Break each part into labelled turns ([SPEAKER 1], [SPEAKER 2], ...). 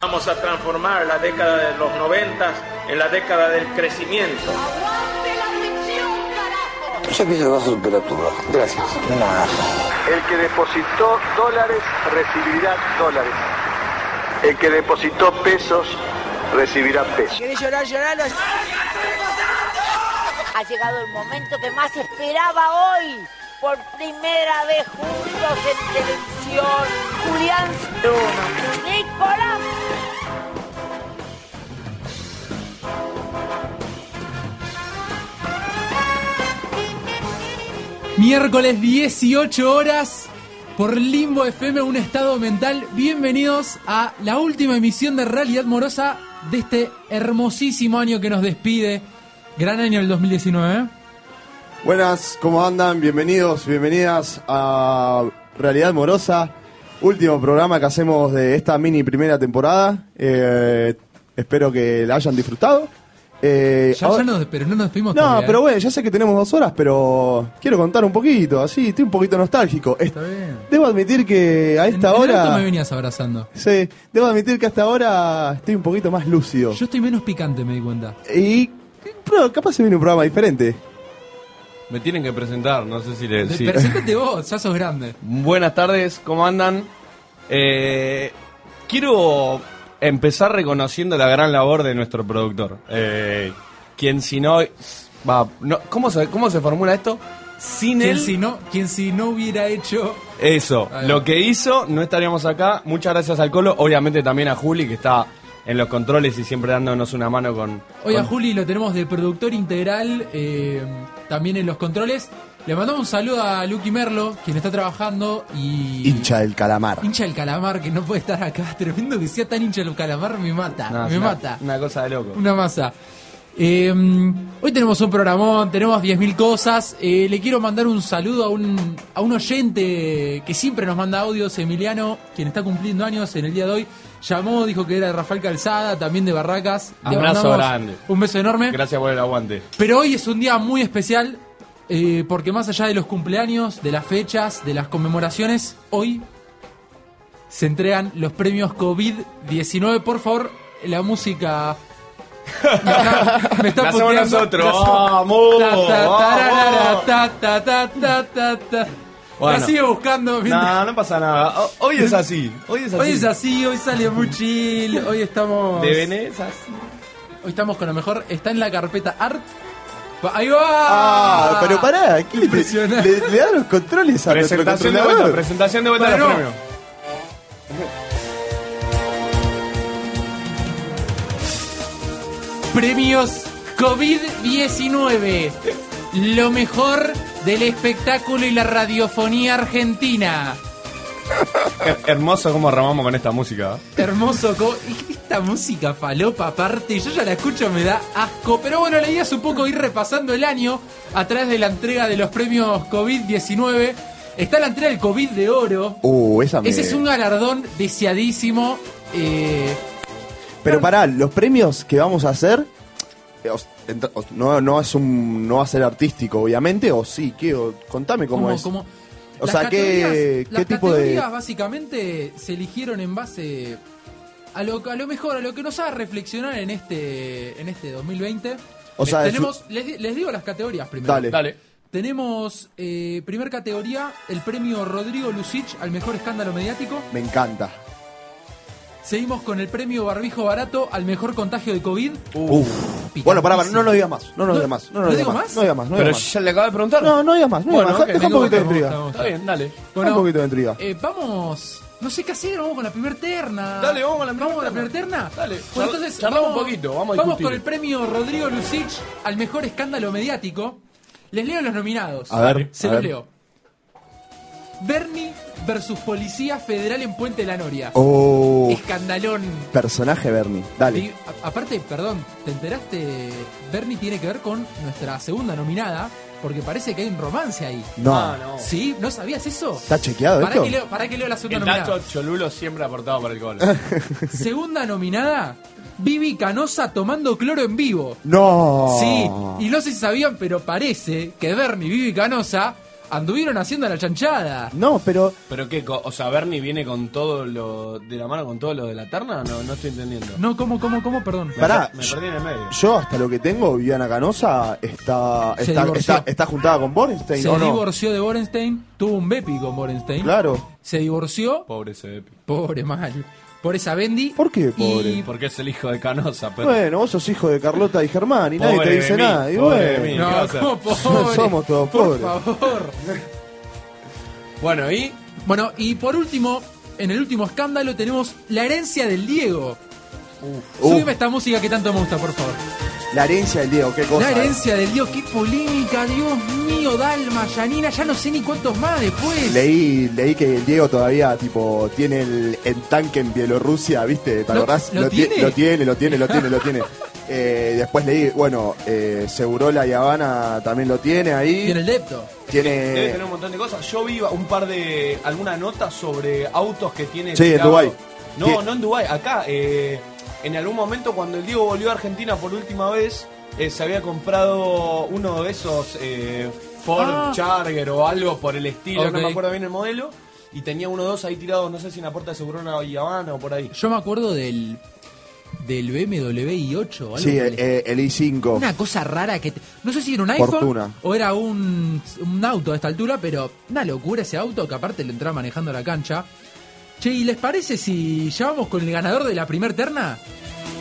[SPEAKER 1] Vamos a transformar la década de los noventas en la década del crecimiento.
[SPEAKER 2] ¡Aguante la ficción, carajo!
[SPEAKER 3] Yo pienso que vas a superar tu baja. Gracias. Un abrazo.
[SPEAKER 4] El que depositó dólares recibirá dólares. El que depositó pesos recibirá pesos.
[SPEAKER 5] ¿Querés llorar, lloralo?
[SPEAKER 6] Ha llegado el momento que más esperaba hoy. Por primera vez juntos en televisión. Julián Bruno. Nicolás.
[SPEAKER 7] Miércoles 18 horas por Limbo FM, un estado mental. Bienvenidos a la última emisión de Realidad Morosa de este hermosísimo año que nos despide. Gran año el 2019. ¿eh?
[SPEAKER 8] Buenas, ¿cómo andan? Bienvenidos, bienvenidas a Realidad Morosa, último programa que hacemos de esta mini primera temporada. Eh, espero que la hayan disfrutado. Eh,
[SPEAKER 7] Ya,
[SPEAKER 8] ahora-
[SPEAKER 7] ya nos, pero no nos despedimos
[SPEAKER 8] no,
[SPEAKER 7] todavía,
[SPEAKER 8] pero
[SPEAKER 7] ¿eh?
[SPEAKER 8] bueno, ya sé que tenemos dos horas, pero quiero contar un poquito, así, estoy un poquito nostálgico. Es-
[SPEAKER 7] Está bien.
[SPEAKER 8] Debo admitir que a
[SPEAKER 7] En-
[SPEAKER 8] esta
[SPEAKER 7] en el auto
[SPEAKER 8] hora...
[SPEAKER 7] me venías abrazando.
[SPEAKER 8] Sí, debo admitir que hasta ahora estoy un poquito más lúcido.
[SPEAKER 7] Yo estoy menos picante, me di cuenta.
[SPEAKER 8] Y pero capaz se viene un programa diferente.
[SPEAKER 9] Me tienen que presentar, no sé si le.
[SPEAKER 7] De-
[SPEAKER 9] si-
[SPEAKER 7] Preséntate vos, ya sos grande.
[SPEAKER 9] Buenas tardes, ¿cómo andan? Eh, quiero empezar reconociendo la gran labor de nuestro productor. Eh, quien si no. Va, no- ¿cómo, se, ¿Cómo se formula esto? Sin
[SPEAKER 7] Quien
[SPEAKER 9] él.
[SPEAKER 7] si, no, quien si no hubiera hecho...
[SPEAKER 9] Eso,
[SPEAKER 7] Ahí va.
[SPEAKER 9] lo que hizo, no estaríamos acá. Muchas gracias al Colo, obviamente también a Juli, que está en los controles y siempre dándonos una mano con.
[SPEAKER 7] Hoy a
[SPEAKER 9] con-
[SPEAKER 7] Juli lo tenemos de productor integral, eh, también en los controles. Le mandamos un saludo a Lucky Merlo, quien está trabajando y...
[SPEAKER 8] Hincha del calamar.
[SPEAKER 7] Hincha del calamar, que no puede estar acá. Tremendo que sea tan hincha del calamar, me mata,
[SPEAKER 9] Nada,
[SPEAKER 7] me
[SPEAKER 9] una-
[SPEAKER 7] mata.
[SPEAKER 9] Una cosa de loco.
[SPEAKER 7] Una masa. Eh, hoy tenemos un programón, tenemos 10.000 cosas. Eh, le quiero mandar un saludo a un, a un oyente que siempre nos manda audios, Emiliano, quien está cumpliendo años en el día de hoy. Llamó, dijo que era de Rafael Calzada, también de Barracas. Le
[SPEAKER 9] Abrazo
[SPEAKER 7] mandamos
[SPEAKER 9] grande.
[SPEAKER 7] Un beso enorme.
[SPEAKER 9] Gracias por el aguante.
[SPEAKER 7] Pero hoy es un día muy especial eh, porque más allá de los cumpleaños, de las fechas, de las conmemoraciones, hoy se entregan los premios COVID-19. Por favor, la música... Me está- me está
[SPEAKER 9] La hacemos
[SPEAKER 7] puteando.
[SPEAKER 9] nosotros.
[SPEAKER 7] La hacemos-
[SPEAKER 9] ¡Vamos!
[SPEAKER 7] Ta, ta, tarara,
[SPEAKER 9] ¡Vamos!
[SPEAKER 7] ta, ta, ta, ta, ta, ta.
[SPEAKER 9] Bueno.
[SPEAKER 7] La sigue buscando. mientras-
[SPEAKER 9] No, no pasa nada. O- Hoy es así. Hoy es así.
[SPEAKER 7] Hoy es así, hoy sale muy chill, hoy estamos...
[SPEAKER 9] De Venezas.
[SPEAKER 7] Hoy estamos con lo mejor, está en la carpeta Art. Va- Ahí va.
[SPEAKER 8] Ah, pero pará, aquí le,
[SPEAKER 7] Impresionante.
[SPEAKER 8] le- le da Ah, los controles a nuestro
[SPEAKER 9] Presentación de vuelta.
[SPEAKER 8] controlador.
[SPEAKER 9] Presentación de vuelta de los
[SPEAKER 7] Bueno.
[SPEAKER 9] premios.
[SPEAKER 7] Premios COVID-19. Lo mejor del espectáculo y la radiofonía argentina.
[SPEAKER 9] Her- Hermoso como ramamos con esta música.
[SPEAKER 7] Hermoso. co- Esta música falopa aparte, yo ya la escucho, me da asco. Pero bueno, la idea es un poco ir repasando el año a través de la entrega de los premios COVID-19. Está la entrega del COVID de oro.
[SPEAKER 8] Uh, esa me-
[SPEAKER 7] Ese es un galardón deseadísimo. eh,
[SPEAKER 8] Pero pará, los premios que vamos a hacer eh, os- entra- os- no, no es un no va a ser artístico, obviamente, o sí, qué, O- contame cómo,
[SPEAKER 7] como-
[SPEAKER 8] es.
[SPEAKER 7] como-
[SPEAKER 8] O
[SPEAKER 7] Las
[SPEAKER 8] sea, ¿qué, qué
[SPEAKER 7] categorías- las
[SPEAKER 8] tipo de...?
[SPEAKER 7] categorías básicamente se eligieron en base a lo, a lo mejor, a lo que nos haga reflexionar en este, en este 2020.
[SPEAKER 8] O
[SPEAKER 7] Les
[SPEAKER 8] sea, es-
[SPEAKER 7] tenemos, les, di- les digo las categorías primero.
[SPEAKER 8] Dale.
[SPEAKER 7] Tenemos, eh, primer categoría, el premio Rodrigo Lucich al mejor escándalo mediático.
[SPEAKER 8] Me encanta.
[SPEAKER 7] Seguimos con el premio Barbijo Barato al mejor contagio de COVID.
[SPEAKER 8] Uf. Bueno, pará, pará, no lo digas más, no
[SPEAKER 7] No-
[SPEAKER 8] lo digas más, no
[SPEAKER 7] ¿no
[SPEAKER 8] lo digas
[SPEAKER 7] digo
[SPEAKER 8] más,
[SPEAKER 7] más?
[SPEAKER 8] no digas más, no
[SPEAKER 9] Pero
[SPEAKER 8] digas más.
[SPEAKER 9] ya le acabo de preguntar.
[SPEAKER 8] No, no digas más, no
[SPEAKER 9] Bueno,
[SPEAKER 8] digas más,
[SPEAKER 9] ok,
[SPEAKER 8] deja un
[SPEAKER 9] me
[SPEAKER 8] poquito de
[SPEAKER 7] equivoco,
[SPEAKER 8] intriga.
[SPEAKER 7] me gusta,
[SPEAKER 9] Está bien, dale.
[SPEAKER 8] Deja
[SPEAKER 7] Bueno,
[SPEAKER 8] un poquito de intriga.
[SPEAKER 7] Eh, vamos. No sé qué hacer, vamos con la primera terna.
[SPEAKER 9] Dale, vamos con la primer
[SPEAKER 7] ¿Vamos con la
[SPEAKER 9] terna.
[SPEAKER 7] primer terna?
[SPEAKER 9] Dale,
[SPEAKER 7] Bueno,
[SPEAKER 9] charla-
[SPEAKER 7] entonces,
[SPEAKER 9] charlamos un poquito, vamos a
[SPEAKER 7] Vamos
[SPEAKER 9] discutir.
[SPEAKER 7] con el premio Rodrigo Lucich al mejor escándalo mediático. Les leo los nominados.
[SPEAKER 8] A ver,
[SPEAKER 7] Se
[SPEAKER 8] a
[SPEAKER 7] los
[SPEAKER 8] ver.
[SPEAKER 7] leo. Bernie versus Policía Federal en Puente de la Noria.
[SPEAKER 8] Oh,
[SPEAKER 7] Escandalón.
[SPEAKER 8] personaje Bernie, dale.
[SPEAKER 7] Di- a- aparte, perdón, ¿te enteraste? Bernie tiene que ver con nuestra segunda nominada, porque parece que hay un romance ahí.
[SPEAKER 8] No.
[SPEAKER 7] ¿Sí? ¿No sabías eso?
[SPEAKER 8] ¿Está chequeado
[SPEAKER 7] ¿Para
[SPEAKER 8] esto?
[SPEAKER 7] que, leo, pará que leo la segunda
[SPEAKER 9] El
[SPEAKER 7] nominada?
[SPEAKER 9] Nacho Cholulo siempre aportado por el gol.
[SPEAKER 7] Segunda nominada, Vivi Canosa tomando cloro en vivo.
[SPEAKER 8] No.
[SPEAKER 7] Sí, y no sé si sabían, pero parece que Bernie y Vivi Canosa anduvieron haciendo la chanchada.
[SPEAKER 5] No, pero
[SPEAKER 9] Pero qué, co- o sea, Bernie viene con todo lo de la mano con todo lo de la terna, no, no estoy entendiendo.
[SPEAKER 7] No, ¿cómo, cómo, cómo? Perdón.
[SPEAKER 9] Me
[SPEAKER 8] Pará,
[SPEAKER 9] per- me perdí en el medio.
[SPEAKER 8] Yo, hasta lo que tengo, Viviana Canosa está,
[SPEAKER 7] Se
[SPEAKER 8] está,
[SPEAKER 7] divorció.
[SPEAKER 8] está- está juntada con Bornstein,
[SPEAKER 7] Se
[SPEAKER 8] ¿o no?
[SPEAKER 7] divorció de Borenstein, tuvo un Bepi con Borenstein.
[SPEAKER 8] Claro.
[SPEAKER 7] Se divorció,
[SPEAKER 9] Pobre ese Epi.
[SPEAKER 7] pobre mal, por esa Bendy.
[SPEAKER 8] ¿Por qué, pobre?
[SPEAKER 7] Y-
[SPEAKER 9] Porque es el hijo de Canosa, pero.
[SPEAKER 8] Bueno, vos sos hijo de Carlota y Germán y nadie
[SPEAKER 9] Pobre
[SPEAKER 8] te dice
[SPEAKER 9] de mí,
[SPEAKER 8] nada. Y
[SPEAKER 9] pobre de
[SPEAKER 8] bueno,
[SPEAKER 9] mí. ¿Qué va a
[SPEAKER 7] No,
[SPEAKER 9] hacer?
[SPEAKER 7] como pobre.
[SPEAKER 8] Somos todos
[SPEAKER 7] por
[SPEAKER 8] pobres.
[SPEAKER 7] favor.
[SPEAKER 9] Bueno, y.
[SPEAKER 7] Bueno, y por último, en el último escándalo tenemos la herencia del Diego. Súbeme
[SPEAKER 8] Uf.
[SPEAKER 7] esta música que tanto me gusta, por favor.
[SPEAKER 8] la herencia del Diego, qué cosa.
[SPEAKER 7] la
[SPEAKER 8] eh.
[SPEAKER 7] herencia del Diego, qué polémica, Dios mío, Dalma, Yanina, ya no sé ni cuántos más después.
[SPEAKER 8] Leí, leí que el Diego todavía tipo tiene el, el tanque en Bielorrusia, ¿viste? ¿Te
[SPEAKER 7] ¿Lo-
[SPEAKER 8] acordás?
[SPEAKER 7] lo
[SPEAKER 8] ti-
[SPEAKER 7] tiene?
[SPEAKER 8] lo tiene, lo tiene, lo tiene, lo tiene. Eh, después leí, bueno, eh, Segurola y Habana también lo tiene ahí.
[SPEAKER 7] Y en el depto.
[SPEAKER 9] Debe
[SPEAKER 8] Tiene.
[SPEAKER 9] tener un montón de cosas. Yo vi un par de. alguna nota sobre autos que tiene.
[SPEAKER 8] Sí, en
[SPEAKER 9] tirado.
[SPEAKER 8] Dubái.
[SPEAKER 9] No,
[SPEAKER 8] Tie-
[SPEAKER 9] no en Dubái, acá. eh, en algún momento, cuando el Diego volvió a Argentina por última vez, eh, se había comprado uno de esos eh, Ford
[SPEAKER 7] Ah.
[SPEAKER 9] Charger o algo por el estilo,
[SPEAKER 7] Ok.
[SPEAKER 9] no me acuerdo bien el modelo. Y tenía uno o dos ahí tirados, no sé si en la puerta de Segurona y Habana o por ahí.
[SPEAKER 7] Yo me acuerdo del del BMW i8 o algo
[SPEAKER 8] Sí,
[SPEAKER 7] por
[SPEAKER 8] el,
[SPEAKER 7] el-
[SPEAKER 8] eh, el i5.
[SPEAKER 7] una cosa rara que te- no sé si era un iPhone
[SPEAKER 8] Fortuna.
[SPEAKER 7] o era un, un auto a esta altura, pero una locura ese auto que aparte lo entraba manejando a la cancha. Che, ¿y les parece si ya vamos con el ganador de la primer terna?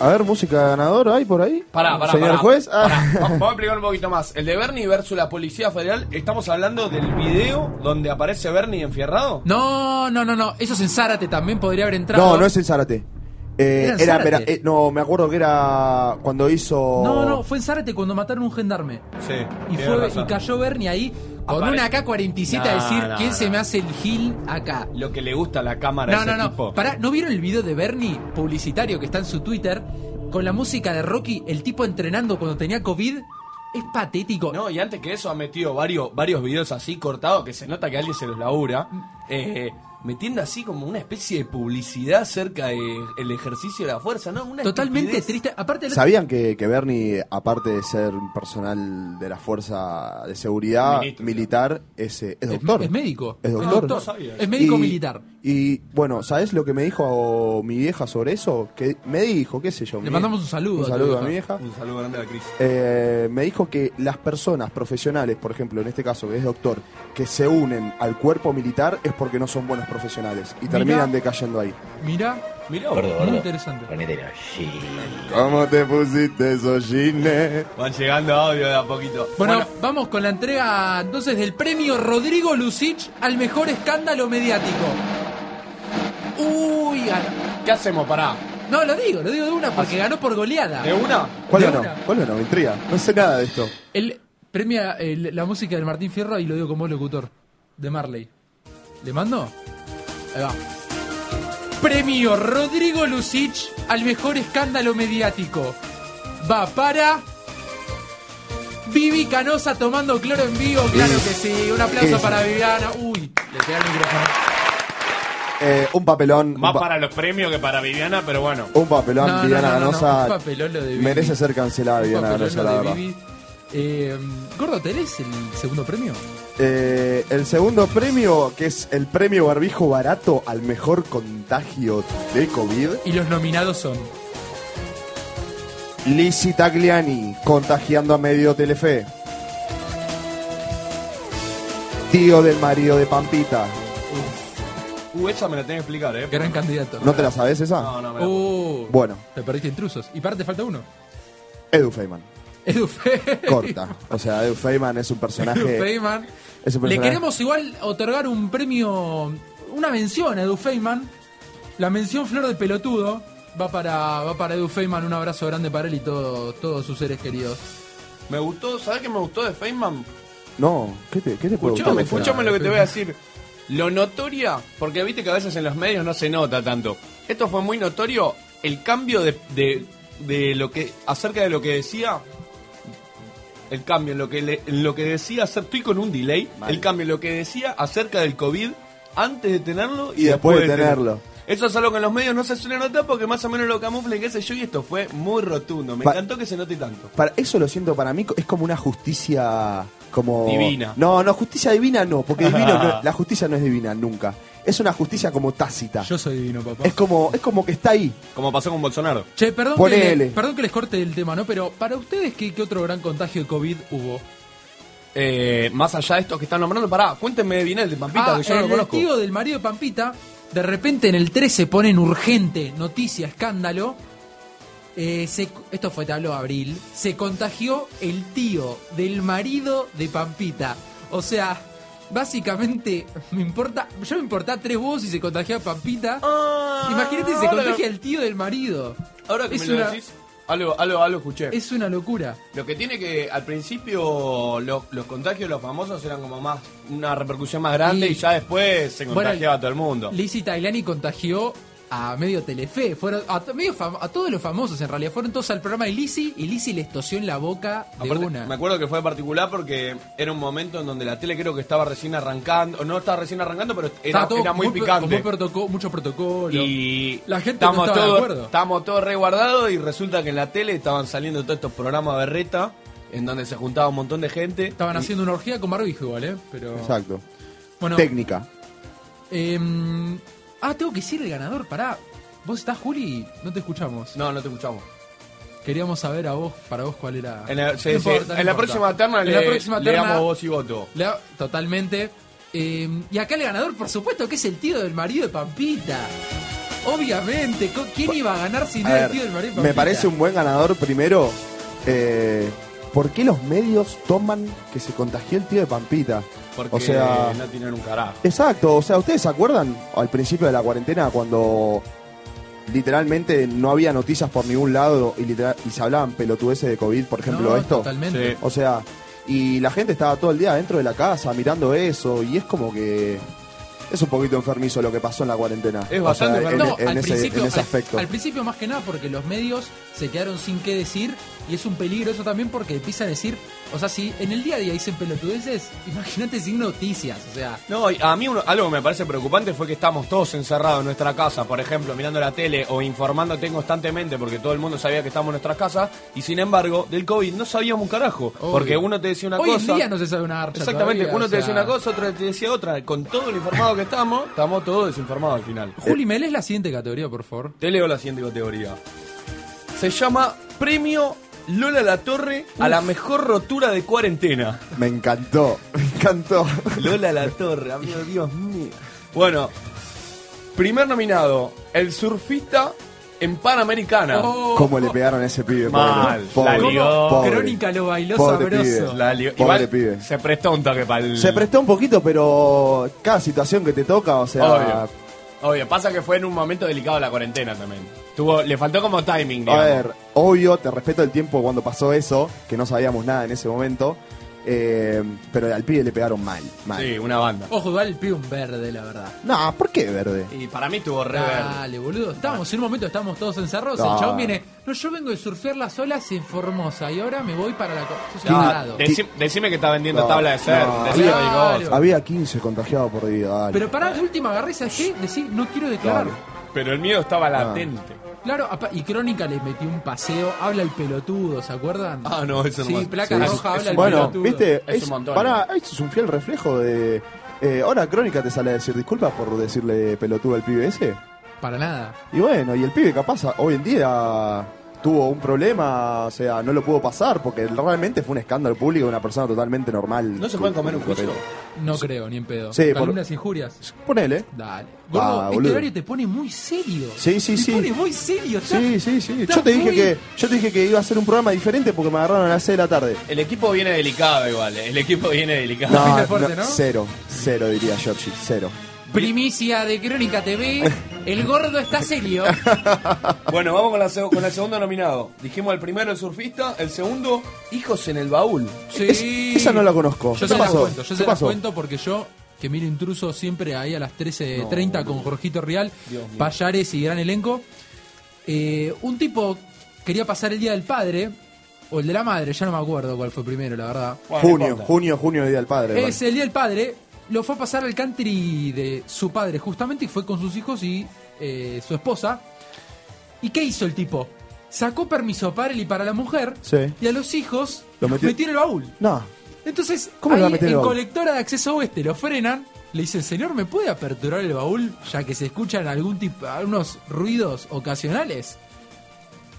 [SPEAKER 8] A ver, música ganador hay por ahí.
[SPEAKER 9] Pará, pará,
[SPEAKER 8] Señor
[SPEAKER 9] pará.
[SPEAKER 8] juez. Ah.
[SPEAKER 9] Pará. Va- Vamos a explicar un poquito más. El de Bernie versus la Policía Federal, estamos hablando del video donde aparece Bernie enfierrado.
[SPEAKER 7] No, no, no, no, eso es en Zárate también podría haber entrado.
[SPEAKER 8] No, no es en Zárate. Eh,
[SPEAKER 7] Era en
[SPEAKER 8] era,
[SPEAKER 7] Zárate.
[SPEAKER 8] era- eh, no, me acuerdo que era cuando hizo.
[SPEAKER 7] No, no, fue en Zárate cuando mataron un gendarme.
[SPEAKER 9] Sí.
[SPEAKER 7] Y,
[SPEAKER 9] tiene
[SPEAKER 7] fue,
[SPEAKER 9] razón.
[SPEAKER 7] y cayó Bernie ahí con
[SPEAKER 9] Apare-
[SPEAKER 7] una AK-47 a
[SPEAKER 9] No,
[SPEAKER 7] decir
[SPEAKER 9] no,
[SPEAKER 7] quién
[SPEAKER 9] no.
[SPEAKER 7] se me hace el gil acá.
[SPEAKER 9] Lo que le gusta a la cámara a
[SPEAKER 7] No,
[SPEAKER 9] ese
[SPEAKER 7] no, no.
[SPEAKER 9] tipo.
[SPEAKER 7] Pará, ¿no vieron el video de Bernie, publicitario, que está en su Twitter, con la música de Rocky, el tipo entrenando cuando tenía COVID? Es patético.
[SPEAKER 9] No, y antes que eso ha metido varios, varios videos así cortados que se nota que alguien se los labura. Eh, metiendo así como una especie de publicidad acerca del ejercicio de la fuerza, ¿no? Una
[SPEAKER 7] Totalmente
[SPEAKER 9] estupidez.
[SPEAKER 7] triste. Aparte, el otro-
[SPEAKER 8] ¿Sabían que, que Bernie, aparte de ser un personal de la fuerza de seguridad
[SPEAKER 9] Ministro,
[SPEAKER 8] militar, es, eh, es
[SPEAKER 7] es,
[SPEAKER 8] doctor?
[SPEAKER 7] es médico.
[SPEAKER 8] Es doctor.
[SPEAKER 7] Es,
[SPEAKER 9] No sabía.
[SPEAKER 7] Es médico
[SPEAKER 8] Y-
[SPEAKER 7] militar.
[SPEAKER 8] Y bueno, ¿sabes lo que me dijo mi vieja sobre eso? Que me dijo, qué sé yo.
[SPEAKER 7] Le
[SPEAKER 8] mi-
[SPEAKER 7] mandamos un
[SPEAKER 8] Un
[SPEAKER 7] saludo. a tu
[SPEAKER 8] saludo a
[SPEAKER 7] vieja.
[SPEAKER 8] mi vieja.
[SPEAKER 9] Un saludo grande a la Cris.
[SPEAKER 8] Eh, me dijo que las personas profesionales, por ejemplo, en este caso que es doctor, que se unen al cuerpo militar es porque no son buenos profesionales y terminan decayendo ahí.
[SPEAKER 7] Mirá,
[SPEAKER 9] Mirá,
[SPEAKER 7] muy interesante.
[SPEAKER 8] ¿Cómo te pusiste eso, Gine?
[SPEAKER 9] van llegando audio de a poquito.
[SPEAKER 7] Bueno, vamos con la entrega entonces del premio Rodrigo Lucich al mejor escándalo mediático. Uy, ganó.
[SPEAKER 9] ¿qué hacemos? Pará.
[SPEAKER 7] No, lo digo, lo digo de una porque ganó por goleada.
[SPEAKER 9] ¿De una?
[SPEAKER 8] ¿Cuál
[SPEAKER 7] De
[SPEAKER 8] ganó?
[SPEAKER 7] una.
[SPEAKER 8] ¿Cuál ganó? Me intriga. No sé nada de esto.
[SPEAKER 7] Él premia el- la música del Martín Fierro y lo digo como locutor de Marley. ¿Le mando? Ahí va. Premio Rodrigo Lucich al mejor escándalo mediático. Va para. Vivi Canosa tomando cloro en vivo, claro que sí. Un aplauso
[SPEAKER 8] Sí.
[SPEAKER 7] para Viviana. Uy, le pega el micrófono.
[SPEAKER 8] Eh, un papelón.
[SPEAKER 9] Más
[SPEAKER 8] un pa-
[SPEAKER 9] para los premios que para Viviana, pero bueno.
[SPEAKER 8] Un papelón,
[SPEAKER 7] No, no,
[SPEAKER 8] Viviana
[SPEAKER 7] no, no, no,
[SPEAKER 8] Ganosa.
[SPEAKER 7] un papelón lo de Vivi.
[SPEAKER 8] merece ser cancelada, Ah,
[SPEAKER 7] Uh, Un
[SPEAKER 8] Viviana
[SPEAKER 7] papelón
[SPEAKER 8] Ganosa,
[SPEAKER 7] lo
[SPEAKER 8] la
[SPEAKER 7] de
[SPEAKER 8] verdad.
[SPEAKER 7] Vivi. Eh, Gordo, ¿tenés el segundo premio?
[SPEAKER 8] Eh, el segundo premio, que es el premio Barbijo Barato al mejor contagio de COVID.
[SPEAKER 7] Y los nominados son.
[SPEAKER 8] Lizzie Tagliani contagiando a medio Telefe. Tío del marido de Pampita.
[SPEAKER 9] Uh, esa me la tenés que explicar, ¿eh?
[SPEAKER 7] Gran candidato.
[SPEAKER 8] ¿No te la sabes esa?
[SPEAKER 9] No, no, me la-
[SPEAKER 7] Oh,
[SPEAKER 8] Bueno,
[SPEAKER 7] te perdiste intrusos. Y parte falta uno.
[SPEAKER 8] Edu Feynman.
[SPEAKER 7] Edu Fe-
[SPEAKER 8] Corta. O sea, Edu Feynman es un personaje.
[SPEAKER 7] Edu Feynman.
[SPEAKER 8] es un
[SPEAKER 7] Le
[SPEAKER 8] personaje-
[SPEAKER 7] queremos igual otorgar un premio, una mención a Edu Feynman. La mención Flor de Pelotudo va para, va para Edu Feynman. Un abrazo grande para él y todo- todos sus seres queridos.
[SPEAKER 9] Me gustó, ¿sabes qué me gustó de Feynman?
[SPEAKER 8] No, ¿qué te, qué te puedo
[SPEAKER 9] Escuchame,
[SPEAKER 8] gustar?
[SPEAKER 9] escuchame lo que te voy a decir. Lo notoria, porque viste que a veces en los medios no se nota tanto. Esto fue muy notorio, el cambio de, de- de lo que, acerca de lo que decía, el cambio en lo que, le- en lo que decía, acer- estoy con un delay, el cambio en lo que decía acerca del COVID antes de tenerlo y,
[SPEAKER 8] Y después de tenerlo.
[SPEAKER 9] Eso es algo que en los medios no se suele notar porque más o menos lo camuflen, qué sé yo, y esto fue muy rotundo. Me
[SPEAKER 8] Pa-
[SPEAKER 9] encantó que se note tanto.
[SPEAKER 8] Para, eso lo siento, para mí co- es como una justicia como...
[SPEAKER 9] Divina.
[SPEAKER 8] No, no, justicia divina no, porque divino no- la justicia no es divina nunca. Es una justicia como tácita.
[SPEAKER 7] Yo soy divino, papá.
[SPEAKER 8] Es como, es como que está ahí.
[SPEAKER 9] Como pasó con Bolsonaro.
[SPEAKER 7] Che, perdón que,
[SPEAKER 8] Ponele.
[SPEAKER 7] le- perdón que les corte el tema, ¿no? Pero para ustedes, ¿qué, qué otro gran contagio de COVID hubo?
[SPEAKER 9] Eh, más allá de estos que están nombrando, pará, cuéntenme de Vinel, de Pampita,
[SPEAKER 7] Ah,
[SPEAKER 9] que yo no lo
[SPEAKER 7] el
[SPEAKER 9] conozco.
[SPEAKER 7] tío del marido de Pampita, de repente en el 13 ponen urgente, noticia, escándalo. Eh, se- esto fue, te hablo abril. Se contagió el tío del marido de Pampita. O sea, básicamente, me importa. Yo me importaba tres huevos si se contagió a Pampita.
[SPEAKER 9] Ah,
[SPEAKER 7] Imagínate si se
[SPEAKER 9] ahora
[SPEAKER 7] contagia
[SPEAKER 9] que-
[SPEAKER 7] el tío del marido.
[SPEAKER 9] Ahora que
[SPEAKER 7] es
[SPEAKER 9] me lo
[SPEAKER 7] una-
[SPEAKER 9] decís, algo, algo, algo escuché.
[SPEAKER 7] Es una locura.
[SPEAKER 9] Lo que tiene que, al principio, lo- los contagios de los famosos eran como más una repercusión más grande
[SPEAKER 7] Y-
[SPEAKER 9] y, ya después se
[SPEAKER 7] Bueno,
[SPEAKER 9] contagiaba a todo el mundo.
[SPEAKER 7] Lizzie Tailani contagió a medio Telefe, fueron a, to- medio fam- a todos los famosos en realidad, fueron todos al programa de Lizzie y Lizzie les tosió en la boca de
[SPEAKER 9] Aparte,
[SPEAKER 7] una.
[SPEAKER 9] Me acuerdo que fue particular porque era un momento en donde la tele creo que estaba recién arrancando, o no estaba recién arrancando, pero era,
[SPEAKER 7] Estaba todo
[SPEAKER 9] era muy,
[SPEAKER 7] pro-
[SPEAKER 9] picante.
[SPEAKER 7] con muy protoco- mucho protocolo.
[SPEAKER 9] y
[SPEAKER 7] La gente no
[SPEAKER 9] estamos
[SPEAKER 7] estaba de
[SPEAKER 9] todos,
[SPEAKER 7] acuerdo.
[SPEAKER 9] Estamos todos resguardados y resulta que en la tele estaban saliendo todos estos programas berreta en donde se juntaba un montón de gente.
[SPEAKER 7] Estaban
[SPEAKER 9] Y-
[SPEAKER 7] haciendo una orgía con barbijo igual, ¿eh? Pero,
[SPEAKER 8] Exacto.
[SPEAKER 7] Bueno,
[SPEAKER 8] Técnica.
[SPEAKER 7] em, ah, tengo que decir el ganador, pará. Vos estás, Juli, no te escuchamos.
[SPEAKER 9] No, no te escuchamos.
[SPEAKER 7] Queríamos saber a vos, para vos cuál era.
[SPEAKER 9] En la, sí,
[SPEAKER 7] No
[SPEAKER 9] sí.
[SPEAKER 7] importa, no
[SPEAKER 9] En la
[SPEAKER 7] importa.
[SPEAKER 9] próxima terna
[SPEAKER 7] En
[SPEAKER 9] le,
[SPEAKER 7] la próxima
[SPEAKER 9] le
[SPEAKER 7] terna-
[SPEAKER 9] damos voz y voto.
[SPEAKER 7] Leo, totalmente. Eh, y acá el ganador, por supuesto, que es el tío del marido de Pampita. Obviamente, co- ¿quién iba a ganar si no
[SPEAKER 8] A
[SPEAKER 7] era el
[SPEAKER 8] ver,
[SPEAKER 7] tío del marido de Pampita?
[SPEAKER 8] me parece un buen ganador primero. eh, ¿Por qué los medios toman que se contagió el tío de Pampita?
[SPEAKER 9] Porque
[SPEAKER 8] o sea,
[SPEAKER 9] no tienen un carajo.
[SPEAKER 8] Exacto, o sea, ¿ustedes se acuerdan al principio de la cuarentena cuando literalmente no había noticias por ningún lado y, litera- y se hablaban pelotudeces de COVID, por ejemplo,
[SPEAKER 7] No,
[SPEAKER 8] esto?
[SPEAKER 7] Totalmente.
[SPEAKER 9] Sí.
[SPEAKER 8] O sea, y la gente estaba todo el día dentro de la casa mirando eso y es como que es un poquito enfermizo lo que pasó en la cuarentena.
[SPEAKER 9] Es
[SPEAKER 8] O
[SPEAKER 9] bastante
[SPEAKER 8] sea, Ah, en, e-,
[SPEAKER 9] enfermizo.
[SPEAKER 8] en ese, en ese
[SPEAKER 7] al-
[SPEAKER 8] aspecto.
[SPEAKER 7] Al, principio más que nada porque los medios se quedaron sin qué decir y es un peligro eso también porque empiezan a decir, o sea, si en el día a día dicen pelotudeces, imagínate sin noticias, o sea,
[SPEAKER 9] No, y a mí uno- algo que me parece preocupante fue que estamos todos encerrados en nuestra casa, por ejemplo, mirando la tele o informándote constantemente porque todo el mundo sabía que estamos en nuestras casas y sin embargo del COVID no sabíamos un carajo.
[SPEAKER 7] obvio.
[SPEAKER 9] Porque uno te decía una
[SPEAKER 7] Hoy
[SPEAKER 9] cosa...
[SPEAKER 7] en día no se sabe una archa
[SPEAKER 9] Exactamente,
[SPEAKER 7] todavía,
[SPEAKER 9] uno
[SPEAKER 7] o
[SPEAKER 9] te decía
[SPEAKER 7] sea,
[SPEAKER 9] una cosa, otro te decía otra. Con todo lo informado que estamos, estamos todos desinformados al final.
[SPEAKER 7] Juli, ¿me lees la siguiente categoría, por favor?
[SPEAKER 9] Te leo la siguiente categoría. Se llama Premio Lola La Torre a la mejor rotura de cuarentena.
[SPEAKER 8] Me encantó, me encantó.
[SPEAKER 9] Lola La Torre, amigo Dios mío. Bueno, primer nominado, el surfista en Panamericana.
[SPEAKER 7] Oh,
[SPEAKER 8] ¿Cómo le pegaron a ese pibe? pobre?
[SPEAKER 9] Mal, la
[SPEAKER 8] Pobre,
[SPEAKER 9] lió.
[SPEAKER 8] pobre.
[SPEAKER 7] Crónica lo bailó
[SPEAKER 8] Pobre
[SPEAKER 7] sabroso.
[SPEAKER 8] pibe.
[SPEAKER 9] La li-
[SPEAKER 8] Pobre pibe.
[SPEAKER 9] se prestó un toque para el...
[SPEAKER 8] Se prestó un poquito, pero cada situación que te toca, o sea,
[SPEAKER 9] Obvio. Obvio, pasa que fue en un momento delicado de la cuarentena también. Tuvo, le faltó como timing,
[SPEAKER 8] A
[SPEAKER 9] digamos.
[SPEAKER 8] ver, obvio, te respeto el tiempo cuando pasó eso, que no sabíamos nada en ese momento, eh, pero al pibe le pegaron mal, mal.
[SPEAKER 9] Sí, una banda.
[SPEAKER 7] Ojo, igual el pibe un verde, la verdad.
[SPEAKER 8] No, ¿por qué verde?
[SPEAKER 9] Y para mí estuvo re verde.
[SPEAKER 7] Dale, boludo. Estamos, en un momento estamos todos encerrados. El
[SPEAKER 8] Dale.
[SPEAKER 7] chabón viene. No, yo vengo de surfear las olas en Formosa y ahora me voy para la. co- Sos un
[SPEAKER 9] Ah,
[SPEAKER 7] tarado.
[SPEAKER 9] deci- decime que está vendiendo
[SPEAKER 8] No,
[SPEAKER 9] tabla de ser.
[SPEAKER 8] no,
[SPEAKER 9] de
[SPEAKER 8] no.
[SPEAKER 9] surf y
[SPEAKER 7] Claro.
[SPEAKER 9] cosas.
[SPEAKER 8] Había 15 contagiados por día, dale.
[SPEAKER 7] Pero para de última agarré esa G, decir, no quiero declarar.
[SPEAKER 8] Dale.
[SPEAKER 9] Pero el miedo estaba latente.
[SPEAKER 7] Claro, apa- y Crónica les metió un paseo. Habla el pelotudo, ¿se acuerdan?
[SPEAKER 9] Ah, no, eso no
[SPEAKER 7] Sí,
[SPEAKER 9] más.
[SPEAKER 7] placa
[SPEAKER 8] Sí.
[SPEAKER 7] roja, habla el
[SPEAKER 8] bueno,
[SPEAKER 7] pelotudo.
[SPEAKER 8] viste,
[SPEAKER 9] Es un
[SPEAKER 8] es,
[SPEAKER 9] montón.
[SPEAKER 8] pará, eso es un fiel reflejo de... eh, ahora Crónica te sale a decir disculpas por decirle pelotudo al pibe ese.
[SPEAKER 7] Para nada.
[SPEAKER 8] Y bueno, y el pibe capaz hoy en día tuvo un problema, o sea, no lo pudo pasar porque realmente fue un escándalo público de una persona totalmente normal.
[SPEAKER 9] ¿No se pueden comer un cuchillo?
[SPEAKER 7] No creo, ni en pedo.
[SPEAKER 8] Sí, por-
[SPEAKER 7] Algunas injurias.
[SPEAKER 8] Ponele.
[SPEAKER 7] Dale. Gordo, este
[SPEAKER 8] boludo.
[SPEAKER 7] horario te pone muy serio.
[SPEAKER 8] Sí, sí,
[SPEAKER 7] te
[SPEAKER 8] sí.
[SPEAKER 7] pone muy serio. estás-
[SPEAKER 8] Sí, sí, sí.
[SPEAKER 7] estás
[SPEAKER 8] Yo te dije
[SPEAKER 7] muy-
[SPEAKER 8] que yo te dije que iba a hacer un programa diferente porque me agarraron a las 6 de la tarde.
[SPEAKER 9] El equipo viene delicado igual, eh. el equipo viene delicado.
[SPEAKER 7] fuiste fuerte, ¿no?
[SPEAKER 8] cero, cero diría Georgie, cero.
[SPEAKER 7] Primicia de Crónica TV. El gordo está serio.
[SPEAKER 9] Bueno, vamos con la, seg- con la segunda nominado. Dijimos el primero el surfista, el segundo hijos en el baúl.
[SPEAKER 7] Sí.
[SPEAKER 8] Es- esa no la conozco.
[SPEAKER 7] Yo
[SPEAKER 8] ¿Qué
[SPEAKER 7] se las
[SPEAKER 8] pasó?
[SPEAKER 7] cuento, yo
[SPEAKER 8] ¿Qué
[SPEAKER 7] se las
[SPEAKER 8] pasó?
[SPEAKER 7] cuento porque yo, que miro intruso siempre ahí a las 13.30 con Jorgito Real, Payares y gran elenco. eh, un tipo quería pasar el día del padre, o el de la madre, ya no me acuerdo cuál fue primero, la verdad.
[SPEAKER 9] Bueno, no
[SPEAKER 8] junio,
[SPEAKER 9] importa.
[SPEAKER 8] junio, junio, día del padre.
[SPEAKER 7] Es el día del padre, lo fue a pasar al country de su padre, justamente, y fue con sus hijos y eh, su esposa. ¿Y qué hizo el tipo? Sacó permiso para él y para la mujer.
[SPEAKER 8] Sí.
[SPEAKER 7] Y a los hijos
[SPEAKER 8] Lo
[SPEAKER 7] los
[SPEAKER 8] metió-
[SPEAKER 7] metió... en el baúl.
[SPEAKER 8] No.
[SPEAKER 7] Entonces,
[SPEAKER 8] ¿Cómo le
[SPEAKER 7] ahí
[SPEAKER 8] va a meter el
[SPEAKER 7] en
[SPEAKER 8] baúl?
[SPEAKER 7] colectora de acceso oeste lo frenan. Le dicen, señor, ¿me puede aperturar el baúl? Ya que se escuchan algún tipo, algunos ruidos ocasionales.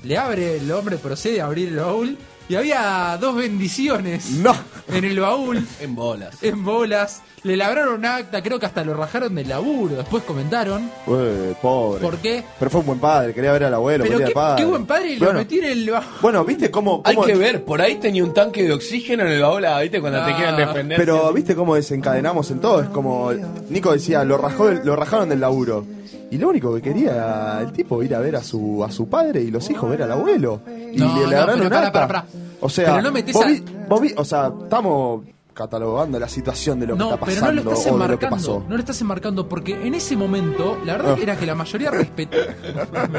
[SPEAKER 7] Le abre, el hombre procede a abrir el baúl. Y había dos bendiciones
[SPEAKER 8] No.
[SPEAKER 7] en el baúl,
[SPEAKER 10] En bolas.
[SPEAKER 7] en bolas. Le labraron un acta, creo que hasta lo rajaron del laburo. Después comentaron
[SPEAKER 8] Ué, pobre.
[SPEAKER 7] por qué.
[SPEAKER 8] Pero fue un buen padre, quería ver al abuelo.
[SPEAKER 7] Pero
[SPEAKER 8] quería
[SPEAKER 7] qué,
[SPEAKER 8] padre.
[SPEAKER 7] qué buen padre lo
[SPEAKER 8] Bueno,
[SPEAKER 7] metió en el baúl.
[SPEAKER 8] Bueno, viste cómo.
[SPEAKER 10] Hay
[SPEAKER 8] cómo-
[SPEAKER 10] que ver, por ahí tenía un tanque de oxígeno en el baúl, ah, ¿viste? Cuando te
[SPEAKER 7] Ah.
[SPEAKER 10] quieren defender.
[SPEAKER 8] Pero viste cómo desencadenamos en todo. Es como. Nico decía, lo, rajó del- lo rajaron del laburo. Y lo único que quería el tipo ir a ver a su, a su padre y los hijos ver al abuelo. Y
[SPEAKER 7] No,
[SPEAKER 8] le
[SPEAKER 7] no,
[SPEAKER 8] labraron
[SPEAKER 7] pero
[SPEAKER 8] un
[SPEAKER 7] pará,
[SPEAKER 8] acta.
[SPEAKER 7] pará, pará.
[SPEAKER 8] O sea,
[SPEAKER 7] Pero no metés
[SPEAKER 8] vos
[SPEAKER 7] a-
[SPEAKER 8] vi- vos vi- o sea, estamos catalogando la situación de lo que
[SPEAKER 7] No,
[SPEAKER 8] está
[SPEAKER 7] pero no
[SPEAKER 8] pasando
[SPEAKER 7] lo estás
[SPEAKER 8] o de lo que pasó.
[SPEAKER 7] enmarcando. No lo estás enmarcando porque en ese momento, la verdad
[SPEAKER 8] Ah.
[SPEAKER 7] que era que la mayoría respetaba.
[SPEAKER 8] me,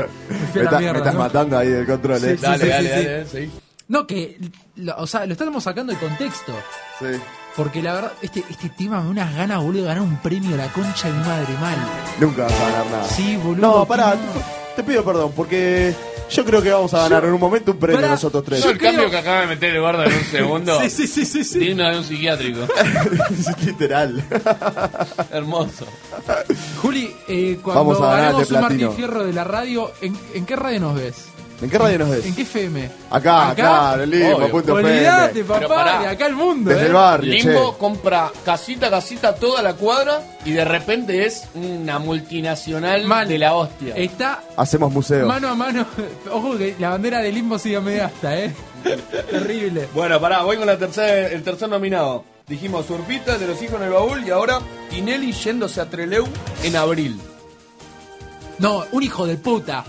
[SPEAKER 8] está- me estás matando ahí del control. eh.
[SPEAKER 7] sí,
[SPEAKER 10] Dale,
[SPEAKER 7] sí,
[SPEAKER 10] dale,
[SPEAKER 7] sí,
[SPEAKER 10] dale, sí.
[SPEAKER 7] No, que. lo- O sea, lo estamos sacando de contexto.
[SPEAKER 8] Sí.
[SPEAKER 7] Porque la verdad, este, este tema me da unas ganas, boludo, de ganar un premio a la concha de mi madre, mal.
[SPEAKER 8] Nunca vas a ganar nada.
[SPEAKER 7] Sí, boludo.
[SPEAKER 8] No, pará,
[SPEAKER 7] qué-
[SPEAKER 8] te- te pido perdón, porque yo creo que vamos a ganar en un momento un premio
[SPEAKER 7] Pará,
[SPEAKER 8] nosotros tres.
[SPEAKER 7] yo
[SPEAKER 10] el cambio
[SPEAKER 7] creo-
[SPEAKER 10] que acaba de meter el gordo en un segundo.
[SPEAKER 7] Sí, sí, sí, sí. sí.
[SPEAKER 10] Digno de un psiquiátrico.
[SPEAKER 8] Literal.
[SPEAKER 10] Hermoso.
[SPEAKER 7] Juli, eh, cuando
[SPEAKER 8] Vamos a ganar
[SPEAKER 7] ganemos
[SPEAKER 8] este
[SPEAKER 7] un
[SPEAKER 8] platino.
[SPEAKER 7] Martín Fierro de la radio, ¿en, en qué radio nos ves?
[SPEAKER 8] ¿En qué radio nos ves?
[SPEAKER 7] ¿En qué FM?
[SPEAKER 8] Acá, acá, en Limbo,
[SPEAKER 10] Obvio.
[SPEAKER 8] punto
[SPEAKER 7] Olvídate,
[SPEAKER 8] FM.
[SPEAKER 10] Pero
[SPEAKER 7] papá,
[SPEAKER 10] pará.
[SPEAKER 7] de acá el mundo.
[SPEAKER 8] Desde
[SPEAKER 7] eh.
[SPEAKER 8] el barrio,
[SPEAKER 10] Limbo
[SPEAKER 8] che.
[SPEAKER 10] compra casita a casita toda la cuadra y de repente es una multinacional
[SPEAKER 7] Mal.
[SPEAKER 10] de la hostia.
[SPEAKER 7] Está
[SPEAKER 8] Hacemos museo.
[SPEAKER 7] mano a mano. Ojo que la bandera de Limbo sigue media hasta, ¿eh? Terrible.
[SPEAKER 9] Bueno, pará, voy con la tercera, el tercer nominado. Dijimos Surfita, de los hijos en el baúl y ahora Tinelli yéndose a Treleu en abril.
[SPEAKER 7] No, un hijo de puta.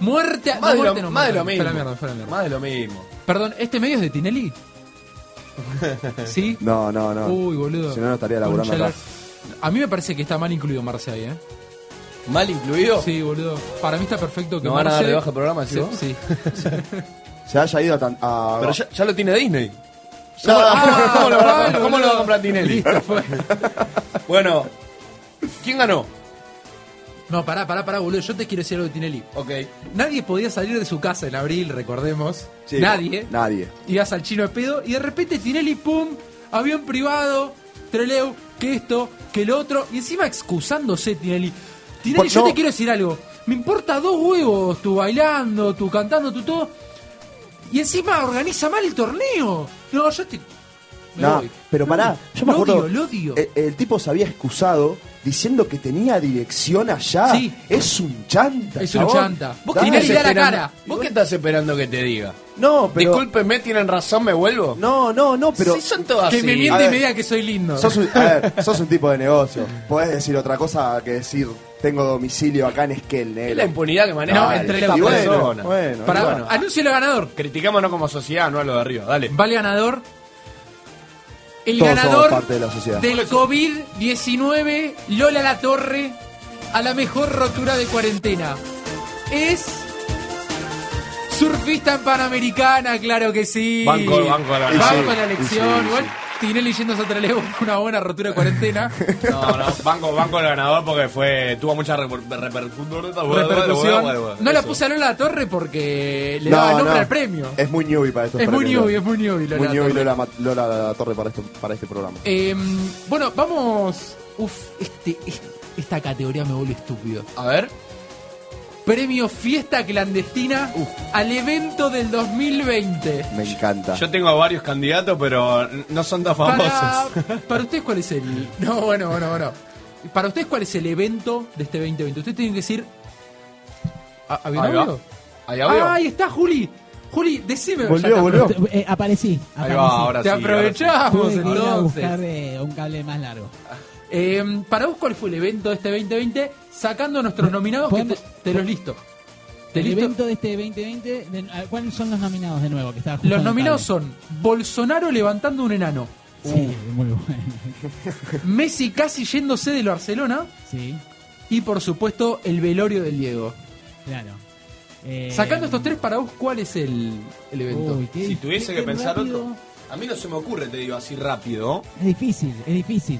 [SPEAKER 7] Muerte a-
[SPEAKER 9] Más,
[SPEAKER 7] no,
[SPEAKER 9] de,
[SPEAKER 7] muerte
[SPEAKER 9] lo,
[SPEAKER 7] no,
[SPEAKER 9] más de
[SPEAKER 7] muerte
[SPEAKER 9] lo
[SPEAKER 7] no.
[SPEAKER 9] mismo.
[SPEAKER 7] Fuera mierda, fuera mierda.
[SPEAKER 9] Más de lo mismo.
[SPEAKER 7] Perdón, ¿este medio es de Tinelli? ¿Sí?
[SPEAKER 8] No, no, no.
[SPEAKER 7] Uy, boludo.
[SPEAKER 8] Si no, no estaría laburando
[SPEAKER 7] Concha la-
[SPEAKER 8] acá.
[SPEAKER 7] A mí me parece que está mal incluido Marce ahí, ¿eh?
[SPEAKER 10] Mal incluido.
[SPEAKER 7] Sí, boludo. Para mí está perfecto que
[SPEAKER 9] ¿No van a
[SPEAKER 7] Marce-
[SPEAKER 9] dar de baja el programa, decís
[SPEAKER 7] Sí,
[SPEAKER 9] vos?
[SPEAKER 7] sí.
[SPEAKER 8] Se haya ido a tan- a-
[SPEAKER 9] Pero ya, ya lo tiene Disney.
[SPEAKER 8] Ya-
[SPEAKER 7] Ah,
[SPEAKER 9] ¿Cómo lo va a-
[SPEAKER 7] vale,
[SPEAKER 9] cómo lo va a comprar
[SPEAKER 7] boludo.
[SPEAKER 9] Tinelli?
[SPEAKER 7] Listo, pues. fue.
[SPEAKER 9] Bueno, ¿quién ganó?
[SPEAKER 7] No, pará, pará, pará, boludo. Yo te quiero decir algo de Tinelli.
[SPEAKER 9] Ok.
[SPEAKER 7] Nadie podía salir de su casa en abril, recordemos.
[SPEAKER 8] Sí,
[SPEAKER 7] Nadie.
[SPEAKER 8] Nadie.
[SPEAKER 7] ibas al chino de pedo y de repente Tinelli, pum, avión privado, Treleu, que esto, que lo otro, y encima excusándose Tinelli. Tinelli,
[SPEAKER 8] Por-
[SPEAKER 7] yo
[SPEAKER 8] no.
[SPEAKER 7] te quiero decir algo, me importa dos huevos, tu bailando, tu cantando, tu todo, y encima organiza mal el torneo. No, yo te... me
[SPEAKER 8] No,
[SPEAKER 7] voy.
[SPEAKER 8] pero
[SPEAKER 7] No,
[SPEAKER 8] pará, yo me
[SPEAKER 7] lo
[SPEAKER 8] acuerdo.
[SPEAKER 7] odio, lo odio.
[SPEAKER 8] El, el tipo se había excusado diciendo que tenía dirección allá.
[SPEAKER 7] Sí.
[SPEAKER 8] Es un chanta.
[SPEAKER 7] Es un
[SPEAKER 8] chabón.
[SPEAKER 7] chanta. Vos
[SPEAKER 8] Dale.
[SPEAKER 7] Tinelli da la
[SPEAKER 10] esperando-
[SPEAKER 7] cara.
[SPEAKER 10] ¿Vos qué estás esperando que te diga?
[SPEAKER 8] No, pero.
[SPEAKER 10] Discúlpeme, tienen razón, me vuelvo.
[SPEAKER 8] No, no, no, pero.
[SPEAKER 10] sí, son todas
[SPEAKER 7] que me
[SPEAKER 10] así.
[SPEAKER 7] miente
[SPEAKER 8] A
[SPEAKER 7] y me
[SPEAKER 8] ver.
[SPEAKER 7] diga que soy lindo.
[SPEAKER 8] Sos un, a ver, sos un tipo de negocio. Podés decir otra cosa que decir tengo domicilio acá en Esquel,
[SPEAKER 10] Es la
[SPEAKER 8] negro.
[SPEAKER 10] impunidad que maneja
[SPEAKER 7] No,
[SPEAKER 10] esta
[SPEAKER 7] entre la
[SPEAKER 8] Y
[SPEAKER 10] persona.
[SPEAKER 8] bueno, bueno,
[SPEAKER 7] Pará,
[SPEAKER 8] y bueno.
[SPEAKER 7] bueno. anuncio el ganador.
[SPEAKER 9] Criticámonos como sociedad, no a lo de arriba. Dale.
[SPEAKER 7] Vale ganador. El
[SPEAKER 8] Todos somos
[SPEAKER 7] ganador
[SPEAKER 8] parte de la sociedad.
[SPEAKER 7] del COVID-19, Lola La Torre, a la mejor rotura de cuarentena. Es surfista en Panamericana, claro que sí.
[SPEAKER 9] Banco, banco a la-
[SPEAKER 8] Y
[SPEAKER 7] Banco
[SPEAKER 8] sí,
[SPEAKER 7] a la
[SPEAKER 8] y sí,
[SPEAKER 7] elección.
[SPEAKER 8] y
[SPEAKER 7] Igual
[SPEAKER 8] sí.
[SPEAKER 7] Tinelli yéndose a Trelew fue una buena rotura de cuarentena.
[SPEAKER 9] No, no, banco, banco el ganador porque fue tuvo mucha reper- repercusión.
[SPEAKER 7] Repercusión. No la puse a Lola La Torre porque le daba nombre al premio.
[SPEAKER 8] Es muy newbie para estos
[SPEAKER 7] Es muy
[SPEAKER 8] premios.
[SPEAKER 7] newbie, es muy newbie, Lola
[SPEAKER 8] Muy
[SPEAKER 7] La
[SPEAKER 8] newbie
[SPEAKER 7] Torre.
[SPEAKER 8] Lola, Ma- Lola la Torre para, esto, para este programa.
[SPEAKER 7] Eh, bueno, vamos. Uf, este, es- esta categoría me vuelve estúpido.
[SPEAKER 10] A ver,
[SPEAKER 7] Premio Fiesta Clandestina al evento del 2020.
[SPEAKER 8] Me encanta.
[SPEAKER 9] Yo tengo a varios candidatos, pero no son tan
[SPEAKER 7] Para,
[SPEAKER 9] famosos.
[SPEAKER 7] para ustedes, ¿cuál es el.? No, bueno, bueno, bueno. Para ustedes, ¿cuál es el evento de este 2020? Ustedes tienen que decir. ¿Ha- ¿Había un
[SPEAKER 10] Ahí va.
[SPEAKER 7] audio?
[SPEAKER 10] ahí
[SPEAKER 7] Ah,
[SPEAKER 10] veo.
[SPEAKER 7] Ahí está, Juli. Juli, decime.
[SPEAKER 8] Volvió,
[SPEAKER 7] Ya te-
[SPEAKER 8] volvió.
[SPEAKER 11] Eh, aparecí.
[SPEAKER 9] Ahí va, ahora sí.
[SPEAKER 7] Te
[SPEAKER 9] ahora sí.
[SPEAKER 7] aprovechamos
[SPEAKER 11] Tuve que ir a buscar
[SPEAKER 7] entonces.
[SPEAKER 11] eh, un cable más largo.
[SPEAKER 7] Eh, para vos, ¿cuál fue el evento de este 2020? Sacando nuestros nominados, que te,
[SPEAKER 11] ¿Podemos-
[SPEAKER 7] te los listo. ¿Te
[SPEAKER 11] El
[SPEAKER 7] listo?
[SPEAKER 11] evento de este 2020, de- a ver, ¿cuáles son los nominados de nuevo? Que estaba justo en
[SPEAKER 7] Los
[SPEAKER 11] el
[SPEAKER 7] nominados
[SPEAKER 11] cable?
[SPEAKER 7] son Bolsonaro levantando un enano, Uh.
[SPEAKER 11] Sí, muy bueno.
[SPEAKER 7] Messi casi yéndose del Barcelona
[SPEAKER 11] Sí,
[SPEAKER 7] y por supuesto el velorio del Diego.
[SPEAKER 11] claro. Eh,
[SPEAKER 7] Sacando estos tres para vos, ¿cuál es el, el evento?
[SPEAKER 11] uy, qué-
[SPEAKER 9] Si tuviese
[SPEAKER 11] qué-
[SPEAKER 9] que
[SPEAKER 11] qué
[SPEAKER 9] pensar
[SPEAKER 11] rápido.
[SPEAKER 9] otro. A mí no se me ocurre, te digo así rápido.
[SPEAKER 11] Es difícil, es difícil.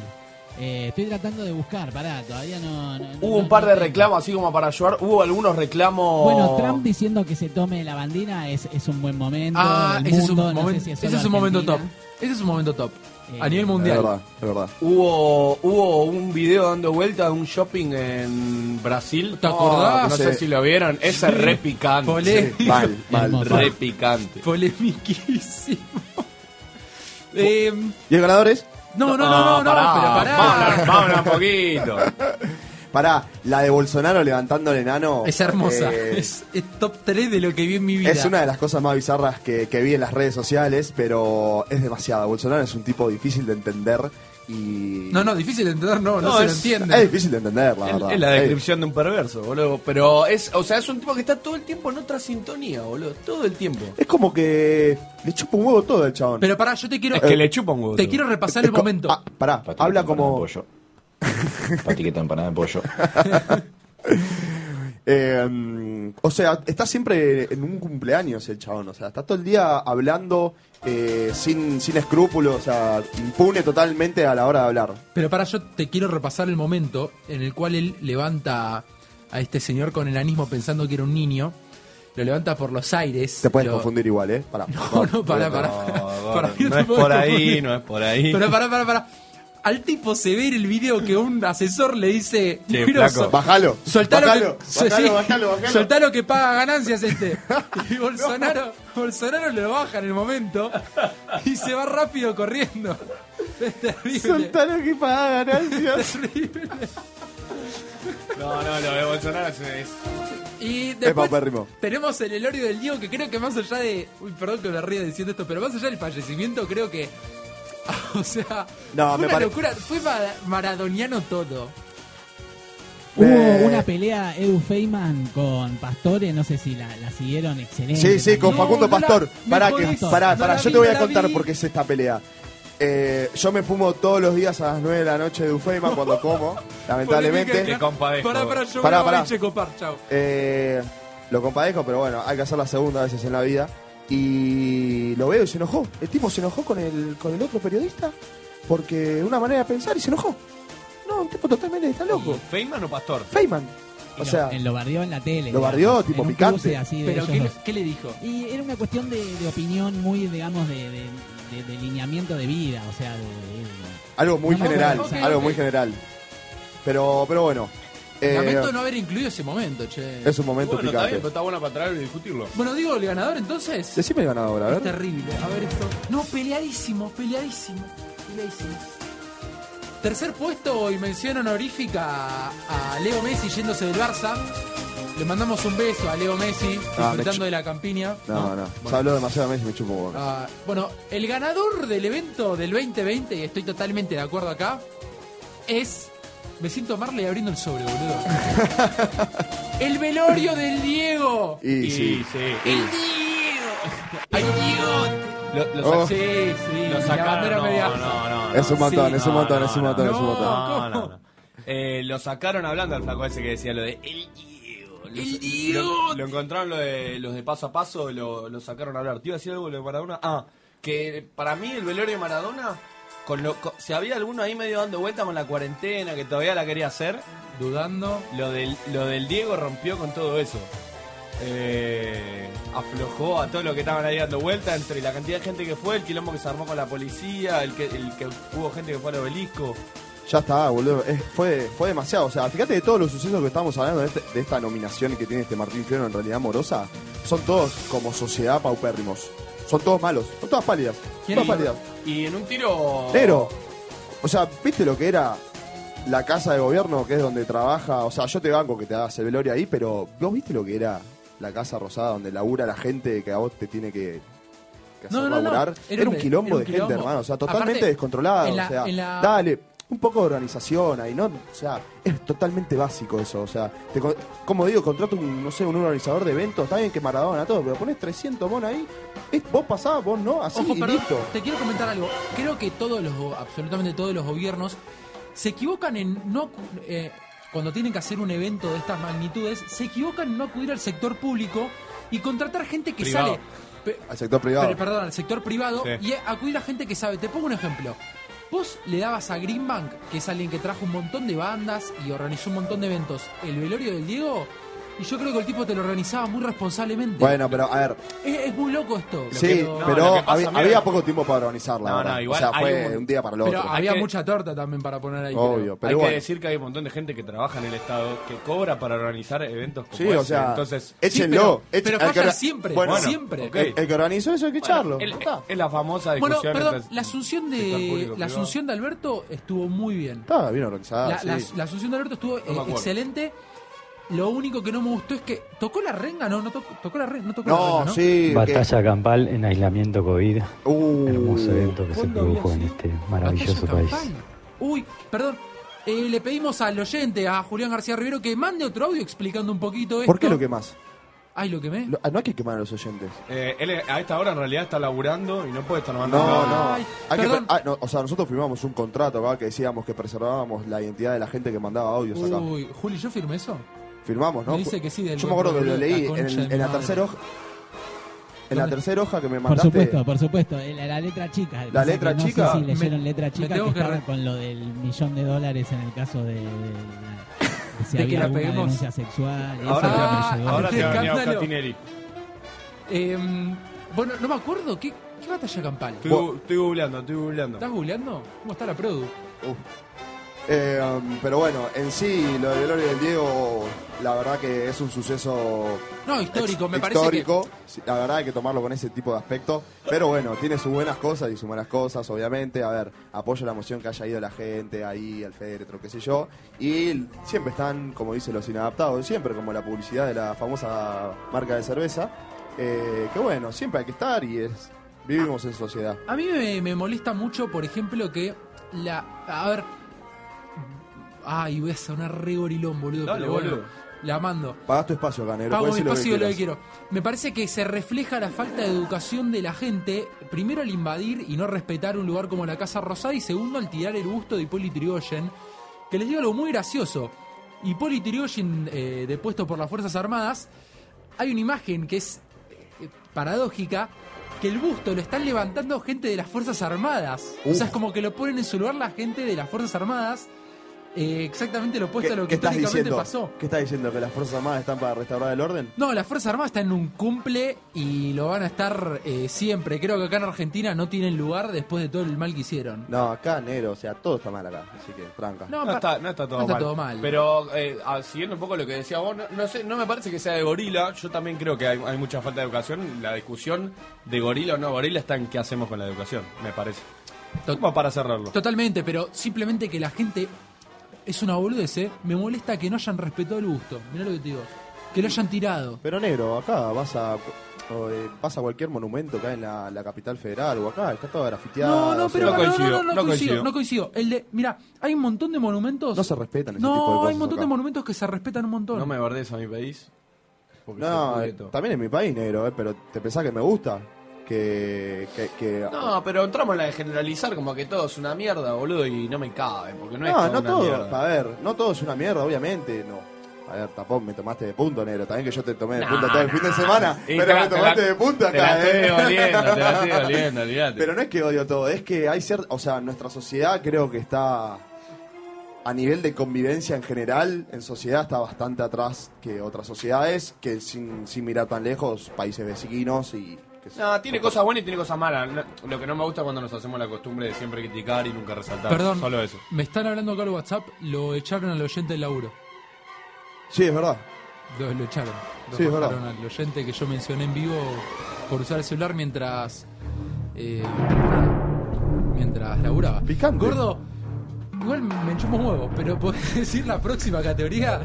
[SPEAKER 11] Eh, estoy tratando de buscar, pará, Ah, todavía no. no-
[SPEAKER 9] Hubo
[SPEAKER 11] no-
[SPEAKER 9] un par
[SPEAKER 11] no
[SPEAKER 9] de
[SPEAKER 11] tengo.
[SPEAKER 9] reclamos, así como para ayudar. Hubo algunos
[SPEAKER 7] Oh.
[SPEAKER 9] reclamos.
[SPEAKER 11] Bueno, Trump diciendo que se tome la bandina es, es un buen momento.
[SPEAKER 7] Ah,
[SPEAKER 11] del
[SPEAKER 7] ese es un,
[SPEAKER 11] mundo, no sé
[SPEAKER 7] momen-
[SPEAKER 11] si
[SPEAKER 7] ese
[SPEAKER 11] solo
[SPEAKER 7] es un momento top.
[SPEAKER 11] Argentina.
[SPEAKER 7] Ese es un momento top.
[SPEAKER 11] Eh,
[SPEAKER 7] a nivel
[SPEAKER 9] es
[SPEAKER 7] mundial.
[SPEAKER 9] verdad.
[SPEAKER 8] Es verdad.
[SPEAKER 9] Hubo, hubo un video dando vuelta de un shopping en Brasil. Ah,
[SPEAKER 7] ¿Te acordás?
[SPEAKER 9] No, no sé
[SPEAKER 7] Sí.
[SPEAKER 9] si lo vieron. Ese es re picante.
[SPEAKER 7] Polé- Sí, mal, mal.
[SPEAKER 9] Re picante.
[SPEAKER 7] Polemiquísimo.
[SPEAKER 9] Oh.
[SPEAKER 7] Eh,
[SPEAKER 8] ¿Y el ganador es?
[SPEAKER 7] no, no, no,
[SPEAKER 9] Ah,
[SPEAKER 7] no, no, pero pará.
[SPEAKER 9] un poquito.
[SPEAKER 8] Pará, la de Bolsonaro levantando el enano.
[SPEAKER 7] Es hermosa.
[SPEAKER 8] eh,
[SPEAKER 7] Es, es top 3 de lo que vi en mi vida.
[SPEAKER 8] Es una de las cosas más bizarras que, que vi en las redes sociales, pero es demasiada. Bolsonaro es un tipo difícil de entender y.
[SPEAKER 7] No, no, difícil de entender, no, no,
[SPEAKER 8] No,
[SPEAKER 7] se
[SPEAKER 8] es-
[SPEAKER 7] lo entiende.
[SPEAKER 8] es difícil de entender, la verdad.
[SPEAKER 9] Es la
[SPEAKER 8] Ey.
[SPEAKER 9] descripción de un perverso, boludo. Pero es, o sea, es un tipo que está todo el tiempo en otra sintonía, boludo. Todo el tiempo.
[SPEAKER 8] Es como que le chupa un huevo todo el chabón.
[SPEAKER 7] Pero pará, yo te quiero.
[SPEAKER 8] Es que le
[SPEAKER 9] chupa un huevo
[SPEAKER 7] Te
[SPEAKER 8] todo.
[SPEAKER 7] quiero repasar el
[SPEAKER 8] Es co-
[SPEAKER 7] momento.
[SPEAKER 8] ah, pará, habla como.
[SPEAKER 12] Patiqueta empanada de pollo.
[SPEAKER 8] Eh, mm, o sea, está siempre en un cumpleaños el chabón. O sea, está todo el día hablando eh, sin, sin escrúpulos. O sea, impune totalmente a la hora de hablar.
[SPEAKER 7] Pero para yo te quiero repasar el momento en el cual él levanta a este señor con enanismo pensando que era un niño. Lo levanta por los aires.
[SPEAKER 8] Te puedes
[SPEAKER 7] lo-
[SPEAKER 8] confundir igual, ¿eh? Pará.
[SPEAKER 7] No, no, pará, pará. pará. Pará, yo
[SPEAKER 13] no
[SPEAKER 7] te
[SPEAKER 13] es
[SPEAKER 7] puedo
[SPEAKER 13] por ahí,
[SPEAKER 7] confundir.
[SPEAKER 13] no es por ahí.
[SPEAKER 7] Pero pará, pará, pará. Al tipo se ve en el video que un asesor le dice...
[SPEAKER 13] Che,
[SPEAKER 7] "Negro,
[SPEAKER 13] flaco,
[SPEAKER 7] sol-
[SPEAKER 13] bajalo,
[SPEAKER 7] Soltá
[SPEAKER 13] bajalo,
[SPEAKER 7] lo que, so-
[SPEAKER 13] bajalo,
[SPEAKER 7] sí,
[SPEAKER 13] bajalo, bajalo".
[SPEAKER 7] soltá lo que paga ganancias este. Y Bolsonaro, Bolsonaro lo baja en el momento y se va rápido corriendo. Es terrible.
[SPEAKER 8] Soltalo que paga ganancias.
[SPEAKER 9] No, no, lo de Bolsonaro es.
[SPEAKER 7] Y
[SPEAKER 8] Es
[SPEAKER 7] después
[SPEAKER 8] paupérrimo.
[SPEAKER 7] tenemos el elorio del Diego que creo que más allá de... Uy, perdón que me ría diciendo esto, pero más allá del fallecimiento creo que... O sea,
[SPEAKER 8] No,
[SPEAKER 7] fue
[SPEAKER 8] me
[SPEAKER 7] una
[SPEAKER 8] pare-
[SPEAKER 7] locura, fue ma- maradoniano todo. Eh.
[SPEAKER 11] Hubo una pelea Edu Feynman con Pastore, no sé si la, la siguieron, excelente.
[SPEAKER 8] Sí, sí, con
[SPEAKER 11] también.
[SPEAKER 8] Facundo Pastor.
[SPEAKER 11] me
[SPEAKER 8] pará, que,
[SPEAKER 11] jodiste.
[SPEAKER 8] pará,
[SPEAKER 11] No
[SPEAKER 8] pará,
[SPEAKER 11] la
[SPEAKER 8] yo
[SPEAKER 11] vi,
[SPEAKER 8] te voy
[SPEAKER 11] no
[SPEAKER 8] a
[SPEAKER 11] la
[SPEAKER 8] contar
[SPEAKER 11] vi.
[SPEAKER 8] por qué es esta pelea. Eh, yo me fumo todos los días a las 9 de la noche de Ufema cuando como, lamentablemente.
[SPEAKER 13] Te compadezco.
[SPEAKER 7] Pará, pará, yo
[SPEAKER 8] Pará,
[SPEAKER 7] voy
[SPEAKER 8] pará.
[SPEAKER 7] a Boliche Copar, chao.
[SPEAKER 8] Eh, lo compadezco, pero bueno, hay que hacer la segunda veces en la vida. Y lo veo y se enojó. El tipo se enojó con el, con el otro periodista porque una manera de pensar y se enojó. No, un tipo totalmente está loco.
[SPEAKER 13] ¿Feynman o Pastor?
[SPEAKER 8] Feynman.
[SPEAKER 11] Y
[SPEAKER 8] O
[SPEAKER 11] lo-
[SPEAKER 8] sea,
[SPEAKER 11] en Eh, lo bardeó en la tele.
[SPEAKER 8] lo
[SPEAKER 11] digamos,
[SPEAKER 8] bardeó,
[SPEAKER 11] en
[SPEAKER 8] tipo
[SPEAKER 11] un
[SPEAKER 8] picante.
[SPEAKER 11] cruce así de
[SPEAKER 7] Pero
[SPEAKER 11] ellos
[SPEAKER 7] ¿qué, le-
[SPEAKER 11] dos.
[SPEAKER 7] qué le dijo?
[SPEAKER 11] Y era una cuestión de, de opinión muy, digamos, de, de, de- de lineamiento de vida, o sea, de- de-
[SPEAKER 8] algo muy
[SPEAKER 11] No, no,
[SPEAKER 8] general,
[SPEAKER 11] ok,
[SPEAKER 8] algo
[SPEAKER 11] ok.
[SPEAKER 8] muy general. Pero, pero bueno. eh,
[SPEAKER 7] Lamento no haber incluido ese momento, che.
[SPEAKER 8] es un momento
[SPEAKER 9] Bueno, está bien,
[SPEAKER 8] picante.
[SPEAKER 9] pero está bueno para traerlo y discutirlo.
[SPEAKER 7] Bueno, digo, el ganador entonces. Este
[SPEAKER 8] Decime el ganador, a
[SPEAKER 7] Es
[SPEAKER 8] ver.
[SPEAKER 7] terrible. A ver esto. No, peleadísimo, peleadísimo. Peleadísimo. Tercer puesto y mención honorífica a Leo Messi yéndose del Barça. Le mandamos un beso a Leo Messi,
[SPEAKER 8] Ah, me
[SPEAKER 7] disfrutando
[SPEAKER 8] ch-
[SPEAKER 7] de la campiña.
[SPEAKER 8] No, no. Se
[SPEAKER 7] Bueno,
[SPEAKER 8] habló demasiado de Messi, me chupo un huevo.
[SPEAKER 7] ah, bueno, el ganador del evento del 2020, y estoy totalmente de acuerdo acá, es. Me siento Marley abriendo el sobre, boludo. el velorio del Diego.
[SPEAKER 8] Y sí.
[SPEAKER 7] El Diego. Ay, Diego.
[SPEAKER 9] Lo, lo
[SPEAKER 8] Oh.
[SPEAKER 9] sac-
[SPEAKER 7] Sí, sí.
[SPEAKER 9] lo
[SPEAKER 7] la
[SPEAKER 9] sacaron.
[SPEAKER 7] bandera
[SPEAKER 9] No,
[SPEAKER 7] media-
[SPEAKER 9] no, no, no.
[SPEAKER 8] Es un montón,
[SPEAKER 7] sí.
[SPEAKER 8] es un montón, es un
[SPEAKER 9] no,
[SPEAKER 8] montón, es un
[SPEAKER 7] no.
[SPEAKER 8] montón.
[SPEAKER 7] ¿Cómo?
[SPEAKER 9] No, no, no. Eh, lo sacaron hablando al flaco ese que decía lo de el Diego. Lo-
[SPEAKER 7] El Diego.
[SPEAKER 9] Lo, lo encontraron lo de, los de paso a paso, lo, lo sacaron a hablar. ¿Te iba a decir algo de Maradona? Ah, que para mí el velorio de Maradona, con lo, con- si había alguno ahí medio dando vuelta con la cuarentena, que todavía la quería hacer,
[SPEAKER 7] Dudando.
[SPEAKER 9] lo del, lo del Diego rompió con todo eso. Eh, aflojó a todos los que estaban ahí dando vuelta entre la cantidad de gente que fue, el quilombo que se armó con la policía, el que, el que hubo gente que fue al obelisco.
[SPEAKER 8] Ya está, boludo. Es- fue, fue demasiado. O sea, fíjate de todos los sucesos que estamos hablando de, este- de esta nominación que tiene este Martín Fierro en realidad amorosa. Son todos como sociedad paupérrimos. Son todos malos. Son todas pálidas.
[SPEAKER 7] ¿Quién
[SPEAKER 8] todas
[SPEAKER 7] dijo?
[SPEAKER 8] pálidas.
[SPEAKER 9] Y en un tiro.
[SPEAKER 8] Pero, o sea, ¿viste lo que era la casa de gobierno que es donde trabaja? O sea, yo te banco que te hagas el velorio ahí, pero ¿vos viste lo que era la casa rosada donde labura la gente que a vos te tiene que, que hacer
[SPEAKER 7] No, no, no.
[SPEAKER 8] laburar? Era, un quilombo
[SPEAKER 7] era un
[SPEAKER 8] de gente,
[SPEAKER 7] quilombo.
[SPEAKER 8] hermano. O sea, totalmente
[SPEAKER 7] Aparte,
[SPEAKER 8] descontrolado.
[SPEAKER 7] en la-
[SPEAKER 8] o sea,
[SPEAKER 7] en la-
[SPEAKER 8] dale. Un poco de organización ahí, ¿no? O sea, es totalmente básico eso. O sea, te con- como digo, contrata un, no sé, un organizador de eventos, está bien que Maradona, todo, pero pones 300 monos ahí, es- vos pasás, vos no, así
[SPEAKER 7] Ojo,
[SPEAKER 8] y
[SPEAKER 7] perdón,
[SPEAKER 8] listo.
[SPEAKER 7] te quiero comentar algo. Creo que todos los, go- absolutamente todos los gobiernos se equivocan en no acu- eh, cuando tienen que hacer un evento de estas magnitudes, se equivocan en no acudir al sector público y contratar gente que
[SPEAKER 13] Privado.
[SPEAKER 7] sale. pe-
[SPEAKER 8] Al sector privado.
[SPEAKER 7] pero, perdón, al sector privado
[SPEAKER 13] Sí.
[SPEAKER 7] y acudir a gente que sabe. Te pongo un ejemplo. Vos le dabas a Green Bank, que es alguien que trajo un montón de bandas y organizó un montón de eventos, el velorio del Diego, y yo creo que el tipo te lo organizaba muy responsablemente.
[SPEAKER 8] Bueno, pero a ver.
[SPEAKER 7] Es, es muy loco esto.
[SPEAKER 8] Sí,
[SPEAKER 7] Lo que-
[SPEAKER 8] pero había, había poco tiempo para organizarla.
[SPEAKER 9] No,
[SPEAKER 8] la verdad.
[SPEAKER 9] no, igual
[SPEAKER 8] o sea,
[SPEAKER 9] hay
[SPEAKER 8] fue
[SPEAKER 9] un-
[SPEAKER 8] un... día para el otro.
[SPEAKER 7] Pero había mucha torta también para poner ahí.
[SPEAKER 8] Obvio,
[SPEAKER 7] creo.
[SPEAKER 8] pero
[SPEAKER 9] hay
[SPEAKER 8] bueno.
[SPEAKER 9] que decir que hay un montón de gente que trabaja en el Estado que cobra para organizar eventos como
[SPEAKER 8] Sí,
[SPEAKER 9] ese.
[SPEAKER 8] o sea,
[SPEAKER 9] Entonces,
[SPEAKER 8] échenlo.
[SPEAKER 9] Sí, pero-
[SPEAKER 8] echen- al
[SPEAKER 9] pero
[SPEAKER 8] que
[SPEAKER 9] falla
[SPEAKER 8] ora-
[SPEAKER 9] siempre,
[SPEAKER 8] Bueno,
[SPEAKER 9] siempre.
[SPEAKER 8] el- El, que organizó eso hay que echarlo.
[SPEAKER 9] el- es la famosa
[SPEAKER 7] Bueno,
[SPEAKER 9] discusión.
[SPEAKER 7] perdón,
[SPEAKER 9] entre-
[SPEAKER 7] la asunción
[SPEAKER 9] sector
[SPEAKER 7] de
[SPEAKER 9] público-privado.
[SPEAKER 7] la asunción de Alberto estuvo muy bien.
[SPEAKER 8] Estaba bien organizada.
[SPEAKER 7] la,
[SPEAKER 8] Ah, sí.
[SPEAKER 7] la- la asunción de Alberto estuvo eh,
[SPEAKER 8] acuerdo.
[SPEAKER 7] excelente. Lo único que no me gustó es que tocó la renga, no, no tocó, tocó la renga, no tocó la renga, ¿no?
[SPEAKER 14] Batalla campal en aislamiento COVID. Hermoso evento que se
[SPEAKER 7] Uh, ¿cuándo
[SPEAKER 14] produjo en este maravilloso
[SPEAKER 7] Batalla
[SPEAKER 14] país.
[SPEAKER 7] campal. Uy, perdón. Eh, le pedimos al oyente, a Julián García Rivero, que mande otro audio explicando un poquito esto.
[SPEAKER 8] ¿Por qué lo quemás?
[SPEAKER 7] Ay, lo quemé.
[SPEAKER 8] Lo- ah, no hay que quemar a los oyentes.
[SPEAKER 9] Eh, él a esta hora en realidad está laburando y no puede estar mandando.
[SPEAKER 8] No, no. Hay que pe- ah, no, O sea, nosotros firmamos un contrato acá que decíamos que preservábamos la identidad de la gente que mandaba audios acá.
[SPEAKER 7] Uy, Juli, ¿yo firmé eso?
[SPEAKER 8] Firmamos, ¿no?
[SPEAKER 7] Uh. Me dice que sí, del
[SPEAKER 8] Yo me acuerdo que lo
[SPEAKER 7] buen
[SPEAKER 8] leí
[SPEAKER 7] boludo,
[SPEAKER 8] en,
[SPEAKER 7] la concha
[SPEAKER 8] el-
[SPEAKER 7] de
[SPEAKER 8] en la
[SPEAKER 7] mi
[SPEAKER 8] tercera hoja. En la tercera hoja que me
[SPEAKER 11] Por
[SPEAKER 8] mandaste.
[SPEAKER 11] supuesto, por supuesto. eh, La, la letra chica.
[SPEAKER 8] ¿La
[SPEAKER 11] Pasa
[SPEAKER 8] letra
[SPEAKER 11] que no sé
[SPEAKER 8] chica?
[SPEAKER 11] si leyeron letra
[SPEAKER 7] me
[SPEAKER 11] chica
[SPEAKER 7] tengo
[SPEAKER 11] que
[SPEAKER 7] que
[SPEAKER 11] estaban
[SPEAKER 7] re-
[SPEAKER 11] con lo del millón de dólares en el caso de... de- de si
[SPEAKER 7] De que
[SPEAKER 11] había
[SPEAKER 7] la
[SPEAKER 11] alguna
[SPEAKER 7] peguemos.
[SPEAKER 11] denuncia sexual. y eso
[SPEAKER 7] Ahora te-
[SPEAKER 11] creo que me llegó.
[SPEAKER 7] ahora te va a venir a buscar Tinelli. Em, bueno, no me acuerdo. ¿Qué, qué batalla campal?
[SPEAKER 9] Estoy, gu- estoy googleando, estoy googleando.
[SPEAKER 7] ¿Estás googleando? ¿Cómo está la produ?
[SPEAKER 8] Eh, um, pero bueno, en sí, lo del velorio del Diego, la verdad que es un suceso.
[SPEAKER 7] No, histórico,
[SPEAKER 8] ex-
[SPEAKER 7] me parece
[SPEAKER 8] Histórico. Sí, La verdad hay que tomarlo con ese tipo de aspecto. Pero bueno, tiene sus buenas cosas y sus malas cosas, obviamente. A ver, apoyo la moción que haya ido la gente ahí, al féretro, qué sé yo. Y siempre están, como dicen los inadaptados, siempre como la publicidad de la famosa marca de cerveza. eh, que bueno, siempre hay que estar y es. Vivimos en sociedad.
[SPEAKER 7] A mí me, me molesta mucho, por ejemplo, que la. A ver. Ay, voy a sonar re gorilón, boludo.
[SPEAKER 8] Dale,
[SPEAKER 7] pero bueno,
[SPEAKER 8] boludo.
[SPEAKER 7] La mando.
[SPEAKER 8] Pagás tu espacio, Canero.
[SPEAKER 7] Pago
[SPEAKER 8] podés decir
[SPEAKER 7] mi
[SPEAKER 8] lo que
[SPEAKER 7] espacio y lo que
[SPEAKER 8] quieras.
[SPEAKER 7] quiero. Me parece que se refleja la falta de educación de la gente. Primero, al invadir y no respetar un lugar como la Casa Rosada. Y segundo, al tirar el gusto de Hipólito Yrigoyen. Que les digo algo muy gracioso. Hipólito Yrigoyen, eh, depuesto por las Fuerzas Armadas, hay una imagen que es eh, paradójica. Que el busto lo están levantando gente de las Fuerzas Armadas. O sea, es como que lo ponen en su lugar la gente de las Fuerzas Armadas. eh, exactamente lo opuesto a lo que
[SPEAKER 8] estás
[SPEAKER 7] históricamente
[SPEAKER 8] diciendo?
[SPEAKER 7] pasó.
[SPEAKER 8] ¿Qué estás diciendo? ¿Que las Fuerzas Armadas están para restaurar el orden?
[SPEAKER 7] No, las Fuerzas Armadas están en un cumple y lo van a estar eh, siempre. Creo que acá en Argentina no tienen lugar después de todo el mal que hicieron.
[SPEAKER 8] No, acá, negro, o sea, todo está mal acá, así que tranca.
[SPEAKER 7] No,
[SPEAKER 15] No
[SPEAKER 7] pa-
[SPEAKER 15] está, no está todo
[SPEAKER 7] no
[SPEAKER 15] mal. Pero eh, ah, siguiendo un poco lo que decía vos, no, no sé, no me parece que sea de gorila. Yo también creo que hay, hay mucha falta de educación. La discusión de gorila o no gorila está en qué hacemos con la educación, me parece.
[SPEAKER 7] Como
[SPEAKER 9] para cerrarlo.
[SPEAKER 7] Totalmente, pero simplemente que la gente es una boludez, ¿eh? Me molesta que no hayan respetado el gusto. Mirá lo que te digo. Que lo hayan tirado.
[SPEAKER 8] Pero negro, acá vas a o, eh, vas a cualquier monumento acá en la, la capital federal o acá, está todo grafiteado.
[SPEAKER 7] No, no,
[SPEAKER 8] o sea,
[SPEAKER 7] pero no, no, no, no, coincido, no coincido. El de, mira, hay un montón de monumentos.
[SPEAKER 8] No se respetan ese
[SPEAKER 7] No,
[SPEAKER 8] tipo de cosas
[SPEAKER 7] hay un montón
[SPEAKER 8] acá.
[SPEAKER 7] de monumentos que se respetan un montón.
[SPEAKER 9] No me bordes a mi país. porque
[SPEAKER 8] No,
[SPEAKER 9] soy
[SPEAKER 8] eh,
[SPEAKER 9] prieto.
[SPEAKER 8] también es mi país, negro, eh, pero ¿te pensás que me gusta? Que... que, que-
[SPEAKER 15] No, pero entramos en la de generalizar como que todo es una mierda, boludo, y no me cabe, porque no, es
[SPEAKER 8] no,
[SPEAKER 15] toda
[SPEAKER 8] no
[SPEAKER 15] una
[SPEAKER 8] todo.
[SPEAKER 15] mierda.
[SPEAKER 8] A ver, no todo es una mierda, obviamente, no. A ver, tampoco me tomaste de punto, negro. También que yo te tomé de
[SPEAKER 15] Nah,
[SPEAKER 8] punta todo el fin de semana.
[SPEAKER 15] Y te la-
[SPEAKER 8] pero me
[SPEAKER 15] te la-
[SPEAKER 8] tomaste de punta
[SPEAKER 15] te la
[SPEAKER 8] acá,
[SPEAKER 15] estoy
[SPEAKER 8] eh.
[SPEAKER 15] oliendo, te la estoy oliendo, olvídate.
[SPEAKER 8] Pero no es que odio todo, es que hay cierta. O sea, nuestra sociedad creo que está. A nivel de convivencia en general, en sociedad está bastante atrás que otras sociedades, que sin, sin mirar tan lejos, países vecinos y. que sé-
[SPEAKER 15] No, tiene cosas buenas y tiene cosas malas. No, Lo que no me gusta es cuando nos hacemos la costumbre de siempre criticar y nunca resaltar.
[SPEAKER 7] Perdón,
[SPEAKER 15] Solo eso.
[SPEAKER 7] me están hablando acá al WhatsApp, lo echaron al oyente del laburo.
[SPEAKER 8] Sí, es verdad.
[SPEAKER 7] Lo, lo echaron. Lo
[SPEAKER 8] Sí, es
[SPEAKER 7] bajaron
[SPEAKER 8] verdad.
[SPEAKER 7] al oyente que yo mencioné en vivo por usar el celular mientras. eh, mientras laburaba.
[SPEAKER 8] Picante.
[SPEAKER 7] Gordo, igual me enchupo un huevo, pero ¿podés decir la próxima categoría?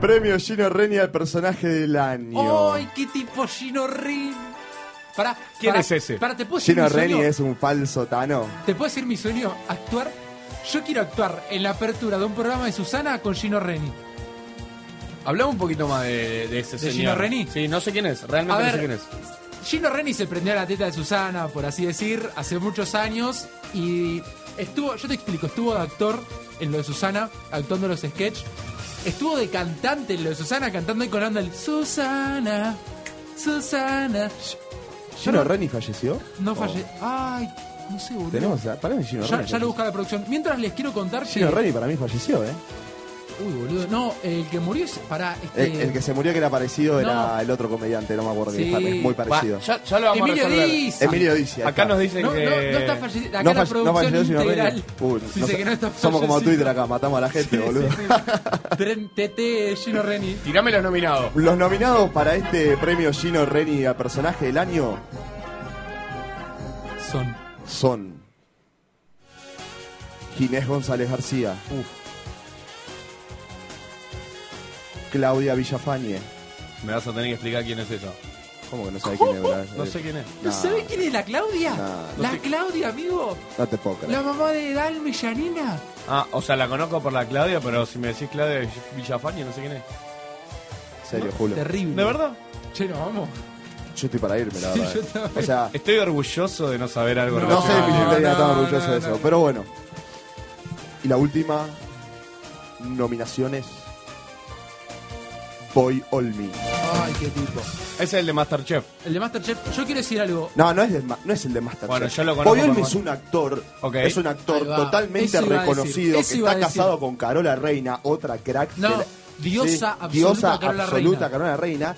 [SPEAKER 8] Premio Gino Reni al personaje del año.
[SPEAKER 7] ¡Ay, qué tipo Gino Rin! Pará,
[SPEAKER 8] ¿Quién
[SPEAKER 7] pará,
[SPEAKER 8] es ese?
[SPEAKER 7] Pará, ¿te puedo decir
[SPEAKER 8] Gino
[SPEAKER 7] mi sueño?
[SPEAKER 8] Reni es un falso Tano.
[SPEAKER 7] ¿Te puedo decir mi sueño? Actuar. Yo quiero actuar en la apertura de un programa de Susana con Gino Reni.
[SPEAKER 15] Hablamos un poquito más de, de ese
[SPEAKER 7] ¿De
[SPEAKER 15] señor.
[SPEAKER 7] Gino Reni?
[SPEAKER 15] Sí, no sé quién es, realmente
[SPEAKER 7] A
[SPEAKER 15] no sé
[SPEAKER 7] ver.
[SPEAKER 15] quién es.
[SPEAKER 7] Gino Reni se prendió a la teta de Susana, por así decir, hace muchos años y estuvo, yo te explico, estuvo de actor en lo de Susana, actuando en los sketch, estuvo de cantante en lo de Susana, cantando y colando el Susana, Susana.
[SPEAKER 8] ¿Gino Reni falleció?
[SPEAKER 7] No
[SPEAKER 8] Oh.
[SPEAKER 7] falle. Ay, No sé, boludo.
[SPEAKER 8] Tenemos a- para mí Gino
[SPEAKER 7] ya,
[SPEAKER 8] Reni,
[SPEAKER 7] ya lo busca la producción. Mientras les quiero contar que-
[SPEAKER 8] Gino Reni para mí falleció, ¿eh?
[SPEAKER 7] Uy, boludo. No, el que murió es. Pará, este.
[SPEAKER 8] Eh, El, el que se murió que era parecido
[SPEAKER 7] No.
[SPEAKER 8] era el otro comediante, no me acuerdo
[SPEAKER 7] Sí.
[SPEAKER 8] quién es, es muy parecido.
[SPEAKER 7] Va, ya- ya lo vamos a Emilio resolver. Eh, Diz.
[SPEAKER 8] Emilio Diz. ahí
[SPEAKER 7] Acá
[SPEAKER 8] está.
[SPEAKER 7] nos dicen No, que- no, no está falle- acá la
[SPEAKER 8] falle-
[SPEAKER 7] producción
[SPEAKER 8] falleció, sino
[SPEAKER 7] integral
[SPEAKER 8] Reni. Uy,
[SPEAKER 7] dice
[SPEAKER 8] no sé-
[SPEAKER 7] que no está
[SPEAKER 8] Somos como
[SPEAKER 7] fallecido.
[SPEAKER 8] Twitter acá, matamos a la gente, boludo.
[SPEAKER 7] Tren TT Gino Reni.
[SPEAKER 9] Tirame los nominados.
[SPEAKER 8] Los nominados para este premio Gino Reni a personaje del año
[SPEAKER 7] Son.
[SPEAKER 8] son Ginés González García, Claudia Villafañe.
[SPEAKER 9] Me vas a tener que explicar quién es eso.
[SPEAKER 8] ¿Cómo que no sabe quién es? Blas?
[SPEAKER 9] No sé quién es.
[SPEAKER 7] ¿No sabés quién es la Claudia?
[SPEAKER 8] Nah, no
[SPEAKER 7] la
[SPEAKER 8] sé-
[SPEAKER 7] Claudia, amigo.
[SPEAKER 8] No te puedo creer.
[SPEAKER 7] La mamá de Dalma y Janina.
[SPEAKER 9] Ah, o sea, la conozco por la Claudia, pero si me decís Claudia Villafañe, no sé quién es.
[SPEAKER 8] En serio, Julio.
[SPEAKER 7] Terrible.
[SPEAKER 9] ¿De verdad?
[SPEAKER 7] Che, nos vamos.
[SPEAKER 8] Yo estoy para irme, la
[SPEAKER 9] Sí,
[SPEAKER 8] verdad.
[SPEAKER 9] yo también.
[SPEAKER 8] o sea,
[SPEAKER 9] Estoy orgulloso de no saber algo.
[SPEAKER 8] no sé
[SPEAKER 9] relacionado.
[SPEAKER 8] de mi idea tan orgulloso de eso, pero bueno. Y la última nominaciones Boy Olmi.
[SPEAKER 7] Ay, qué tipo.
[SPEAKER 9] Ese es el de Masterchef.
[SPEAKER 7] El de Masterchef, yo quiero decir algo.
[SPEAKER 8] No, no es, de Ma- no es el de Masterchef.
[SPEAKER 9] Bueno, yo lo conozco
[SPEAKER 8] Boy Olmi
[SPEAKER 9] por-
[SPEAKER 8] es un actor,
[SPEAKER 9] Ok.
[SPEAKER 8] es un actor
[SPEAKER 7] Ahí va.
[SPEAKER 8] totalmente
[SPEAKER 7] Eso iba a decir,
[SPEAKER 8] reconocido
[SPEAKER 7] eso
[SPEAKER 8] que
[SPEAKER 7] iba a
[SPEAKER 8] está
[SPEAKER 7] decir.
[SPEAKER 8] casado con Carola Reina, otra crack.
[SPEAKER 7] No,
[SPEAKER 8] de la-
[SPEAKER 7] diosa
[SPEAKER 8] Sí,
[SPEAKER 7] absoluta
[SPEAKER 8] diosa
[SPEAKER 7] Carola
[SPEAKER 8] absoluta
[SPEAKER 7] Reina.
[SPEAKER 8] Carola Reina,